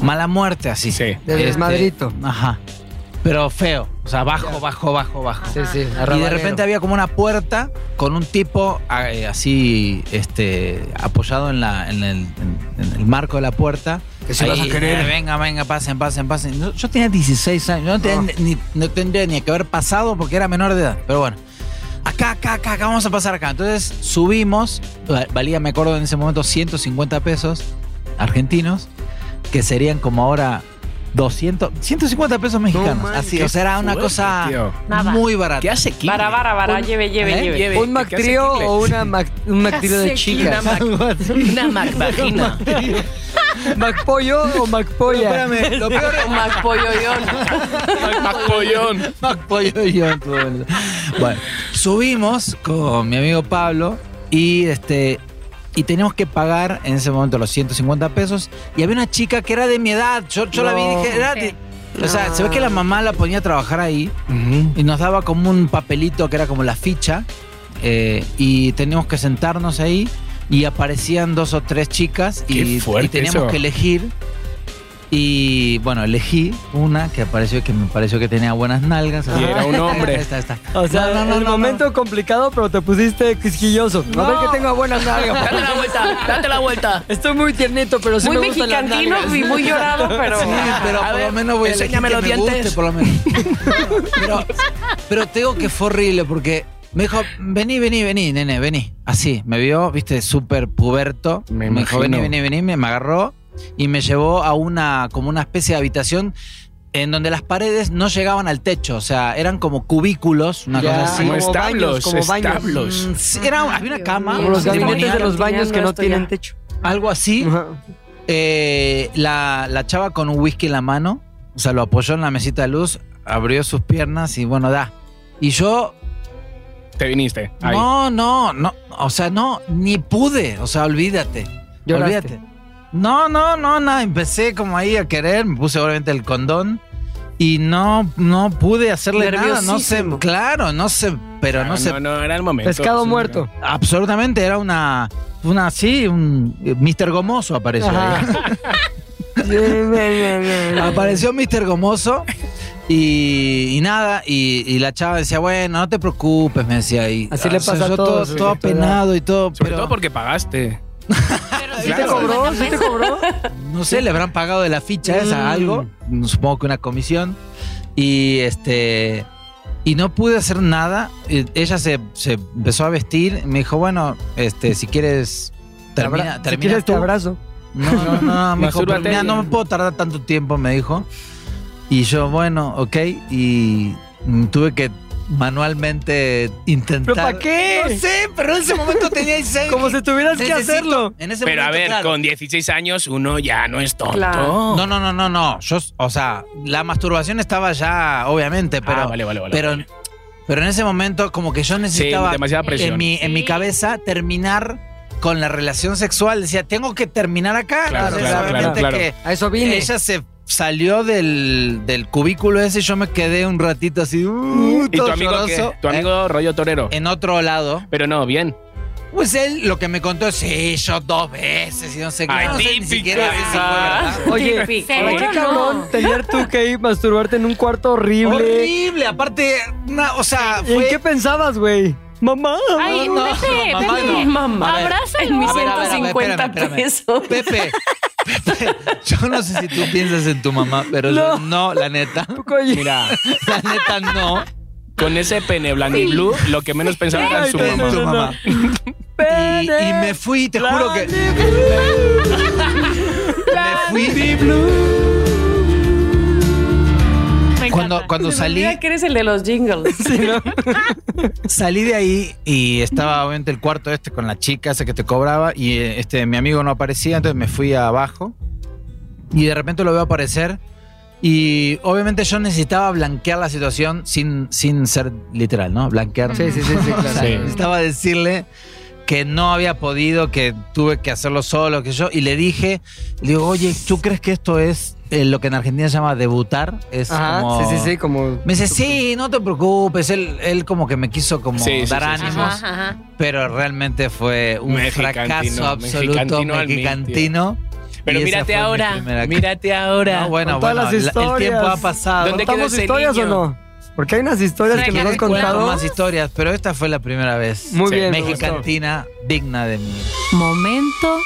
S6: mala muerte, así. Este,
S4: Sí.
S5: De desmadrito.
S6: Ajá. Pero feo. O sea, bajo, bajo, bajo, bajo.
S5: Sí, sí.
S6: Y de
S5: arrabalero.
S6: repente había como una puerta con un tipo eh, así, este, apoyado en, la, en, el, en- en el marco de la puerta.
S5: Que si vas a querer.
S6: eh, venga, venga, pasen, pasen, pasen. No, Yo tenía 16 años, yo no, tenía Ni, no tendría ni que haber pasado porque era menor de edad. Pero bueno, acá, acá, acá, acá, vamos a pasar acá. Entonces subimos, va- valía, me acuerdo en ese momento, 150 pesos argentinos, que serían como ahora 200, 150 pesos mexicanos.
S5: man,
S6: así,
S5: qué
S6: o sea, era una
S4: fuerte,
S6: cosa
S4: tío.
S3: Nada.
S6: muy barata.
S4: ¿Qué hace aquí? [laughs]
S2: Para, para, para, lleve, lleve,
S6: ¿Eh?
S2: lleve.
S4: Lleve,
S5: ¿Un
S4: ¿qué hace
S5: Mactrío
S4: Kickle?
S5: o una Mac, un Mactrío de chicas?
S4: Una macvagina.
S5: ¿Macpollo o Macpolla?
S6: [laughs] Espérame, lo peor es-
S2: Más
S6: [laughs]
S2: polloyón.
S4: Macpollón.
S6: Pollo y yo en todo el- Bueno, subimos con mi amigo Pablo y este y teníamos que pagar en ese momento los 150 pesos y había una chica que era de mi edad, yo, yo la vi y dije, era de- o sea, se ve que la mamá la ponía a trabajar ahí y nos daba como un papelito que era como la ficha eh, y teníamos que sentarnos ahí y aparecían dos o tres chicas
S4: Qué
S6: y,
S4: fuerte
S6: y teníamos
S4: eso.
S6: que elegir. Y bueno, elegí una que apareció que me pareció que tenía buenas nalgas.
S4: Y era
S6: [laughs]
S4: un hombre.
S6: Esta, esta.
S5: O sea,
S6: No, no, no,
S5: el
S6: no, no.
S5: momento complicado, pero te pusiste quisquilloso. A ver que tengo buenas nalgas.
S4: Date la vuelta, date la vuelta.
S5: Estoy muy tiernito,
S6: Pues
S5: pero sí
S2: Muy
S5: me gustan las
S2: mexicantino
S5: nalgas.
S2: y muy llorado, pero.
S6: [laughs] Sí, pero
S4: A
S6: por
S4: ver,
S6: lo menos voy a elegir que
S4: enséñame
S6: me
S4: los dientes.
S6: guste, por
S4: [laughs]
S6: lo menos. pero, pero te digo que fue horrible porque me dijo, vení, vení, vení, nene, vení. Así, me vio, viste, súper puberto.
S4: Me
S6: Me, dijo,
S4: imagino.
S6: vení, vení, vení, me, me agarró y me llevó a una, como una especie de habitación en donde las paredes no llegaban al techo, o sea, eran como cubículos, una
S5: Ya.
S6: cosa así.
S4: Como
S5: como
S4: establos,
S5: baños, como baños.
S4: establos.
S6: Mm, sí, era- había una cama,
S5: Como los
S6: se te
S5: gabinetes
S6: ponía
S5: de los baños que no
S2: Esto ya.
S5: tienen techo.
S6: algo así.
S5: Ajá.
S6: Eh, la, la chava con un whisky en la mano, o sea, lo apoyó en la mesita de luz, abrió sus piernas y bueno, da. Y yo,
S4: Te viniste. Ahí.
S6: no, no, no, o sea, no, ni pude, o sea, olvídate.
S5: Lloraste.
S6: Olvídate. No, no, no, nada, empecé como ahí a querer, me puse obviamente el condón y no, no pude hacerle nada, no sé,
S2: Nerviosísimo.
S6: claro, no sé, pero no,
S4: no,
S6: sé,
S4: Ah, no, no, era el momento.
S5: Pescado
S4: Sí,
S5: muerto.
S6: absolutamente era una, una, sí, un eh, Mr. Gomoso apareció. ahí.
S5: Ajá. Bien, bien, bien, bien.
S6: Apareció Mr. Gomoso y, y nada, y, y la chava decía, bueno, no te preocupes, me decía. Y,
S5: Así le
S6: o sea,
S5: pasa a
S6: yo
S5: todos,
S6: Todo,
S5: sobre
S6: todo
S5: todo.
S6: apenado y todo,
S4: Sobre
S6: pero
S4: todo porque pagaste.
S3: Pero
S4: ¿Sí te
S5: cobró?
S3: ¿Sí te
S5: cobró?
S6: no sé, le habrán pagado de la ficha
S5: Mm.
S6: esa algo, supongo que una comisión. Y este... Y no pude hacer nada. Eh, Ella se, se empezó a vestir. Me dijo, bueno, este, si quieres...
S5: Te
S6: Termina,
S5: abra- si
S6: termina
S5: quieres te
S6: tú".
S5: abrazo.
S6: No,
S5: [laughs]
S6: no, no, me dijo,
S4: Masúrbate.
S6: "Pero mira, no me puedo tardar tanto tiempo, me dijo. Y yo, bueno, ok, y mm, tuve que manualmente
S5: ¿Pero
S6: intentar.
S5: para qué?
S6: No sé, pero en ese momento tenía diseño.
S5: Como si tuvieras que
S6: Necesito-
S5: hacerlo.
S6: En ese
S4: Pero a
S6: este momento,
S4: ver,
S6: claro.
S4: con 16 años uno ya no es tonto.
S2: Claro.
S6: No, no, no, no, no. Yo, o sea, la masturbación estaba ya, obviamente, pero.
S4: Ah, vale, vale, vale.
S6: pero, pero en ese momento, como que yo
S4: sí,
S6: necesitaba
S4: demasiada
S6: en
S4: presión.
S6: mi, en mi
S3: Sí.
S6: cabeza terminar con la relación sexual. Decía, tengo que terminar acá.
S4: Claro,
S6: Entonces,
S5: claro, claro,
S6: obviamente
S4: claro.
S6: que
S5: A eso vine.
S6: Ella se salió del, del cubículo ese y yo me quedé un ratito así, uh,
S4: ¿Y
S6: todo
S4: tu amigo qué?
S6: lloroso,
S4: Tu amigo rollo torero.
S6: eh, en otro lado.
S4: Pero no, bien.
S6: Pues él lo que me contó es, sí, yo dos veces y no sé qué.
S4: Ay,
S6: no sé ni
S4: típica.
S6: siquiera sé si fue
S4: Ah.
S6: verdad.
S5: Oye,
S2: Típico.
S5: pero qué
S3: Seguro
S5: cabrón
S3: no.
S5: tener tú que ir masturbarte en un cuarto horrible.
S6: Horrible, aparte, una- o sea,
S5: ¿Y ¿En
S6: fue...
S5: qué pensabas, güey? Mamá.
S3: Ay,
S6: No, no,
S3: vete,
S6: no, mamá,
S3: vete.
S6: no.
S2: Mamá.
S6: A ver,
S3: Abrázalo.
S2: En mis
S6: A ver, a ver, a ver,
S2: 150
S6: espérame, espérame.
S2: pesos.
S6: Pepe, Pepe, yo no sé si tú piensas en tu mamá, pero yo no, la neta,
S5: Oye,
S4: Mira,
S6: [laughs] la neta no.
S4: con ese pene blanco y blue, lo que menos pensaba era en su
S5: Ay,
S4: mamá.
S5: no, no,
S6: Tu
S5: no.
S6: mamá. Y, y me fui, te juro que... Me fui...
S3: Me encanta.
S6: Cuando, cuando salí,
S2: Mira que eres el de los
S6: [laughs]
S2: jingles.
S6: salí de ahí y estaba obviamente el cuarto este con la chica esa que te cobraba y eh, este mi amigo no aparecía, entonces me fui abajo y de repente lo veo aparecer y obviamente yo necesitaba blanquear la situación sin, sin ser literal, ¿no? Blanquear.
S5: Sí, sí, sí, sí,
S6: O sea,
S5: claro.
S4: Sí.
S6: necesitaba decirle que no había podido, que tuve que hacerlo solo, que yo, y le dije, le digo, oye, ¿tú crees que esto es eh, lo que en Argentina se llama debutar? Es
S5: Ajá,
S6: como-
S5: sí, sí, sí, como...
S6: me dice, sí, no te preocupes. Él, él como que me quiso como
S4: Sí, sí,
S6: dar
S4: sí, sí, sí.
S6: ánimos,
S3: Ajá, ajá.
S6: pero realmente fue un
S4: Mexicantino,
S6: fracaso absoluto
S4: mexicantino al mil,
S6: mexicantino.
S4: Pero
S6: Y esa
S4: mírate
S6: fue mi
S4: ahora,
S6: primera-
S4: mírate ahora.
S6: No, bueno,
S5: Con todas
S6: bueno,
S5: las
S6: la- el tiempo
S5: historias.
S6: ha pasado.
S4: ¿Dónde quedó
S5: ¿Contamos
S4: ese
S5: historias
S4: niño?
S5: o no? Porque hay unas historias que nos has
S3: Recuerdo
S5: contado.
S6: más historias, pero esta fue la primera vez.
S5: Muy
S4: Sí,
S5: bien. me gustó.
S6: Mexicantina digna de mí.
S3: Momento.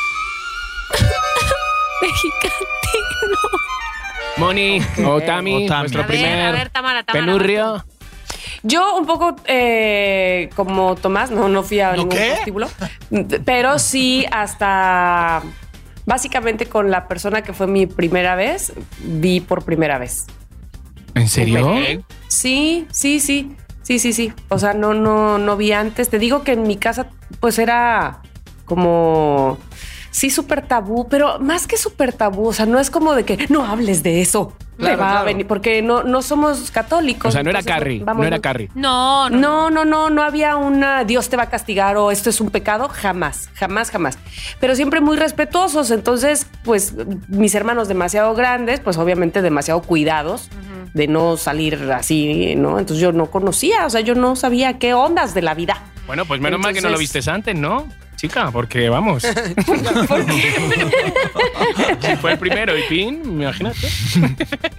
S3: Mexicano.
S4: Moni, Otami,
S6: Eh, Otami.
S4: nuestro
S3: A ver, a
S4: primer
S3: ver, Tamara, Tamara.
S4: penurrio.
S2: Yo un poco eh, como Tomás, no, no fui a
S6: ¿No
S2: ningún
S6: qué?
S2: prostíbulo, pero sí hasta básicamente con la persona que fue mi primera vez, vi por primera vez.
S4: ¿En serio?
S2: Sí, sí, sí, sí, sí, sí. O sea, no, no, no vi antes. Te digo que en mi casa, pues era como sí súper tabú, pero más que súper tabú, o sea, no es como de que no hables de eso.
S5: Claro,
S2: te va a
S5: claro.
S2: venir porque no, no somos católicos.
S4: O sea, no era
S2: entonces,
S4: Carrie,
S2: vamos,
S4: no era Carrie.
S3: No, no.
S2: no, no, no, no había una Dios te va a castigar o esto es un pecado, jamás, jamás, jamás. Pero siempre muy respetuosos, entonces, pues mis hermanos demasiado grandes, pues obviamente demasiado cuidados de no salir así, ¿no? Entonces yo no conocía, o sea, yo no sabía qué ondas de la vida.
S4: Bueno, pues menos mal que no lo
S2: Entonces-
S4: vistes antes, ¿no? Chica, porque
S6: [laughs]
S4: vamos. [laughs] Si Fue el primero y pin, imagínate.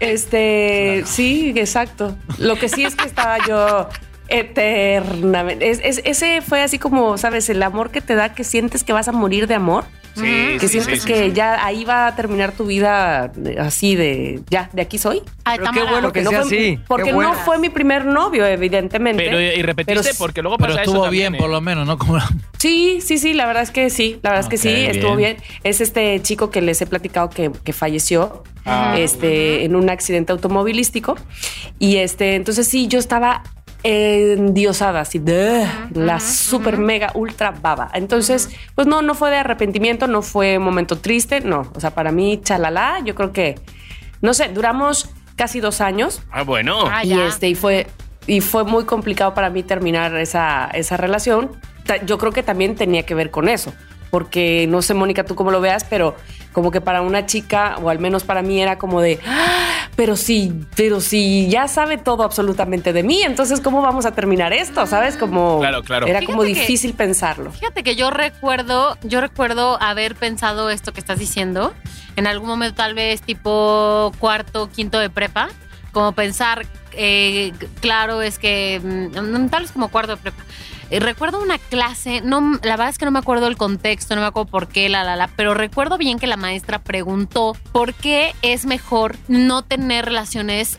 S2: Este, sí, exacto. Lo que sí es que estaba yo eternamente. es- es- ese fue así como, ¿sabes? El amor que te da que sientes que vas a morir de amor.
S4: Sí,
S2: que
S4: sí,
S2: sientes
S4: sí, sí,
S2: que
S4: sí.
S2: ya ahí va a terminar tu vida eh, así de, ya, de aquí soy.
S3: Ay,
S5: Pero qué
S3: Tamara,
S5: bueno que
S2: no
S5: sea
S2: fue,
S5: así.
S2: porque
S5: qué
S2: no
S5: bueno.
S2: fue mi primer novio, evidentemente.
S4: Pero eh, y repetiste
S2: Pero-
S4: porque luego pasa
S6: Pero
S4: eso
S6: estuvo
S4: también,
S6: bien, por
S4: ¿eh?
S6: lo menos, ¿no? Como
S2: Sí, sí, sí, la verdad es que sí, la verdad es que sí,
S6: Ok,
S2: estuvo bien.
S6: bien.
S2: Es este chico que les he platicado que, que falleció
S4: Ah.
S2: este, en un accidente automovilístico. Y este, entonces sí, yo estaba endiosada, así de la super mega ultra baba. Entonces, pues no, no fue de arrepentimiento, no fue momento triste, no. O sea, para mí, chalala, yo creo que, no sé, duramos casi dos años
S4: Ah, bueno.
S3: Ah,
S2: y
S3: ya.
S2: este y fue y fue muy complicado para mí terminar esa, esa relación. Ta- Yo creo que también tenía que ver con eso, porque no sé, Mónica, tú cómo lo veas, pero como que para una chica, o al menos para mí, era como de, "Ah, pero sí, pero sí, ya sabe todo absolutamente de mí, entonces, ¿cómo vamos a terminar esto? ¿Sabes? Como
S4: Claro, claro.
S2: era como
S3: Fíjate que-
S2: difícil pensarlo.
S3: Fíjate que yo recuerdo, yo recuerdo haber pensado esto que estás diciendo en algún momento, tal vez tipo cuarto, quinto de prepa, como pensar, eh, claro, es que mm, tal vez como cuarto de prepa. Eh, Recuerdo una clase, no, la verdad es que no me acuerdo el contexto, no me acuerdo por qué, la, la, la, pero recuerdo bien que la maestra preguntó por qué es mejor no tener relaciones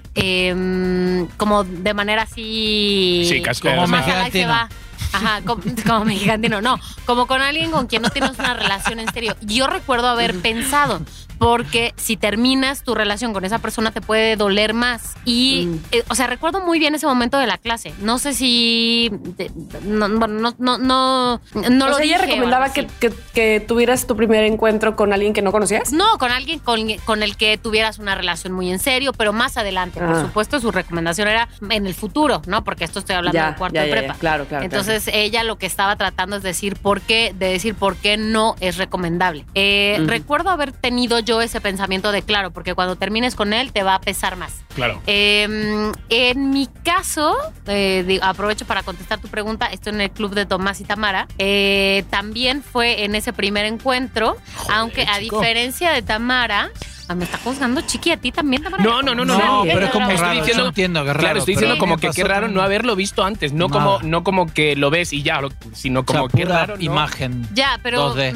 S3: em, como de manera así...
S4: Sí, casi-
S3: como más
S6: Como
S3: al ahí se
S6: mexicantino.
S3: va. Ajá, como, [laughs] como mexicantino, no, como con alguien con quien no tienes una relación en serio. Yo recuerdo haber pensado, porque si terminas tu relación con esa persona te puede doler más. Y,
S2: Mm.
S3: eh, o sea, recuerdo muy bien ese momento de la clase. No sé si... te- no, bueno, no, no, no, no
S2: o
S3: lo
S2: sea, ella
S3: dije o
S2: recomendaba
S3: algo
S2: que,
S3: así.
S2: que- que tuvieras tu primer encuentro con alguien que no conocías.
S3: No, con alguien con, con el que tuvieras una relación muy en serio, pero más adelante.
S2: Ah.
S3: Por supuesto, su recomendación era en el futuro, ¿no? Porque esto estoy hablando de cuarto de prepa.
S2: claro, claro.
S3: Entonces ella lo que estaba tratando es decir por qué, de decir por qué no es recomendable. Eh,
S2: Ujú.
S3: Recuerdo haber tenido yo ese pensamiento de claro, porque cuando termines con él te va a pesar más.
S4: Claro.
S3: Eh, en mi caso, eh, di- aprovecho para contestar tu pregunta, estoy en el club de Tomás y Tamara. Eh, también fue en ese primer encuentro, aunque a
S4: chico.
S3: diferencia de Tamara, Ah, me está juzgando chiqui a ti también, Tamara.
S4: No, no, no, no,
S6: No,
S4: no.
S6: pero es como
S4: Estoy
S6: raro,
S4: diciendo-
S6: yo entiendo que es
S4: Claro,
S6: raro,
S4: estoy
S6: pero-
S4: diciendo
S6: Sí,
S4: como
S6: me
S4: que
S6: pasó
S4: qué raro
S6: también.
S4: no haberlo visto antes, no como,
S6: Nada.
S4: no como que lo ves y ya, lo- sino como
S6: o sea,
S4: qué
S6: pura
S4: raro. ¿no?
S6: imagen.
S3: Ya, pero... [laughs]
S6: 2D.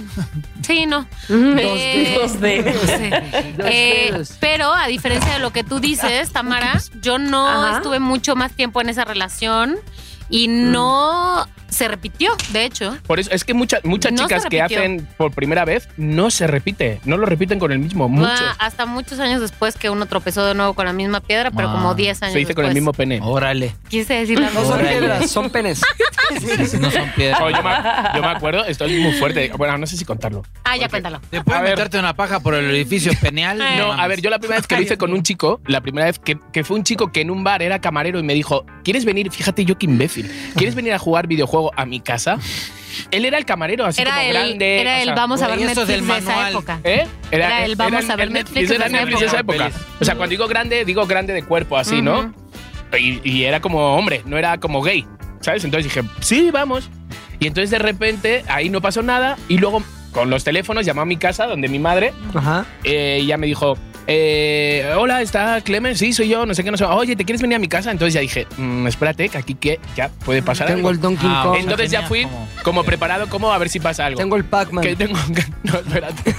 S3: Sí, no. Eh,
S2: dos
S3: [laughs]
S2: de.
S3: no sé. Eh, pero a diferencia de lo que tú dices, Tamara, yo no
S2: Ajá.
S3: estuve mucho más tiempo en esa relación y
S4: Mm.
S3: no se repitió, de hecho.
S4: Por eso es que muchas muchas
S3: No se
S4: chicas que
S3: repitió.
S4: hacen por primera vez no se repite, no lo repiten con el mismo, muchos.
S3: Ah, hasta muchos años después que uno tropezó de nuevo con la misma piedra, pero
S6: Ah.
S3: como 10 años
S4: se dice con el mismo
S3: después.
S4: pene.
S6: Órale.
S3: Quise decir la
S5: No son
S3: misma.
S6: Órale.
S5: piedras, son penes.
S6: Si no son piedras.
S4: Oh, yo, me, yo me acuerdo, esto es muy fuerte. Bueno, no sé si contarlo.
S3: Ah, ya cuéntalo.
S6: ¿Te puedes
S4: A ver.
S6: meterte una paja por el edificio [laughs] peneal?
S4: No,
S6: mames.
S4: a ver, yo la primera vez que lo hice con un chico, la primera vez que, que fue un chico que en un bar era camarero y me dijo, ¿quieres venir? Fíjate yo qué imbécil. ¿Quieres venir a jugar videojuego a mi casa? Él era el camarero, así
S3: Era
S4: como
S3: el,
S4: grande.
S3: era
S4: o
S3: el
S4: sea,
S3: vamos a
S6: güey,
S3: ver Netflix
S6: eso es del
S3: de esa
S6: manual.
S3: época.
S4: ¿eh?
S3: Era el vamos a ver Netflix
S4: Era
S3: en esa
S4: Netflix de esa
S6: época.
S4: época. O sea, cuando digo grande, digo grande de cuerpo, así, ¿no? Y, y era como hombre, no era como gay, ¿sabes? Entonces dije, sí, vamos. Y entonces de repente ahí no pasó nada y luego con los teléfonos llamó a mi casa donde mi madre
S5: Ajá.
S4: eh, y ya me dijo, eh, hola, ¿está Clemens? Sí, soy yo, no sé qué, no sé. Oye, ¿te quieres venir a mi casa? Entonces ya dije, "Mm, espérate, que aquí que ya puede pasar
S5: Tengo
S4: algo.
S5: el Donkey
S6: Ah,
S5: Kong.
S6: ok.
S4: Entonces ya
S6: Tenías
S4: fui como,
S6: como-
S4: preparado, como a ver si pasa algo.
S5: Tengo el Pac-Man.
S4: Que tengo [laughs] No, espérate.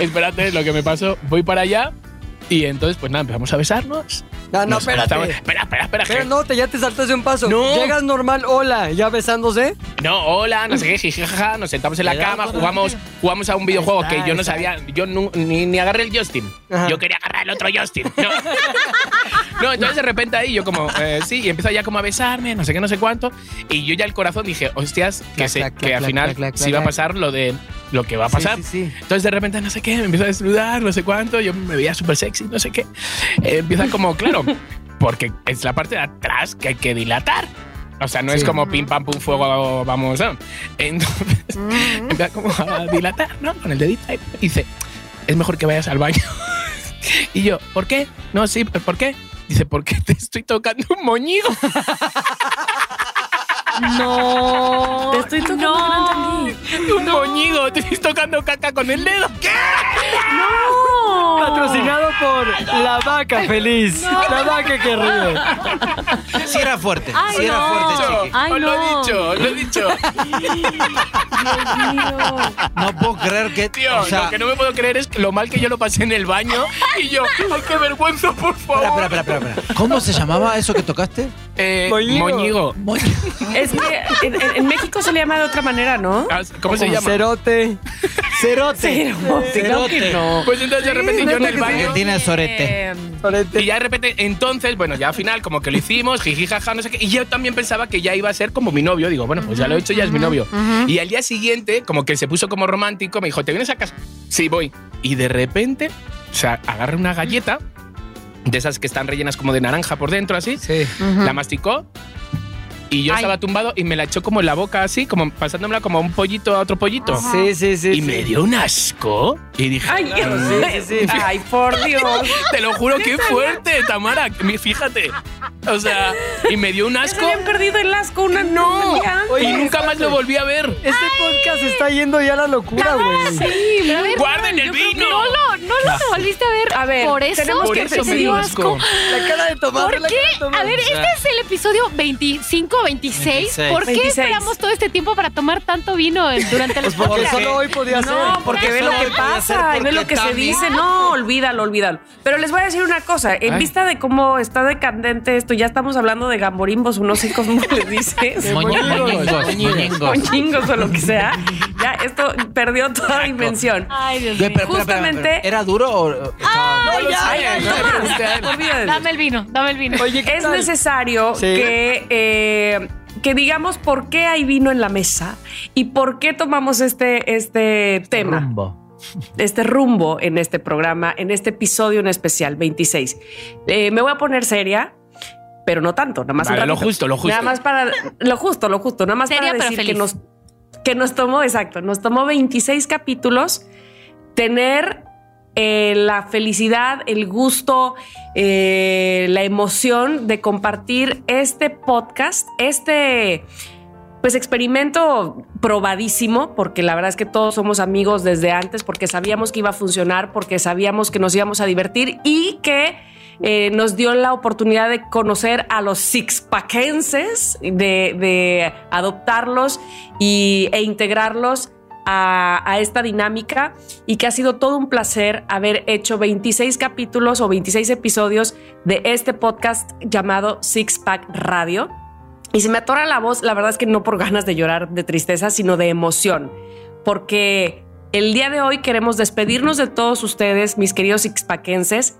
S4: espérate, lo que me pasó. Voy para allá y entonces, pues nada, empezamos a besarnos.
S5: Ah, no,
S4: Nos abrazamos.
S5: espérate.
S4: Espera, espera, espera.
S5: Pero
S4: que-
S5: no, te, ya te saltaste un paso.
S4: No.
S5: Llegas normal, hola, ya besándose.
S4: No, hola, no sé qué, jiji, jaja, nos sentamos en la
S6: Le damos
S4: cama,
S6: con la
S4: jugamos,
S6: tele.
S4: jugamos a un videojuego
S6: Ahí está,
S4: que yo no
S6: ahí está.
S4: sabía, yo nu- ni, ni agarré el Justin.
S5: Ajá.
S4: Yo quería agarrar el otro Justin. No. [laughs] No, entonces de repente ahí yo como, eh, sí, y empieza ya como a besarme, no sé qué, no sé cuánto. Y yo ya el corazón dije, hostias, que,
S5: Clac,
S4: se,
S5: clac,
S4: que
S5: clac,
S4: al
S5: clac,
S4: final
S5: clac, clac,
S4: sí va a
S5: clac.
S4: pasar lo de lo que va a pasar.
S5: Sí, sí, sí.
S4: Entonces de repente no sé qué, me empieza a desnudar, no sé cuánto, yo me veía súper sexy, no sé qué. Eh, empieza como, claro, porque es la parte de atrás que hay que dilatar. O sea, no es
S5: Sí.
S4: como pim pam pum fuego, vamos. ¿no? Entonces empieza como a dilatar, ¿no? Con el dedito ahí. Y dice, es mejor que vayas al baño. [laughs] y yo, ¿por qué? No, sí, ¿por qué? Dice, porque te estoy tocando un moñigo.
S3: No.
S9: Te estoy tocando, no
S3: No.
S9: entendí.
S4: Un moñido, te estoy tocando caca con el dedo. ¿Qué?
S5: Patrocinado por La Vaca Feliz. La Vaca que ríe.
S6: Sí era fuerte.
S3: Ay,
S6: sí era
S3: no.
S6: fuerte, chiqui.
S3: Ay,
S4: Os lo he
S3: no.
S4: dicho, os lo he dicho.
S6: No puedo creer que.
S4: Tío,
S6: o sea,
S4: lo que no me puedo creer es lo mal que yo lo pasé en el baño y
S6: [laughs]
S4: yo, ay, qué vergüenza, por favor.
S6: espera, espera, espera, espera, espera. ¿Cómo se llamaba eso que tocaste?
S4: Eh,
S5: Moñigo.
S4: moñigo.
S2: Es que en, en- en México se le llama de otra manera, ¿no?
S4: Ah, ¿Cómo se llama?
S5: Cerote.
S2: Sí,
S5: Cerote.
S2: no, creo que
S6: Cerote.
S2: no.
S4: Pues entonces de repente yo en el baño
S6: Argentina es sorete.
S2: Eh,
S5: Cerote.
S4: Y ya de repente, entonces, bueno, ya al final, como que lo hicimos, jiji, jaja, no sé qué. Y yo también pensaba que ya iba a ser como mi novio. Digo, bueno, pues ya lo he hecho, ya es mi novio. Y al día siguiente, como que se puso como romántico, me dijo, ¿te vienes a casa? Sí, voy. Y de repente, o sea, agarra una galleta, de esas que están rellenas como de naranja por dentro, así,
S5: Sí.
S4: la masticó. Y yo
S3: Ay.
S4: estaba tumbado y me la echó como en la boca, así, como pasándomela como un pollito a otro pollito.
S5: Sí, sí, sí.
S4: Y
S5: sí.
S4: me dio un asco. Y dije,
S2: Ay,
S5: sí, sí, sí.
S2: ay,
S3: [laughs]
S2: por Dios.
S4: Te lo juro, qué fuerte, Tamara. Mi- Fíjate. O sea, y me dio un
S2: Ya se
S4: asco
S2: habían perdido el asco una no.
S4: y nunca más lo volví a ver.
S5: Este podcast está yendo ya a la locura, güey.
S3: A ver,
S4: ¡Guarden el
S3: yo creo que
S4: vino!
S3: No lo, no lo volviste a ver.
S2: A ver,
S3: por eso,
S2: tenemos
S4: Por
S2: que
S4: eso
S3: te
S4: me
S2: sí.
S3: dio
S4: dio
S3: asco.
S4: asco.
S5: La cara de Tomás.
S3: ¿Por
S5: la
S3: qué?
S5: cara de Tomás.
S3: A ver,
S6: O sea,
S3: este es el episodio 25, 26.
S6: 26.
S3: ¿Por qué
S2: 26?
S3: esperamos todo este tiempo para tomar tanto vino en- durante los
S5: Pues porque
S3: podcasts?
S5: solo hoy podía ser.
S2: No, porque ve lo
S6: solo
S2: que
S6: lo podía hacer
S2: pasa y ve
S6: porque
S2: lo que se
S6: Tami-
S2: dice. No, olvídalo, olvídalo. Pero les voy a decir una cosa. En
S4: Ay.
S2: vista de cómo está decadente esto, ya estamos hablando de gamborimbos, o no sé cómo [laughs] les dices.
S6: Moñi- Moñingos. Moñingos.
S2: Moñingos o lo que sea. Ya, esto perdió toda dimensión.
S3: Ay, Dios
S6: Ve,
S3: mío.
S6: pero, espera, espera,
S2: Justamente-
S6: espera. ¿Era duro o.? o-
S4: No lo
S5: ya,
S4: sé,
S5: ya,
S4: no le pregunté a él.
S2: Olvídalo.
S3: Dame el vino, dame el vino.
S5: Oye, ¿qué
S2: es
S5: tal?
S2: necesario
S5: Sí.
S2: que, eh, que digamos por qué hay vino en la mesa y por qué tomamos este, este tema,
S6: Rumbo.
S2: este rumbo en este programa, en este episodio en especial, 26. Eh, me voy a poner seria, pero no tanto, nada más. un
S4: Vale, lo
S2: ratito.
S4: justo, lo justo.
S2: Nada más para lo justo, lo justo, nada más
S3: Seria,
S2: para
S3: pero
S2: decir que
S3: feliz.
S2: nos que nos tomó, exacto, nos tomó 26 capítulos tener eh, la felicidad, el gusto, eh, la emoción de compartir este podcast, este pues experimento probadísimo, porque la verdad es que todos somos amigos desde antes, porque sabíamos que iba a funcionar, porque sabíamos que nos íbamos a divertir y que eh, nos dio la oportunidad de conocer a los sixpackenses, de, de adoptarlos y, e integrarlos a, a esta dinámica y que ha sido todo un placer haber hecho 26 capítulos o 26 episodios de este podcast llamado Six Pack Radio. Y se me atora la voz, la verdad es que no por ganas de llorar de tristeza, sino de emoción, porque el día de hoy queremos despedirnos de todos ustedes, mis queridos sixpackenses,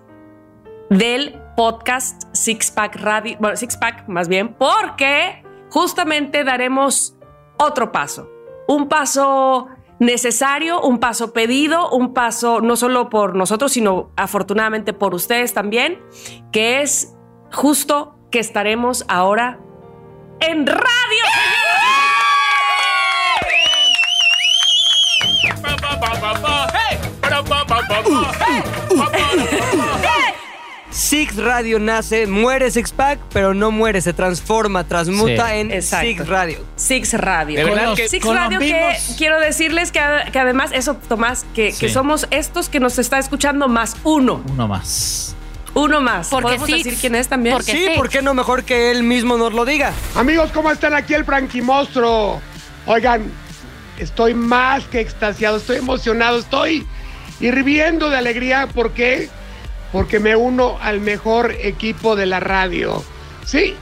S2: del podcast Six Pack Radio, bueno, Six Pack más bien, porque justamente daremos otro paso, un paso necesario, un paso pedido, un paso no solo por nosotros, sino afortunadamente por ustedes también, que es justo que estaremos ahora en radio.
S4: Pa, pa, pa, pa, pa. Hey. Para, pa, pa, pa, pa. Hey. Pa, pa, pa, pa.
S5: Six Radio nace, muere Six Pack, pero no muere, se transforma, transmuta en
S2: Exacto.
S5: Six Radio.
S2: Six Radio.
S4: De verdad
S6: Con los-
S4: que-
S2: Six
S6: eh, con los
S2: Radio que
S6: mismos-
S2: quiero decirles que, que además eso, Tomás, que, que
S6: Sí.
S2: somos estos que nos está escuchando más uno,
S6: Uno más.
S2: uno más.
S3: Porque
S2: ¿Podemos
S3: Six.
S2: decir quién es también?
S3: Porque-
S5: Sí,
S3: sí.
S5: ¿por qué no mejor que él mismo nos lo diga?
S10: Amigos, ¿cómo están aquí el Franquimostro? Oigan, estoy más que extasiado, estoy emocionado, estoy hirviendo de alegría. ¿Por qué? Porque me uno al mejor equipo de la radio. Sí,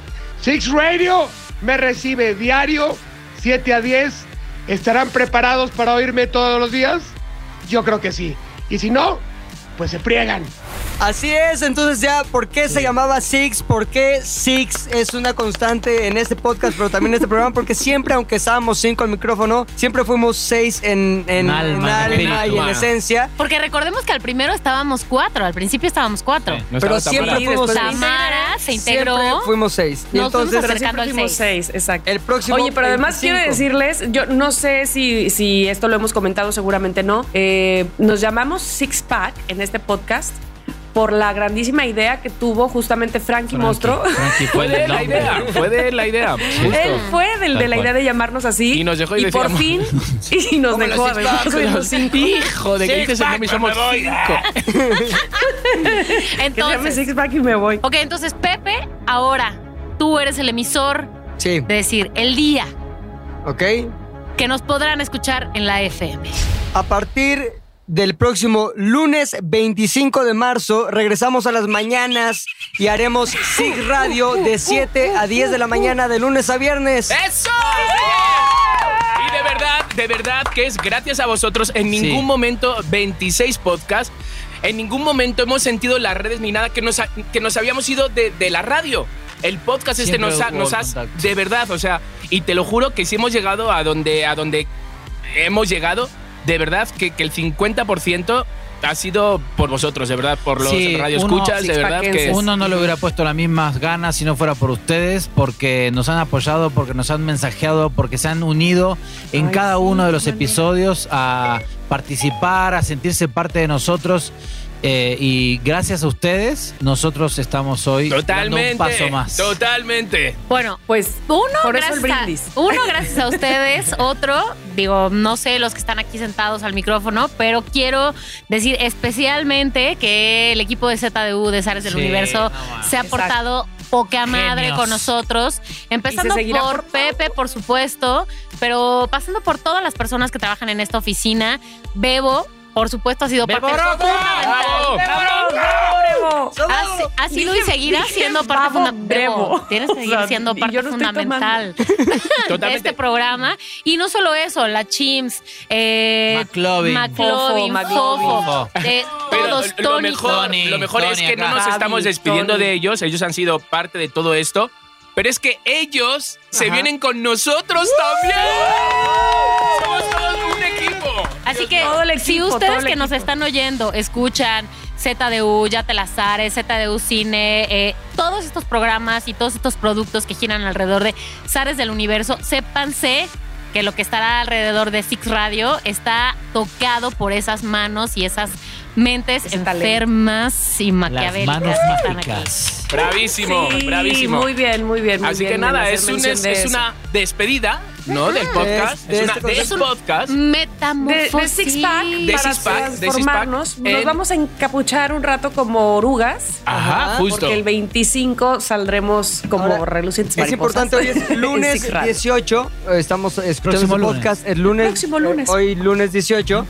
S10: Six Radio me recibe diario, 7 a 10. ¿Estarán preparados para oírme todos los días? Yo creo que sí. Y si no, pues se friegan.
S5: Así es, entonces ya, ¿por qué se llamaba Six? ¿Por qué Six es una constante en este podcast, pero también en este programa? Porque siempre, aunque estábamos cinco al micrófono, siempre fuimos seis en, en-
S6: En alma,
S5: en
S6: en
S5: alma y en
S4: espíritu.
S5: esencia.
S3: Porque recordemos que al primero estábamos cuatro, al principio estábamos cuatro.
S4: No
S5: pero
S4: estaba Tamara.
S5: siempre fuimos
S2: después
S5: seis.
S3: Tamara se integró.
S5: Siempre fuimos seis. Y
S3: Nos fuimos
S5: entonces,
S3: acercando.
S2: Siempre
S3: al
S2: fuimos
S3: seis.
S2: seis, exacto.
S5: El próximo
S2: Oye, pero además
S5: 25.
S2: quiero decirles, yo no sé si, si esto lo hemos comentado, seguramente no. eh, nos llamamos Six Pack en este podcast por la grandísima idea que tuvo justamente Frankie, Mostro.
S4: Fue
S6: Frankie fue
S4: de
S6: el
S4: él la idea, fue de él la idea. justo.
S2: Él fue del de
S4: Tal
S2: la idea
S4: cual.
S2: de llamarnos así.
S4: Y nos dejó y
S2: por
S4: decíamos-
S2: fin.
S4: [laughs]
S2: Y nos
S5: Como
S2: dejó
S5: los
S2: a ver. los cinco.
S4: Hijo de que
S10: Six
S4: dices el
S10: pack,
S4: nombre y somos
S10: me voy.
S4: cinco.
S2: Que se llame
S3: Entonces,
S2: Six Pack y me voy.
S3: ok, entonces Pepe, ahora tú eres el emisor
S5: Sí,
S3: de decir el día
S5: ok.
S3: que nos podrán escuchar en la FM.
S5: A partir del próximo lunes 25 de marzo regresamos a las mañanas y haremos SIG Radio de 7 a 10 de la mañana de lunes a viernes.
S4: ¡Eso! Y de verdad, de verdad que es gracias a vosotros. En ningún
S6: Sí.
S4: momento, 26 podcasts, en ningún momento hemos sentido las redes ni nada que nos, ha- que nos habíamos ido de, de la radio. El podcast este
S6: Siempre
S4: nos ha,
S6: hubo
S4: nos ha-
S6: contacto.
S4: de verdad, o sea, y te lo juro que si hemos llegado a donde, a donde hemos llegado, de verdad que, que el 50% ha sido por vosotros, de verdad, por los
S6: Sí,
S4: radioescuchas,
S2: uno-
S4: de verdad que...
S2: sixpackenses.
S6: Uno no le hubiera puesto las mismas ganas si no fuera por ustedes, porque nos han apoyado, porque nos han mensajeado, porque se han unido en
S2: Ay,
S6: cada
S2: sí,
S6: uno de los
S2: Manuel.
S6: episodios a participar, a sentirse parte de nosotros. eh, y gracias a ustedes, nosotros estamos hoy
S4: Totalmente.
S6: dando un paso más.
S4: Totalmente.
S3: Bueno,
S2: Pues
S3: Uno,
S2: Por eso
S3: gracias
S2: el brindis.
S3: A,
S2: [laughs]
S3: uno, gracias a ustedes. Otro, digo, no sé los que están aquí sentados al micrófono, pero quiero decir especialmente que el equipo de ZDU de Zares del
S6: Sí,
S3: Universo
S6: no mames.
S3: se ha
S2: Exacto.
S3: portado poca madre
S6: Genios.
S3: con nosotros. Empezando
S2: Y se seguirá
S3: por
S2: portando.
S3: Pepe, por supuesto, pero pasando por todas las personas que trabajan en esta oficina. Bebo, por supuesto, ha sido
S6: ¡Bebo
S3: parte
S6: Roca!
S3: fundamental.
S4: ¡Bravo!
S2: ¡Vámonos, vámonos!
S3: Ha, si- ha sido y
S2: Dije-
S3: seguirá
S2: dije
S3: siendo parte
S2: babo,
S3: fundamental.
S2: bebo.
S3: Tienes que
S2: O
S3: seguir
S2: sea,
S3: siendo
S2: y
S3: parte
S2: yo no estoy [laughs]
S3: fundamental de
S4: Totalmente.
S3: este programa. Y no solo eso, la Chims, eh,
S6: McLovin.
S3: McLovin,
S2: Fofo,
S3: Fofo,
S6: Fofo.
S3: eh,
S4: Pero
S3: todos,
S4: lo
S3: Tony.
S4: mejor,
S6: Tony,
S4: lo mejor es
S6: Tony
S4: que no
S6: acá.
S4: nos estamos
S2: Javi,
S4: despidiendo
S2: Tony.
S4: de ellos. Ellos han sido parte de todo esto. Pero es que ellos se
S5: Ajá.
S4: vienen con nosotros también. Somos todos un equipo.
S3: Así que
S2: Todo el
S3: si
S2: equipo, todo
S3: ustedes
S2: el
S3: que nos
S2: equipo.
S3: están oyendo escuchan ZDU, Ya te las ares, ZDU Cine, eh, todos estos programas y todos estos productos que giran alrededor de Zares del Universo, sépanse que lo que estará alrededor de Six Radio está tocado por esas manos y esas mentes
S2: Ese talento.
S3: enfermas y
S6: Las
S3: maquiavélicas
S6: manos
S3: que están aquí.
S6: mágicas.
S4: Bravísimo,
S2: Sí,
S4: bravísimo.
S2: Muy bien, muy bien. muy
S4: Así que
S2: bien en
S4: nada,
S2: hacer
S4: es, un-
S2: mención
S4: es-
S2: de
S4: es
S2: eso.
S4: una despedida, ¿no? Del podcast.
S5: de
S4: es una
S5: este concepto.
S4: despodcast.
S2: de,
S3: Metamorfosis.
S2: de Six Pack
S4: De
S2: para
S4: Six Pack, de Six Pack,
S2: transformarnos. Nos
S4: en-
S2: vamos a encapuchar un rato como orugas.
S4: Ajá,
S5: Ajá,
S4: justo.
S2: Porque el 25 saldremos como
S5: Ahora,
S2: relucientes
S5: Es importante,
S2: [laughs]
S5: hoy es lunes
S2: 18.
S5: 18, eh, estamos escuchando
S6: Próximo
S5: su
S6: lunes.
S5: podcast el lunes.
S2: Próximo lunes.
S5: eh, Hoy lunes 18.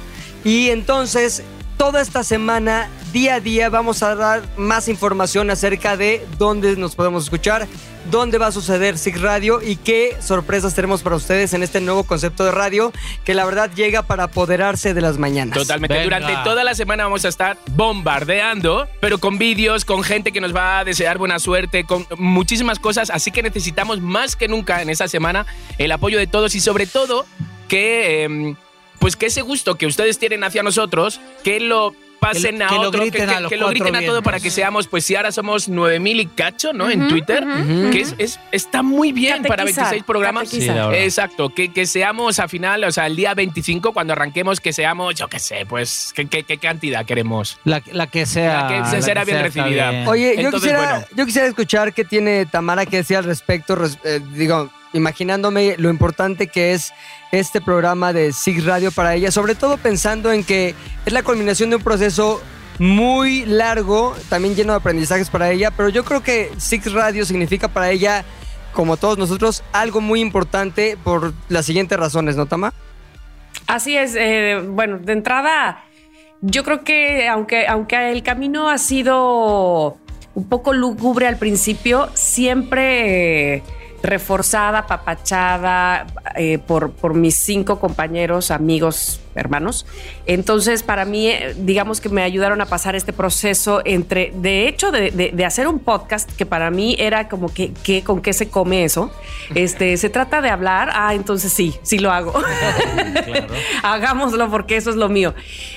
S5: Y entonces, toda esta semana, día a día, vamos a dar más información acerca de dónde nos podemos escuchar, dónde va a suceder SIG Radio y qué sorpresas tenemos para ustedes en este nuevo concepto de radio que la verdad llega para apoderarse de las mañanas.
S4: Totalmente.
S6: Venga.
S4: Durante toda la semana vamos a estar bombardeando, pero con vídeos, con gente que nos va a desear buena suerte, con muchísimas cosas. Así que necesitamos más que nunca en esta semana el apoyo de todos y sobre todo que, em, pues que ese gusto que ustedes tienen hacia nosotros, que lo pasen a
S6: que lo
S4: otro, que-
S6: griten
S4: que,
S6: a los
S4: que lo
S6: cuatro
S4: griten a todo
S6: vientos.
S4: para que seamos, pues si ahora somos 9000 y cacho, ¿no? en
S3: Ujú,
S4: Twitter,
S3: ujú,
S4: que es, es- está muy bien para
S2: Catequizar,
S4: 26 programas.
S2: catequizar.
S6: Sí, la verdad.
S4: Exacto, que, que seamos a final, o sea, el día 25, cuando arranquemos, que seamos, yo qué sé, pues, ¿qué, qué, qué cantidad queremos?
S6: La, la que sea.
S4: La que se- será bien
S6: está
S4: recibida.
S5: Oye, yo,
S4: Entonces,
S5: quisiera,
S4: bueno.
S5: yo quisiera escuchar qué tiene Tamara que decir al respecto. res- eh, digo, imaginándome lo importante que es este programa de SIG Radio para ella, sobre todo pensando en que es la culminación de un proceso muy largo, también lleno de aprendizajes para ella, pero yo creo que SIG Radio significa para ella, como todos nosotros, algo muy importante por las siguientes razones, ¿no, Tama?
S2: Así es. eh, bueno, de entrada, yo creo que aunque, aunque el camino ha sido un poco lúgubre al principio, siempre eh, reforzada, papachada eh, por, por mis cinco compañeros, amigos, hermanos. Entonces, para mí, eh, digamos que me ayudaron a pasar este proceso entre, de hecho, de, de- de hacer un podcast, que para mí era como que, que- ¿con qué se come eso? Este, se trata de hablar, ah, entonces sí, sí lo hago. [laughs] Hagámoslo porque eso es lo mío.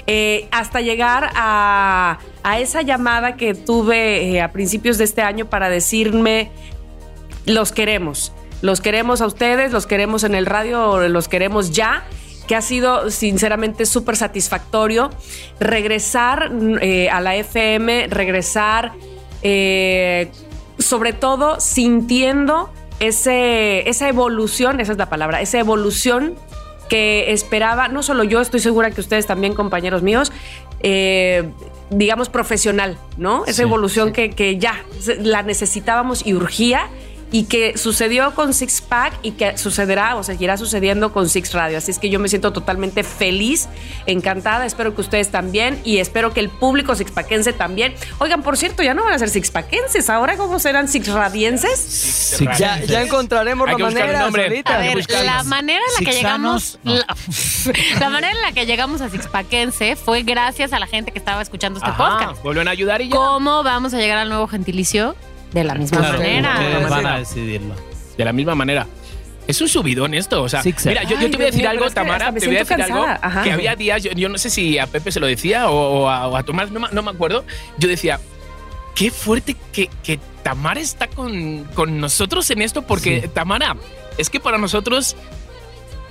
S2: Eh, hasta llegar a, a esa llamada que tuve eh, a principios de este año para decirme, los queremos, los queremos a ustedes, los queremos en el radio, los queremos ya. que ha sido sinceramente súper satisfactorio regresar eh, a la FM, regresar eh, sobre todo sintiendo ese, esa evolución, esa es la palabra, esa evolución que esperaba, no solo yo, estoy segura que ustedes también, compañeros míos, eh, digamos profesional, ¿no? Esa
S6: Sí,
S2: evolución
S6: sí.
S2: Que, que ya se- la necesitábamos y urgía y que sucedió con Six Pack y que sucederá o seguirá sucediendo con Six Radio. Así es que yo me siento totalmente feliz, encantada, espero que ustedes también y espero que el público sixpackense también. Oigan, por cierto, ya no van a ser sixpackenses, ahora cómo serán sixradienses?
S5: Ya, ya encontraremos
S4: Hay
S5: la
S4: que buscar un
S5: manera,
S4: nombre.
S5: Solita.
S3: A
S4: Hay que
S3: ver,
S4: buscarlos.
S3: la manera en la que
S6: Sixanos,
S3: llegamos. La, [laughs] la manera en la que llegamos a Sixpaquense fue gracias a la gente que estaba escuchando este
S4: Ajá,
S3: podcast.
S4: Vuelven a ayudar y ya.
S3: ¿Cómo vamos a llegar al nuevo gentilicio? De la misma
S4: Claro,
S3: manera.
S6: Ustedes
S5: Mamacita.
S6: van a decidirlo.
S4: De la misma manera. Es un subidón esto, o sea,
S6: Sixer.
S4: mira, yo, yo
S2: Ay,
S4: te voy a
S2: Dios mío,
S4: decir
S2: pero es
S4: algo,
S2: que hasta
S4: Tamara,
S2: me
S4: te voy a
S2: siento
S4: decir algo,
S2: cansada, ajá.
S4: que había días, yo, yo no sé si a Pepe se lo decía o, o a, o a Tomás, no, ma- no me acuerdo, yo decía, qué fuerte que, que Tamara está con, con nosotros en esto, porque Tamara, es que para nosotros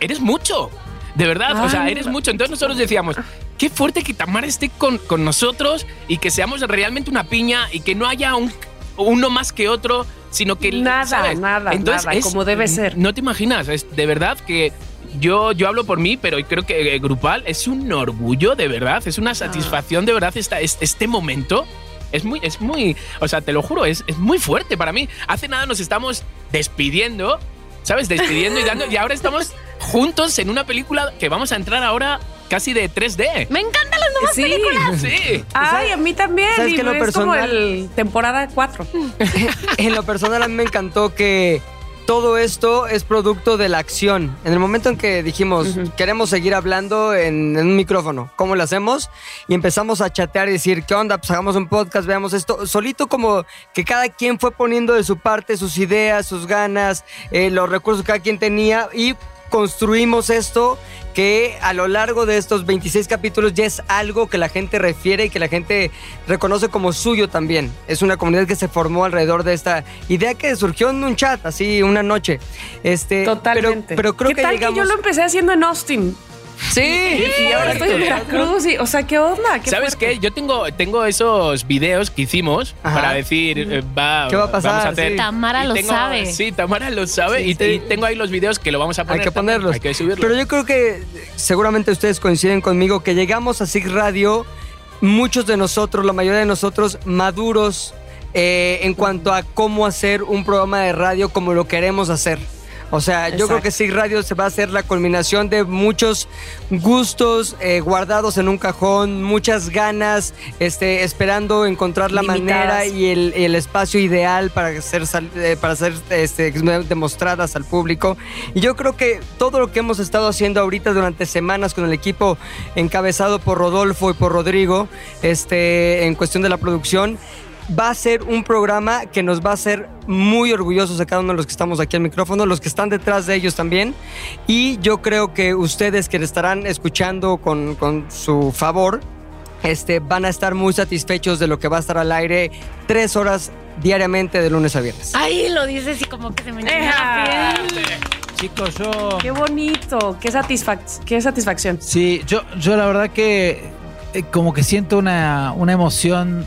S4: eres mucho, de verdad, o sea,
S2: Ay,
S4: eres mucho, entonces nosotros decíamos... Qué fuerte que Tamara esté con, con nosotros y que seamos realmente una piña y que no haya un, uno más que otro, sino que...
S2: Nada,
S4: ¿sabes?
S2: nada, nada, como debe ser.
S4: No te imaginas, es de verdad que yo, yo hablo por mí, pero creo que eh, grupal es un orgullo, de verdad, es
S2: Ah.
S4: una satisfacción, de verdad, esta, es- este momento. Es muy, es muy, o sea, te lo juro, es, es muy fuerte para mí. Hace nada nos estamos despidiendo, ¿sabes? Despidiendo y dando, y ahora estamos juntos en una película que vamos a entrar ahora casi de
S2: [laughs]
S4: 3D.
S3: Me encantan las nuevas
S2: Sí.
S4: Sí.
S2: Ay, a mí también.
S5: ¿Sabes
S2: y
S5: qué? Lo
S2: es como
S5: personal- Eh,
S2: el temporada 4.
S5: [laughs] en lo personal a mí me encantó que todo esto es producto de la acción. En el momento en que dijimos, queremos seguir hablando en, en un micrófono, ¿cómo lo hacemos? Y empezamos a chatear y decir, ¿qué onda? Pues hagamos un podcast, veamos esto. Solito como que cada quien fue poniendo de su parte sus ideas, sus ganas, eh, los recursos que cada quien tenía y construimos esto que a lo largo de estos 26 capítulos ya es algo que la gente refiere y que la gente reconoce como suyo también. Es una comunidad que se formó alrededor de esta idea que surgió en un chat, así una noche. Este, pero-
S2: Totalmente.
S5: Pero, creo
S2: ¿Qué
S5: que
S2: tal
S5: llegamos...
S2: que yo lo empecé haciendo en Austin? [laughs]
S5: Sí,
S2: Y ahora estoy en Veracruz. Y, o sea, ¿qué onda? ¿Qué
S4: ¿Sabes
S2: fuerte.
S4: qué? Yo tengo, tengo esos videos que hicimos
S5: Ajá.
S4: para decir, eh, va,
S5: ¿Qué va a pasar?
S4: Vamos a hacer.
S5: Sí.
S3: Tamara
S4: Y
S3: lo
S4: tengo-
S3: sabe.
S4: Sí, Tamara lo sabe.
S5: Sí,
S4: y te-
S5: sí.
S4: tengo ahí los videos que lo vamos a poner.
S5: Hay que
S4: también.
S5: ponerlos.
S4: Hay que subirlos.
S5: Pero yo creo que eh, seguramente ustedes coinciden conmigo que llegamos a SIG Radio, muchos de nosotros, la mayoría de nosotros, maduros eh, en cuanto a cómo hacer un programa de radio como lo queremos hacer. O sea, yo creo que SIG Radio se va a hacer la culminación de muchos gustos eh, guardados en un cajón, muchas ganas, este, esperando encontrar la manera
S2: Limitadas.
S5: y el, el espacio ideal para ser, sal- eh, para ser este, demostradas al público. Y yo creo que todo lo que hemos estado haciendo ahorita durante semanas con el equipo encabezado por Rodolfo y por Rodrigo, este, en cuestión de la producción, va a ser un programa que nos va a hacer muy orgullosos a cada uno de los que estamos aquí al micrófono, los que están detrás de ellos también. Y yo creo que ustedes que le estarán escuchando con, con su favor, este, van a estar muy satisfechos de lo que va a estar al aire tres horas diariamente de lunes a viernes.
S3: Ay, lo dices y como que se me enchina la
S2: Ejá.
S3: piel.
S6: Chicos, yo.
S2: Qué bonito, qué, satisfac- qué satisfacción.
S6: Sí, yo, yo la verdad que eh, como que siento una, una emoción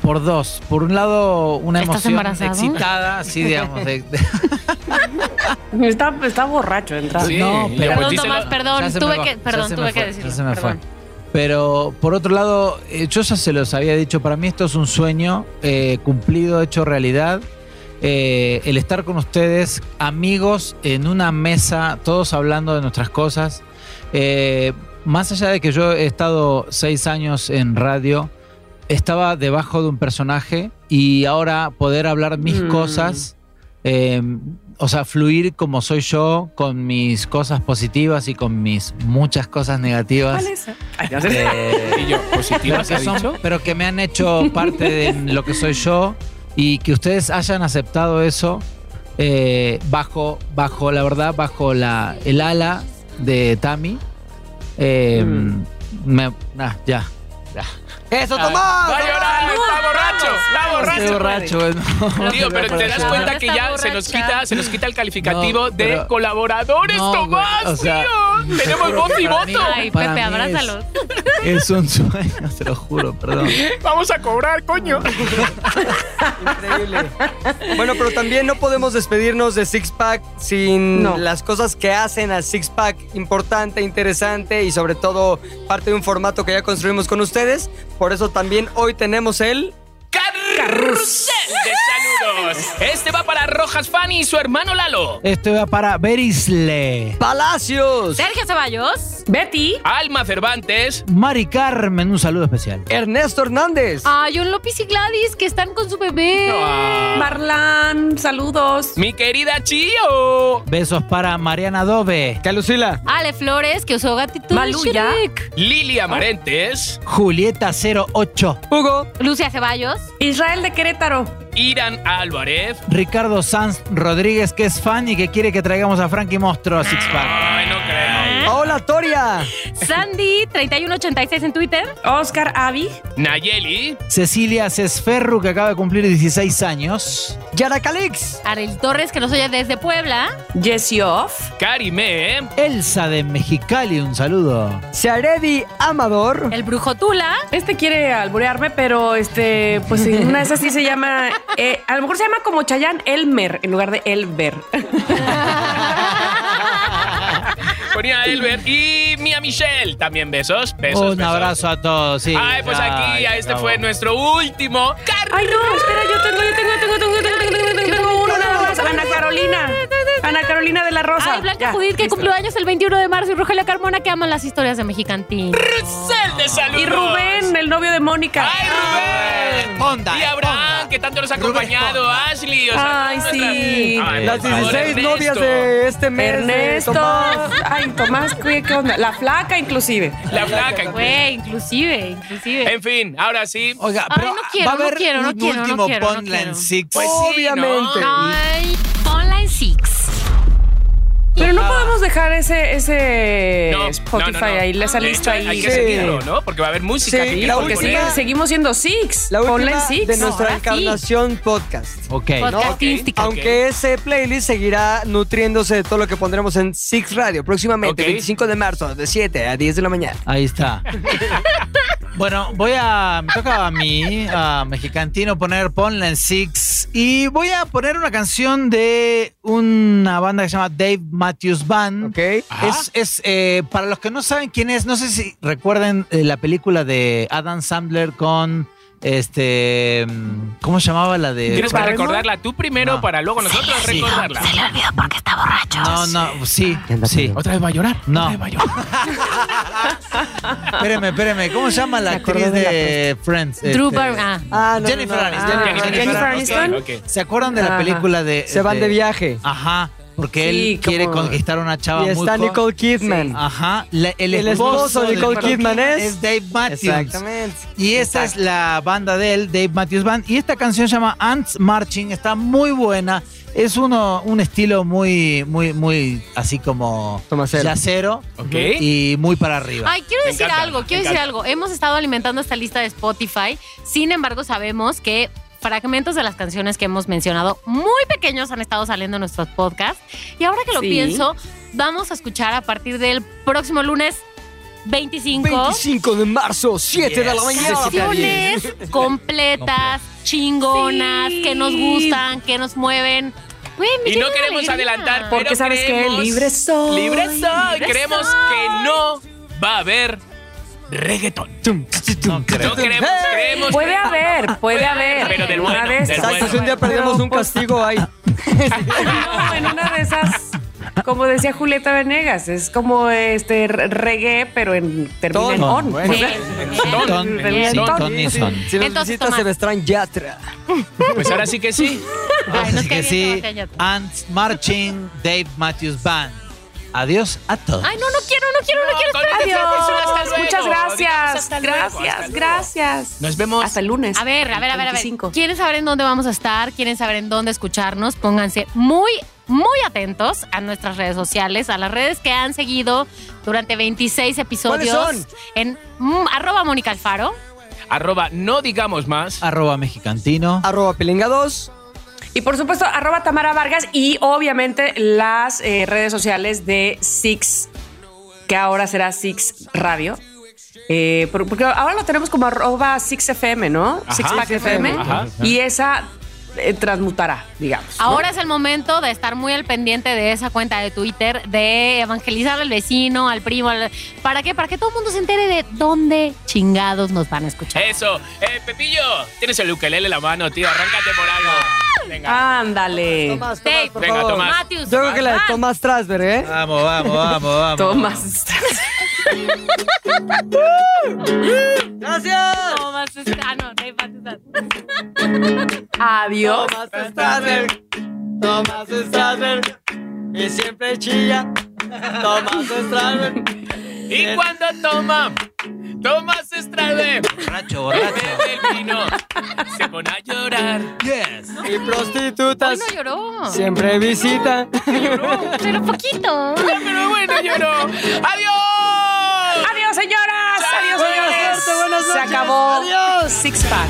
S6: por dos. Por un lado, una
S3: ¿Estás
S6: emoción
S3: embarazado?
S6: excitada, así digamos. de- de-
S2: Está, está borracho entrar.
S4: Sí,
S6: No,
S4: le
S6: pero-
S3: Perdón,
S4: pusiste
S3: Tomás,
S4: la-
S6: Ya
S3: perdón.
S6: se me
S3: Tuve
S6: va,
S3: que,
S6: ya
S3: perdón,
S6: se me
S3: tuve
S6: fue,
S3: que
S6: ya
S3: decirlo.
S6: se me
S3: perdón.
S6: fue. Pero por otro lado, eh, yo ya se los había dicho, para mí esto es un sueño eh, cumplido, hecho realidad. Eh, el estar con ustedes, amigos, en una mesa, todos hablando de nuestras cosas. Eh, más allá de que yo he estado seis años en radio, estaba debajo de un personaje y ahora poder hablar mis
S2: Mm.
S6: cosas, eh, o sea, fluir como soy yo, con mis cosas positivas y con mis muchas cosas negativas.
S2: ¿Cuál es?
S5: [laughs]
S6: eh,
S4: Y yo, positiva,
S6: pero,
S4: ¿se ha
S6: que son-
S4: dicho?
S6: pero que me han hecho parte de lo que soy yo y que ustedes hayan aceptado eso eh, bajo, bajo, la verdad, bajo la, el ala de Tami. Eh,
S4: Mm.
S6: me- nah, ya.
S5: ¡Eso, Tomás!
S4: Va a llorar, está borracho, está
S6: Estoy
S4: borracho.
S6: borracho, no. [laughs]
S4: Tío, pero te das
S3: borracha.
S4: cuenta que
S3: Está
S4: ya se nos
S3: borracha.
S4: quita, se nos quita el calificativo
S6: No,
S4: de
S6: pero-
S4: colaboradores,
S6: No, güey,
S4: Tomás,
S6: o sea,
S4: tío. Tenemos
S6: juro
S4: voz y
S6: que para mí-
S4: voto.
S3: Ay,
S6: para
S3: Pepe,
S6: mí es-
S3: abrázalos.
S6: [laughs] Es un sueño, te lo juro, perdón.
S4: ¿eh? Vamos a cobrar,
S6: [laughs]
S4: coño.
S5: Increíble. Bueno, pero también no podemos despedirnos de Six Pack sin
S2: No.
S5: las cosas que hacen a Six Pack importante, interesante y sobre todo parte de un formato que ya construimos con ustedes. Por eso también hoy tenemos el
S4: Carrusel de saludos. Este va para Rojas Fanny y su hermano Lalo.
S6: Esto va para Berisle.
S5: Palacios.
S3: Sergio Ceballos.
S2: Betty,
S4: Alma Cervantes.
S6: Mari Carmen, un saludo especial.
S5: Ernesto Hernández.
S3: Ay, un López y Gladys que están con su bebé.
S2: Marlan, saludos.
S4: Mi querida Chio.
S6: Besos para Mariana Dove,
S5: Calucila.
S3: Ale Flores, que usó gatito
S2: Maluya.
S3: de Shrek.
S4: Lili Amarentes.
S6: Julieta 08,
S5: Hugo.
S3: Lucia Ceballos.
S2: Israel de Querétaro.
S4: Irán Álvarez.
S6: Ricardo Sanz Rodríguez, que es fan y que quiere que traigamos a Frankie Monstruo a Six Pack.
S4: Ay, no creo.
S5: Paola Toria.
S3: Sandy, 3186 en Twitter.
S2: Oscar Avi.
S4: Nayeli.
S6: Cecilia Cesferru, que acaba de cumplir 16 años.
S5: Yara Calix.
S3: Ariel Torres, que nos oye desde Puebla.
S2: Jesse Off.
S4: Karime.
S6: Elsa de Mexicali, un saludo.
S5: Searedi Amador.
S3: El Brujo Tula.
S2: Este quiere alburearme, pero este, pues en una de esas sí se llama. eh, a lo mejor se llama como Chayanne Elmer en lugar de Elber.
S4: Ponía Elber. Y Mia Michelle. También besos. [laughs] Besos.
S6: un
S4: besos.
S6: abrazo a todos. sí.
S4: Ay, pues aquí,
S6: Ay,
S4: este
S6: bravo.
S4: fue nuestro último carro.
S2: Ay, no, espera, yo tengo, yo tengo, yo tengo, tengo, tengo, tengo, tengo, tengo, tengo uno nada más. Ana Carolina. Ana Carolina de la Rosa.
S3: Ay, Blanca
S2: Ya,
S3: Judith, que
S2: listo.
S3: cumplió años el 21 de marzo. Y Rogelia Carmona, que aman las historias de Mexicantín.
S4: Carrusel de saludos.
S2: Y Rubén, el novio de Mónica.
S4: ¡Ay, Rubén!
S6: Onda,
S4: y Abraham,
S6: onda.
S4: que tanto nos ha acompañado. Ashley. O sea,
S2: Ay,
S4: todas
S2: sí.
S4: nuestras- Ay,
S5: Las
S4: por favor,
S5: 16
S4: Ernesto.
S5: novias de este mes. de
S2: Ernesto.
S5: Tomás.
S2: Ay, Tomás, ¿qué, qué onda? La flaca, inclusive.
S4: La flaca.
S3: Güey, inclusive, inclusive.
S4: En fin, ahora sí.
S6: Oiga,
S3: Ay,
S6: pero
S3: no quiero,
S6: va a
S3: no
S6: haber
S3: quiero, no
S6: un
S3: quiero, no
S6: último
S3: quiero, no
S6: Pondland
S3: quiero.
S6: Six.
S4: Pues sí,
S5: Obviamente.
S4: ¿no?
S3: Ay,
S1: Ponla en Six.
S2: Pero no podemos dejar ese, ese
S4: No,
S2: Spotify
S4: no, no, no.
S2: ahí, esa
S4: De
S2: lista
S4: hecho,
S2: ahí.
S4: Hay que
S5: Sí.
S4: seguirlo, ¿no? Porque va a haber música.
S5: Sí,
S4: que
S5: la
S4: poner.
S2: Porque sigue-
S5: última-
S2: seguimos siendo Six.
S5: La
S2: Ponla
S5: última
S2: en Six.
S5: de nuestra
S3: ahora sí.
S5: encarnación podcast.
S6: Ok.
S3: podcastística.
S4: Ok.
S5: Aunque ese playlist seguirá nutriéndose de todo lo que pondremos en Six Radio próximamente,
S4: Ok.
S5: 25 de marzo, de 7 a 10 de la mañana.
S6: Ahí está. Bueno, voy a. Me toca a mí, a Mexicantino, poner Ponla en Six. Y voy a poner una canción de una banda que se llama Dave Matthews Band.
S5: ¿Ok?
S4: Ah,
S6: Es, es, eh, para los que no saben quién es, no sé si recuerden eh, la película de Adam Sandler con este. mm, ¿Cómo se llamaba la de.?
S4: Tienes que
S2: ¿Barrymore?
S4: recordarla tú primero
S6: No.
S4: para luego nosotros
S6: Sí.
S4: recordarla.
S1: Se le olvidó porque está borracho.
S6: No, no, sí.
S5: ¿Qué anda
S6: sí.
S5: haciendo?
S4: ¿Otra vez va a llorar?
S6: No.
S4: Otra vez va a llorar.
S6: Espérame, espérame. ¿Cómo se llama la
S2: Me acordé
S6: actriz de,
S2: de la
S6: Friends?
S3: Drew
S6: Este,
S3: Barry- ah.
S5: Ah,
S6: Jennifer Aniston.
S5: Ah,
S4: Jennifer
S2: Jennifer Aniston.
S4: Ok, ok.
S6: ¿Se acuerdan de la
S2: Ajá.
S6: película de.
S5: Se
S4: este,
S5: van de viaje.
S6: Ajá, porque
S2: Sí,
S6: él quiere
S2: como-
S6: conquistar a una
S4: ah,
S6: chava
S5: y
S6: muy
S5: está
S6: co-
S5: Nicole Kidman.
S6: Ajá, la- el,
S5: El
S6: esposo de Nicole Kidman
S5: es-
S6: es Dave Matthews.
S5: Exactamente.
S6: Y esta es la banda de él, Dave Matthews Band. Y esta canción se llama Ants Marching, está muy buena. Es uno, un estilo muy, muy, muy así como
S5: Tomacero.
S6: yacero
S4: Ok.
S6: y muy para arriba.
S3: Ay, quiero
S4: Me
S3: decir
S4: encanta,
S3: algo,
S4: me
S3: quiero decir
S4: encanta.
S3: algo. Hemos estado alimentando esta lista de Spotify. Sin embargo, sabemos que fragmentos de las canciones que hemos mencionado, muy pequeños, han estado saliendo en nuestros podcasts. Y ahora que lo
S2: Sí.
S3: pienso, vamos a escuchar a partir del próximo lunes 25.
S5: 25 de marzo, 7 de la
S6: Yes.
S5: mañana.
S3: Canciones completas, chingonas,
S2: Sí.
S3: que nos gustan, que nos mueven. Güey, me
S4: Y
S3: llena
S4: no
S3: de
S4: queremos
S3: alegría.
S4: adelantar, pero
S2: Porque sabes qué,
S4: queremos-
S2: libre soy.
S4: Libre soy.
S3: Libre
S4: Creemos
S3: soy.
S4: que no va a haber reggaetón.
S6: No creo.
S4: No queremos,
S5: Hey.
S4: creemos.
S2: Puede haber, puede haber.
S4: Pero del
S2: Una
S4: bueno,
S2: de
S4: del
S2: esas.
S5: Exacto, si un día perdemos
S2: Pero,
S5: un
S2: pues,
S4: [laughs]
S5: castigo ahí.
S2: No, en una de esas, como decía Julieta Venegas, es como este re- reggae, pero en termina en
S5: Tono,
S2: on.
S5: bueno.
S3: Sí.
S6: Ton-
S2: Reggaentón.
S6: sí,
S2: Reggaentón.
S6: Tonison.
S5: Si nos
S3: Entonces,
S5: visitas
S3: Tomás.
S5: Sebastián Yatra.
S4: Pues ahora sí que sí.
S3: Ay, nos cae
S6: Así que
S3: bien
S6: sí,
S3: Sebastián Yatra.
S6: Ants Marching, Dave Matthews Band. Adiós a todos.
S3: Ay, no, no quiero, no quiero, no quiero.
S4: Con estas personas, hasta
S2: Adiós.
S4: luego.
S2: Muchas
S4: Digamos,
S2: gracias.
S4: hasta luego, hasta
S2: Gracias,
S4: luego.
S2: gracias.
S4: Nos vemos.
S2: Hasta el lunes.
S3: A ver, a ver, a ver, a ver.
S2: 25.
S3: ¿Quieren saber en dónde vamos a estar? ¿Quieren saber en dónde escucharnos? Pónganse muy, muy atentos a nuestras redes sociales, a las redes que han seguido durante 26 episodios.
S5: ¿Cuáles son?
S3: En mm, arroba Mónica Alfaro.
S4: Arroba, no digamos más.
S6: Arroba mexicantino.
S5: Arroba Pilinga 2.
S2: Y por supuesto, arroba Tamara Vargas y obviamente las eh, redes sociales de Six que ahora será Six Radio. Eh, por- porque ahora lo tenemos como arroba 6FM, ¿no?
S4: Ajá,
S2: Six Pack
S4: 6
S2: FM.
S4: Ajá.
S2: Y esa eh, transmutará, digamos. ¿no?
S3: Ahora es el momento de estar muy al pendiente de esa cuenta de Twitter, de evangelizar al vecino, al primo. al- ¿Para qué? Para que todo el mundo se entere de dónde chingados nos van a escuchar.
S4: Eso. Eh, Pepillo, tienes el ukelele en la mano, tío. Arráncate por algo. Venga.
S2: Ándale.
S5: Tomás,
S3: Tape.
S5: Tomás, por
S4: Venga,
S5: favor.
S4: Tomás.
S3: Matthews.
S5: Yo creo que la de
S3: Van.
S5: Tomás Trasberg, ¿eh?
S6: Vamos, vamos, vamos, vamos.
S2: Tomás.
S5: ¡Gracias!
S3: Tomás. Ah, no, Dave Matthews.
S2: [laughs] Adiós.
S5: Tomás Strasberg. Tomás Strasberg. Y siempre chilla. Tomás Strasberg.
S4: ¿Y cuando toma? Tomás Estrade.
S6: Borracho, borracho.
S4: Bebe el vino. Se pone a llorar.
S6: Yes.
S5: Y
S3: Hoy
S5: prostitutas.
S3: no lloró.
S5: Siempre visita.
S3: Pero poquito.
S4: Pero bueno, lloró. ¡Adiós!
S2: Adiós, señoras. Adiós, señores.
S5: suerte, buenas
S2: Se
S5: noches.
S2: acabó.
S5: Adiós.
S2: Six Pack.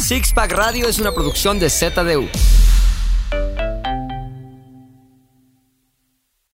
S9: Six Pack Radio es una producción de ZDU.